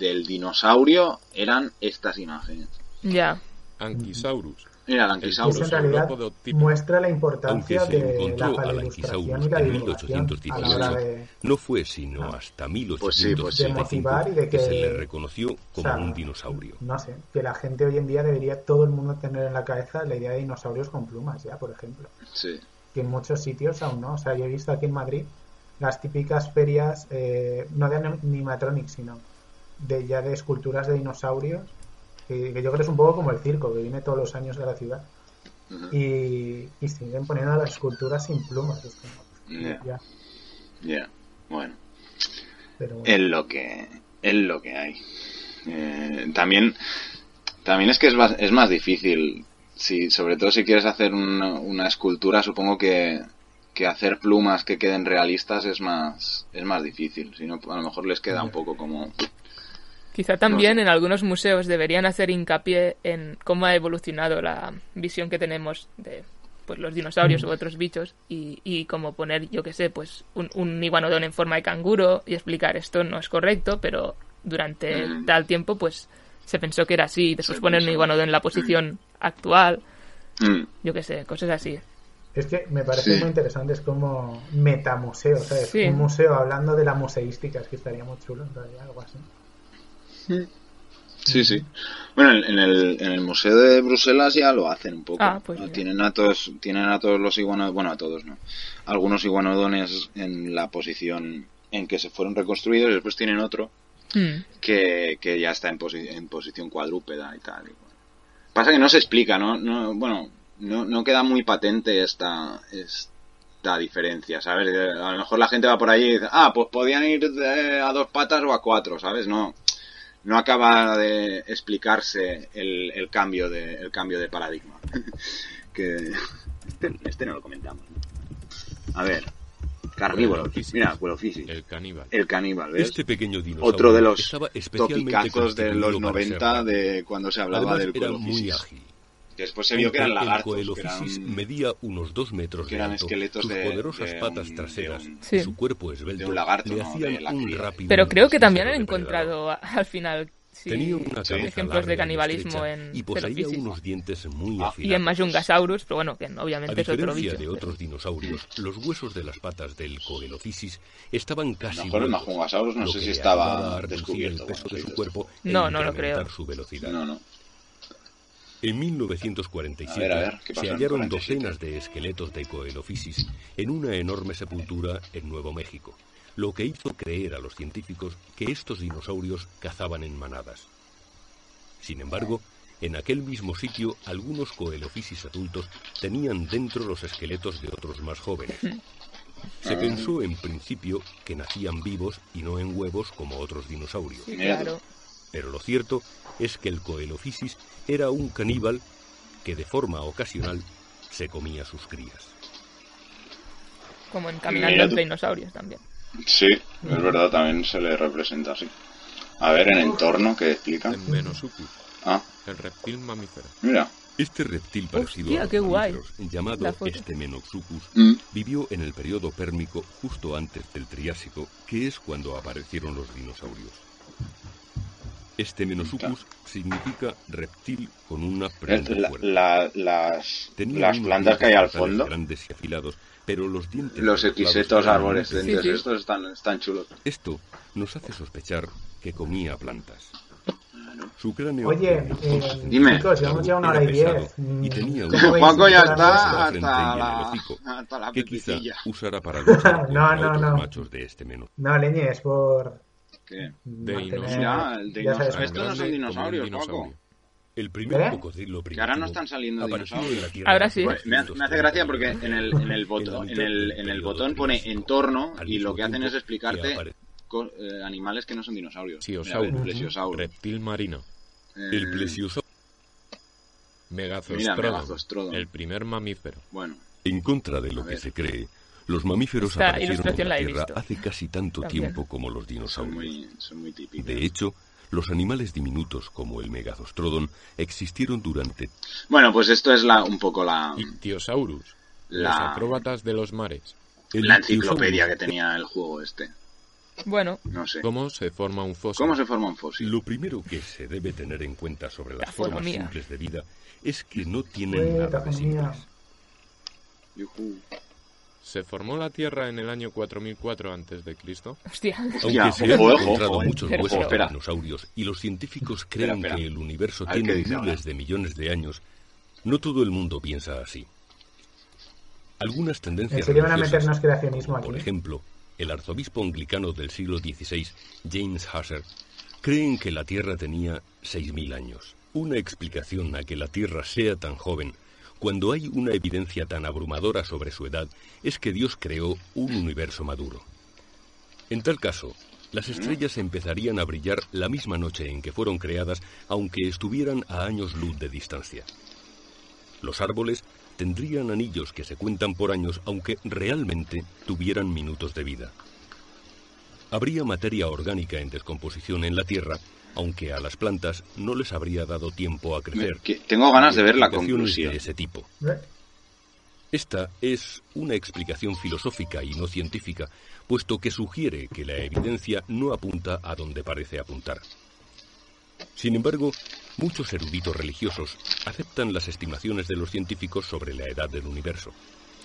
S3: del dinosaurio eran estas imágenes.
S1: ya.
S5: Anquisaurus.
S3: Mira, el
S2: Y eso en
S3: Anquisaurus.
S2: realidad muestra la importancia
S4: Aunque se
S2: de la
S4: encontró a la
S2: paleoilustración y
S4: Anquisaurus
S2: la
S4: en
S2: divulgación a la hora
S4: 1818,
S2: de...
S4: no fue sino
S3: Ah.
S4: hasta
S3: sí, pues sí.
S4: 1875
S2: De motivar y
S4: que
S2: de que-
S4: se le reconoció como
S2: sea,
S4: un dinosaurio.
S2: No sé, que la gente hoy en día debería todo el mundo tener en la cabeza la idea de dinosaurios con plumas, ya, por ejemplo.
S3: Sí.
S2: Que en muchos sitios aún no. O sea, yo he visto aquí en Madrid las típicas ferias, eh, no de animatronics, sino de ya de esculturas de dinosaurios, que, que yo creo que es un poco como el circo, que viene todos los años a la ciudad.
S3: Ujú.
S2: Y, y siguen poniendo las esculturas sin plumas. es como-
S3: Ya.
S2: ya,
S3: Ya. Bueno.
S2: pero bueno.
S3: es lo que es lo que hay Eh, también también es que es, más- es más difícil si sobre todo si quieres hacer una, una escultura supongo que, que hacer plumas que queden realistas es más es más difícil si no a lo mejor les queda un poco como
S1: Quizá también en algunos museos deberían hacer hincapié en cómo ha evolucionado la visión que tenemos de pues los dinosaurios
S2: Mm.
S1: u otros bichos y, y como poner, yo que sé, pues un, un iguanodón en forma de canguro y explicar esto no es correcto, pero durante
S3: Mm.
S1: tal tiempo pues se pensó que era así y después
S3: Se
S1: poner un
S3: pensó.
S1: iguanodón en la posición actual,
S3: Mm,
S1: yo que sé, cosas así.
S2: Es que me parece
S3: Sí.
S2: muy interesante, es como metamuseo, ¿sabes?
S1: Sí.
S2: Un museo hablando de la museística, es que estaría muy chulo en realidad, algo así.
S3: Sí, sí. Bueno, en, en el, en el Museo de Bruselas ya lo hacen un poco.
S1: Ah, pues
S3: ¿no?
S1: mira.
S3: tienen, a todos, tienen a todos los iguanodones, bueno, a todos, ¿no? Algunos iguanodones en la posición en que se fueron reconstruidos y después tienen otro
S4: Mm.
S3: que, que ya está en, posi- en posición cuadrúpeda y tal. y bueno. Pasa que no se explica, ¿no? no bueno, no, no queda muy patente esta, esta diferencia, ¿sabes? Eh, A lo mejor la gente va por ahí y dice, ah, pues podían ir de- a dos patas o a cuatro, ¿sabes? No, no acaba de explicarse el, el cambio, de, el cambio de paradigma. que este, este no lo comentamos. A ver. Carnívoro, mira, Cuelofisis.
S5: El caníbal.
S3: El caníbal, ¿ves?
S4: Este pequeño dinosaurio
S3: Otro de los
S4: estaba especialmente
S3: topicazos de los
S4: constituido para
S3: 90
S4: serlo.
S3: de cuando se hablaba
S4: Además,
S3: del
S4: era muy
S3: coelofisis.
S4: ágil.
S3: Después se vio que eran
S4: Aunque
S3: lagartos,
S4: El
S3: que eran-
S4: coelofisis medía unos dos metros
S3: que
S4: de
S3: eran
S4: alto.
S3: esqueletos
S4: Sus
S3: de-
S4: poderosas
S3: de
S4: patas
S3: un-
S4: traseras
S3: de un-
S4: y su cuerpo esbelto
S3: de un lagarto,
S4: le
S3: ¿no?
S4: hacían
S3: De la
S4: un
S3: cría.
S4: rápido...
S1: Pero creo que también han
S4: desastre
S1: encontrado a- al final sí,
S4: Tenía una cabeza
S1: ejemplos de
S4: larga y
S1: canibalismo
S4: estrecha,
S1: en
S4: y poseía
S1: Cerofisis.
S4: unos dientes muy afilados.
S1: y en Majungasaurus, pero bueno, que
S4: A
S1: obviamente es otro
S4: diferencia
S1: bicho.
S4: de otros dinosaurios, los huesos de las patas del coelofisis estaban casi
S3: mejor el
S4: huecos,
S3: Majungasaurus no
S4: lo
S3: sé
S4: que
S3: si
S4: le
S3: estaba
S4: ayudaba a reducir
S3: descubierto,
S4: el peso de
S3: bueno, sí,
S4: su
S3: sí.
S4: cuerpo e
S1: No, no lo
S4: incrementar
S1: creo.
S4: su velocidad.
S3: No, no.
S4: En 1947
S3: A ver, a ver, ¿qué pasó
S4: se
S3: en
S4: hallaron
S3: 47?
S4: docenas de esqueletos de coelofisis en una enorme sepultura en Nuevo México, lo que hizo creer a los científicos que estos dinosaurios cazaban en manadas. Sin embargo, en aquel mismo sitio algunos coelofisis adultos tenían dentro los esqueletos de otros más jóvenes. Se
S3: Ah.
S4: pensó en principio que nacían vivos y no en huevos como otros dinosaurios.
S3: Sí, claro.
S4: Pero lo cierto es que el coelophysis era un caníbal que de forma ocasional se comía sus crías.
S1: Como en Caminando
S3: Mira
S1: entre
S3: tú.
S1: Dinosaurios también.
S3: Sí, es verdad, también se le representa así. A ver, en entorno, ¿qué explica?
S5: En Venosuchus,
S3: Ah,
S5: el reptil mamífero.
S3: mira.
S4: Este reptil parecido
S1: Hostia,
S4: a los
S1: qué guay.
S4: mamíferos, llamado
S1: La foto.
S4: Estemenoxucus,
S3: Mm.
S4: vivió en el periodo pérmico justo antes del Triásico, que es cuando aparecieron los dinosaurios. Estemenosuchus significa reptil con una prenda
S3: la-
S4: fuerte.
S3: la- las,
S4: Tenía
S3: las
S4: unos
S3: plantas que hay al
S4: dientes
S3: fondo,
S4: grandes y afilados, pero los dientes de
S3: los
S4: los lados
S3: equisetos
S4: eran
S3: arborescentes,
S4: muy pequeños.
S3: estos están, están chulos.
S4: Esto nos hace sospechar que comía plantas. Su cráneo
S2: Oye,
S4: era
S2: eh,
S4: corto,
S2: Dime. chicos, llevamos
S4: largo,
S2: ya una
S4: era
S2: hora y
S4: pesado
S2: diez. Mm,
S4: Y tenía
S2: ¿cómo
S4: una
S2: veis Juanco ya
S4: cresta
S2: está
S4: en la
S2: hasta
S4: frente y en el
S2: la-
S4: hocico,
S3: hasta la
S4: que quizá
S3: pepitilla.
S4: usara para luchar
S2: No,
S4: contra
S2: no,
S4: otros
S2: no.
S4: machos de este menú.
S2: No, leñe, es por.
S3: ¿Qué?
S2: mantener-
S3: Ya, el
S2: ya
S3: dinosaurio.
S2: sabes cómo
S3: Estos no
S2: es.
S3: son dinosaurios, Paco.
S4: dinosaurio. El primer
S2: ¿Eh?
S4: cocodrilo
S3: Que ahora no
S4: primitivo
S3: están saliendo
S4: apareció en
S3: dinosaurios.
S4: la Tierra
S1: Ahora sí.
S4: hace
S3: Me, hace- me hace
S4: 230
S3: gracia porque en el, en el,
S4: En la
S3: botón,
S4: mitad
S3: en el,
S4: del
S3: en el
S4: periodo
S3: botón pone
S4: Triásico,
S3: entorno
S4: al
S3: y lo
S4: mismo
S3: que hacen
S4: tiempo
S3: es explicarte
S4: que aparece
S3: co- eh, animales que no son dinosaurios. Mira, a ver,
S5: Plesiosaurus,
S3: plesiosaurus.
S5: reptil marino.
S3: Eh,
S4: El plesiosaurus.
S5: Megazostrodon,
S3: Mira, Megazostrodon.
S5: el primer mamífero.
S3: Bueno,
S4: En contra de lo que se cree, los mamíferos
S1: Esta
S4: aparecieron
S1: ilustración
S4: en la,
S1: la he
S4: Tierra
S1: visto.
S4: hace casi tanto
S1: También.
S4: tiempo como los
S3: son
S4: dinosaurios.
S3: muy, son muy típicos.
S4: De hecho, los animales diminutos como el Megazostrodon existieron durante
S3: Bueno, pues esto es la, un poco la,
S5: Ictiosaurus, los
S3: la,
S5: acróbatas de los mares.
S3: la enciclopedia que tenía el juego este.
S1: Bueno,
S3: No sé.
S5: ¿Cómo se forma un fósil?
S3: ¿Cómo se forma un fósil?
S4: Lo primero que se debe tener en cuenta sobre las formas
S1: Tafonomía.
S4: simples de vida es que no tienen
S2: Eh,
S4: nada de
S2: tafonomía.
S4: simples.
S3: Yujú.
S5: ¿Se formó la Tierra en el año 4004 antes de Cristo?
S1: hostia.
S4: Aunque se han
S3: ojo, ojo,
S4: encontrado
S3: ojo, eh.
S4: muchos
S3: Pero,
S4: huesos de
S3: espera.
S4: dinosaurios y los científicos
S3: Espera,
S4: creen
S3: espera.
S4: que el universo
S3: A ver qué
S4: tiene
S3: dice ahora.
S4: miles de millones de años, no todo el mundo piensa así. Algunas tendencias
S2: ¿En serio van a
S4: religiosas,
S2: meternos creacionismo aquí?
S4: Por ejemplo, el arzobispo anglicano del siglo XVI, James Husser, creen que la Tierra tenía 6.000 años. Una explicación a que la Tierra sea tan joven, cuando hay una evidencia tan abrumadora sobre su edad, es que Dios creó un universo maduro. En tal caso, las estrellas empezarían a brillar la misma noche en que fueron creadas, aunque estuvieran a años luz de distancia. Los árboles tendrían anillos que se cuentan por años aunque realmente tuvieran minutos de vida. Habría materia orgánica en descomposición en la Tierra, aunque a las plantas no les habría dado tiempo a crecer.
S3: que tengo ganas de ver la
S4: Explicaciones
S3: conclusión.
S4: de ese tipo.
S2: ¿Eh?
S4: Esta es una explicación filosófica y no científica, puesto que sugiere que la evidencia no apunta a donde parece apuntar. Sin embargo, muchos eruditos religiosos aceptan las estimaciones de los científicos sobre la edad del universo.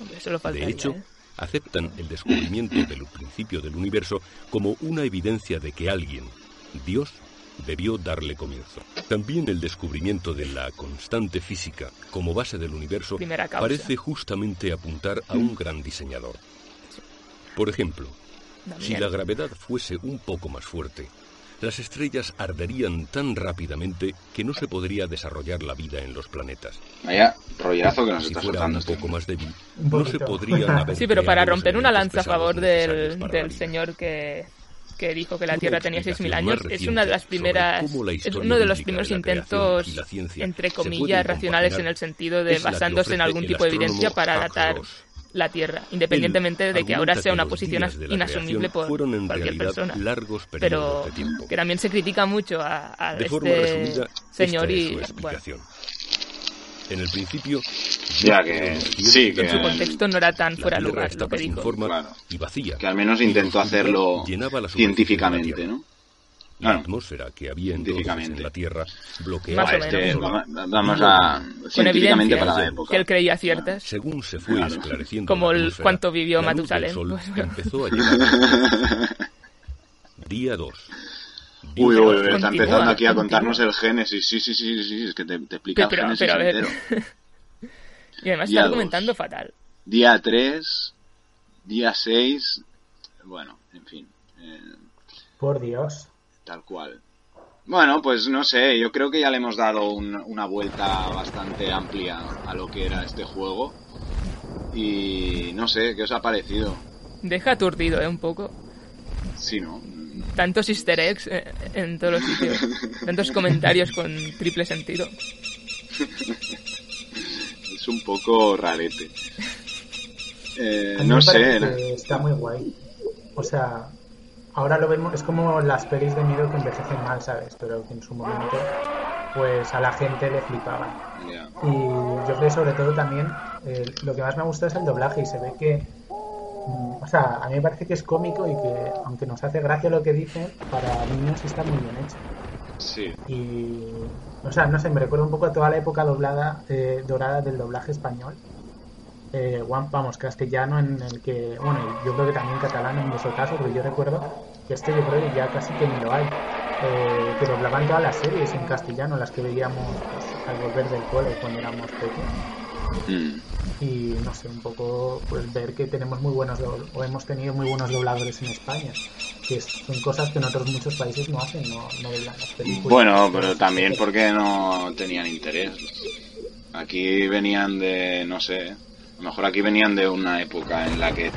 S1: Hombre, Eso lo faltaría,
S4: De hecho,
S1: ¿eh?
S4: aceptan el descubrimiento del principio del universo como una evidencia de que alguien, Dios, debió darle comienzo. También el descubrimiento de la constante física como base del universo
S1: Primera causa.
S4: parece justamente apuntar a un gran diseñador. Por ejemplo,
S1: Damián.
S4: si la gravedad fuese un poco más fuerte, las estrellas arderían tan rápidamente que no se podría desarrollar la vida en los planetas.
S3: Vaya rollerazo que nos
S4: si
S3: está
S4: fuera
S3: soltando
S4: un
S3: este
S4: poco más débil,
S3: Un
S4: no se
S3: poquito.
S4: podrían haber
S1: Sí, pero para
S4: creado los
S1: romper una
S4: elementos
S1: lanza a
S4: pesados
S1: favor
S4: necesarios
S1: del,
S4: para
S1: del señor que, que dijo que la Tierra tenía 6.000
S4: explicación más
S1: años, es una de las
S4: reciente
S1: primeras,
S4: sobre cómo la
S1: es
S4: historia
S1: uno de los
S4: bíblica
S1: primeros
S4: de la creación
S1: intentos,
S4: y la ciencia
S1: entre
S4: se pueden
S1: comillas,
S4: compaginar
S1: racionales en el sentido de
S4: es la que
S1: basándose en
S4: ofrece
S1: algún
S4: el
S1: tipo de evidencia
S4: astrónomo
S1: para
S4: Jack
S1: datar
S4: Ross.
S1: la Tierra, independientemente de que ahora
S4: argumenta
S1: sea
S4: que
S1: una
S4: los
S1: posición
S4: días de la
S1: inasumible
S4: creación
S1: por
S4: fueron en
S1: cualquier
S4: realidad
S1: persona.
S4: largos
S1: Pero
S4: periodos de tiempo.
S1: que también se critica mucho a, a
S4: De
S1: este
S4: forma resumida, esta
S1: señor
S4: es
S1: y
S4: su
S1: bueno,
S4: explicación. En el principio,
S3: Ya
S4: Dios
S3: que-
S4: creó los
S3: sí,
S4: cielos y la
S3: que-
S1: su
S4: tierra.
S1: contexto no era tan
S4: La
S1: fuera de
S4: Tierra
S1: lugar lo
S4: estaba
S1: que
S4: sin
S1: dijo.
S4: forma y vacía.
S3: Que al
S4: y
S3: menos
S4: la
S3: intentó
S4: oscuridad
S3: hacerlo
S4: llenaba la superficie
S3: científicamente,
S4: de la Tierra.
S3: ¿no?
S4: La atmósfera que había entonces en la Tierra bloqueaba
S1: Más o
S4: el
S1: menos.
S4: Sol.
S3: Vamos- Este, vamos a-
S1: con
S3: científicamente
S1: evidencia
S3: para la época.
S1: que él creía ciertas.
S4: Según se fue
S3: Claro.
S4: esclareciendo
S1: Como
S4: la
S1: el
S4: atmósfera,
S1: cuánto vivió
S4: la luz del
S1: Matusalén.
S4: sol
S1: Pues bueno.
S4: empezó a llegar a la Tierra. Día 2.
S3: Uy, uy, uy, está
S1: Continúa,
S3: empezando aquí a
S1: continúa.
S3: contarnos el Génesis. Sí, sí, sí, sí, sí, es que te, te explica
S1: Pero,
S3: el
S1: pero-
S3: Génesis
S1: pero a ver.
S3: entero.
S1: y además
S3: Día
S1: está
S3: dos.
S1: argumentando fatal.
S3: Día 3, día 6, bueno, en fin, eh,
S2: Por Dios.
S3: tal cual. Bueno, pues no sé, yo creo que ya le hemos dado un- una vuelta bastante amplia a lo que era este juego. Y no sé, ¿qué os ha parecido?
S1: Deja aturdido, ¿eh? Un poco.
S3: Sí, ¿no?
S1: Tantos easter eggs eh, en todos los sitios. Tantos comentarios con triple sentido.
S3: Es un poco rarete. Eh,
S2: A mí
S3: no
S2: me
S3: sé,
S2: parece que Está muy guay. O sea, ahora lo vemos, es como las pelis de miedo que envejecen mal, ¿sabes? Pero que en su momento, pues a la gente le flipaba.
S3: Ya.
S2: Y yo creo sobre todo también, eh, lo que más me gusta es el doblaje y se ve que, mm, o sea, a mí me parece que es cómico y que aunque nos hace gracia lo que dicen, para niños está muy bien hecho.
S3: sí.
S2: Y, o sea, no sé, me recuerda un poco a toda la época doblada, eh, dorada del doblaje español. Eh, guam- vamos, castellano en el que, bueno, y yo creo que también catalán en nuestro caso, porque yo recuerdo que este yo creo que ya casi que ni lo hay. Eh, que doblaban todas las series en castellano, las que veíamos pues, al volver del cole cuando éramos pequeños.
S3: Mm.
S2: Y no sé, un poco pues ver que tenemos muy buenos do- o hemos tenido muy buenos dobladores en España, que son cosas que en otros muchos países no hacen, no, no doblan las películas.
S3: Bueno, pero también porque no tenían interés. Aquí venían de, no sé, a lo mejor aquí venían de una época en la que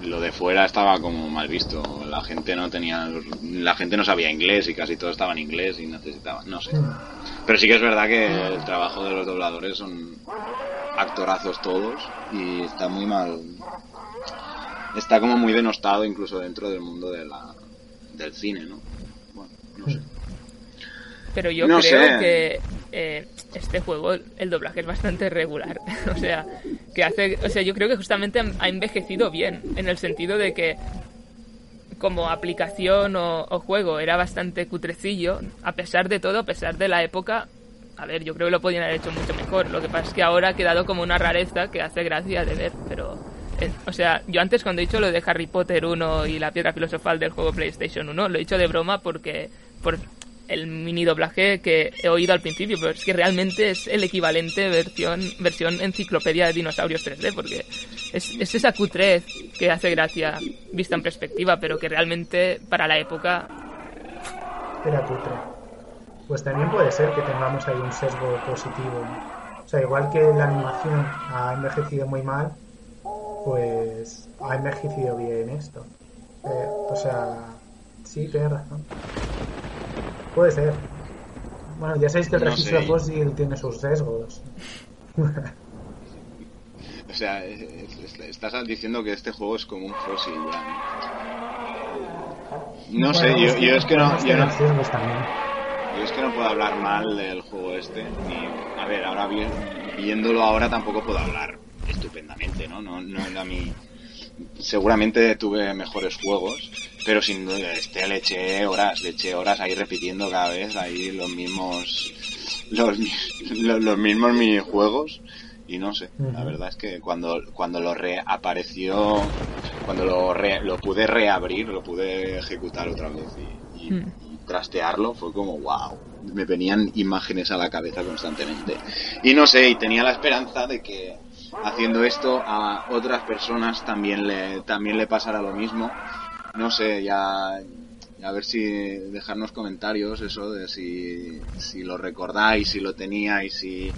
S3: lo de fuera estaba como mal visto. La gente no tenía, la gente no sabía inglés y casi todo estaba en inglés y necesitaban, no sé. Pero sí que es verdad que el trabajo de los dobladores son actorazos todos y está muy mal. Está como muy denostado incluso dentro del mundo de la, del cine, ¿no?
S1: Pero yo
S3: No
S1: creo
S3: sé.
S1: que eh, este juego, el doblaje es bastante regular. o sea, que hace. O sea, yo creo que justamente ha envejecido bien. En el sentido de que como aplicación o, o juego era bastante cutrecillo. A pesar de todo, a pesar de la época. A ver, yo creo que lo podían haber hecho mucho mejor. Lo que pasa es que ahora ha quedado como una rareza que hace gracia de ver, pero. eh, O sea, yo antes cuando he dicho lo de Harry Potter 1 y la piedra filosofal del juego PlayStation 1, lo he dicho de broma porque por el mini doblaje que he oído al principio, pero es que realmente es el equivalente versión versión enciclopedia de dinosaurios 3D, porque es, es esa cutrez que hace gracia vista en perspectiva, pero que realmente para la época
S2: Era cutre. Pues también puede ser que tengamos ahí un sesgo positivo. ¿no? O sea, igual que la animación ha envejecido muy mal, pues ha envejecido bien esto. Eh, o sea, sí, tienes razón. Puede ser. Bueno, ya sabéis que el
S3: No
S2: registro
S3: sé.
S2: fósil tiene sus sesgos.
S3: O sea, es- es- estás diciendo que este juego es como un fósil ya. No sé, yo, yo es que no, yo no,
S2: Podemos tener sesgos también.
S3: yo es que no puedo hablar mal del juego este. Ni, a ver, ahora vi- viéndolo ahora tampoco puedo hablar estupendamente, ¿no? No, no era mi. Seguramente tuve mejores juegos, pero sin duda este le eché horas, le eché horas ahí repitiendo cada vez ahí los mismos, los, mi- los, los mismos minijuegos y no sé, la
S2: Ujú.
S3: verdad es que cuando, cuando lo reapareció, cuando lo, re- lo pude reabrir, lo pude ejecutar otra vez y, y-
S1: Mm.
S3: y trastearlo fue como wow. Me venían imágenes a la cabeza constantemente. Y no sé, y tenía la esperanza de que haciendo esto a otras personas también le, también le pasará lo mismo. No sé, ya, ya a ver si dejarnos comentarios, eso de si, si lo recordáis, si lo teníais, si,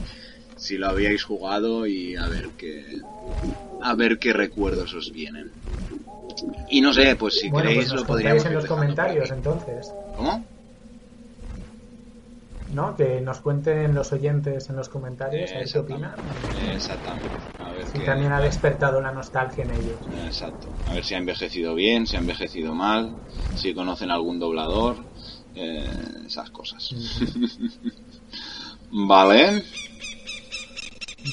S3: si lo habíais jugado y a ver qué, a ver qué recuerdos os vienen. Y no sé, pues si
S2: Bueno,
S3: queréis
S2: pues nos
S3: lo podríamos
S2: contáis en los
S3: empezar.
S2: comentarios, entonces.
S3: ¿Cómo?
S2: ¿No? Que nos cuenten los oyentes en los comentarios a ver qué opinan.
S3: Exactamente. A ver
S2: Si
S3: qué-
S2: también ha despertado la nostalgia en ellos.
S3: Exacto. A ver si ha envejecido bien, si ha envejecido mal, si conocen algún doblador, eh, esas cosas. vale.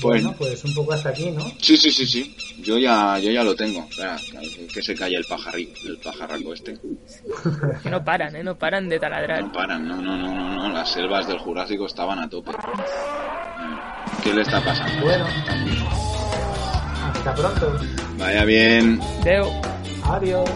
S2: Bueno,
S3: Bueno,
S2: pues un poco hasta aquí, ¿no?
S3: sí, sí, sí, sí. Yo ya, yo ya lo tengo. Espera, que- que se calle el pajarri, el pajarraco este.
S1: Que no paran, ¿eh? No paran de taladrar.
S3: No paran, no, no, no, no, no. Las selvas del Jurásico estaban a tope. ¿Qué le está pasando?
S2: Bueno. Hasta pronto.
S3: Vaya bien.
S1: Deo.
S2: Adiós.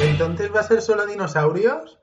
S2: ¿Entonces va a ser solo dinosaurios?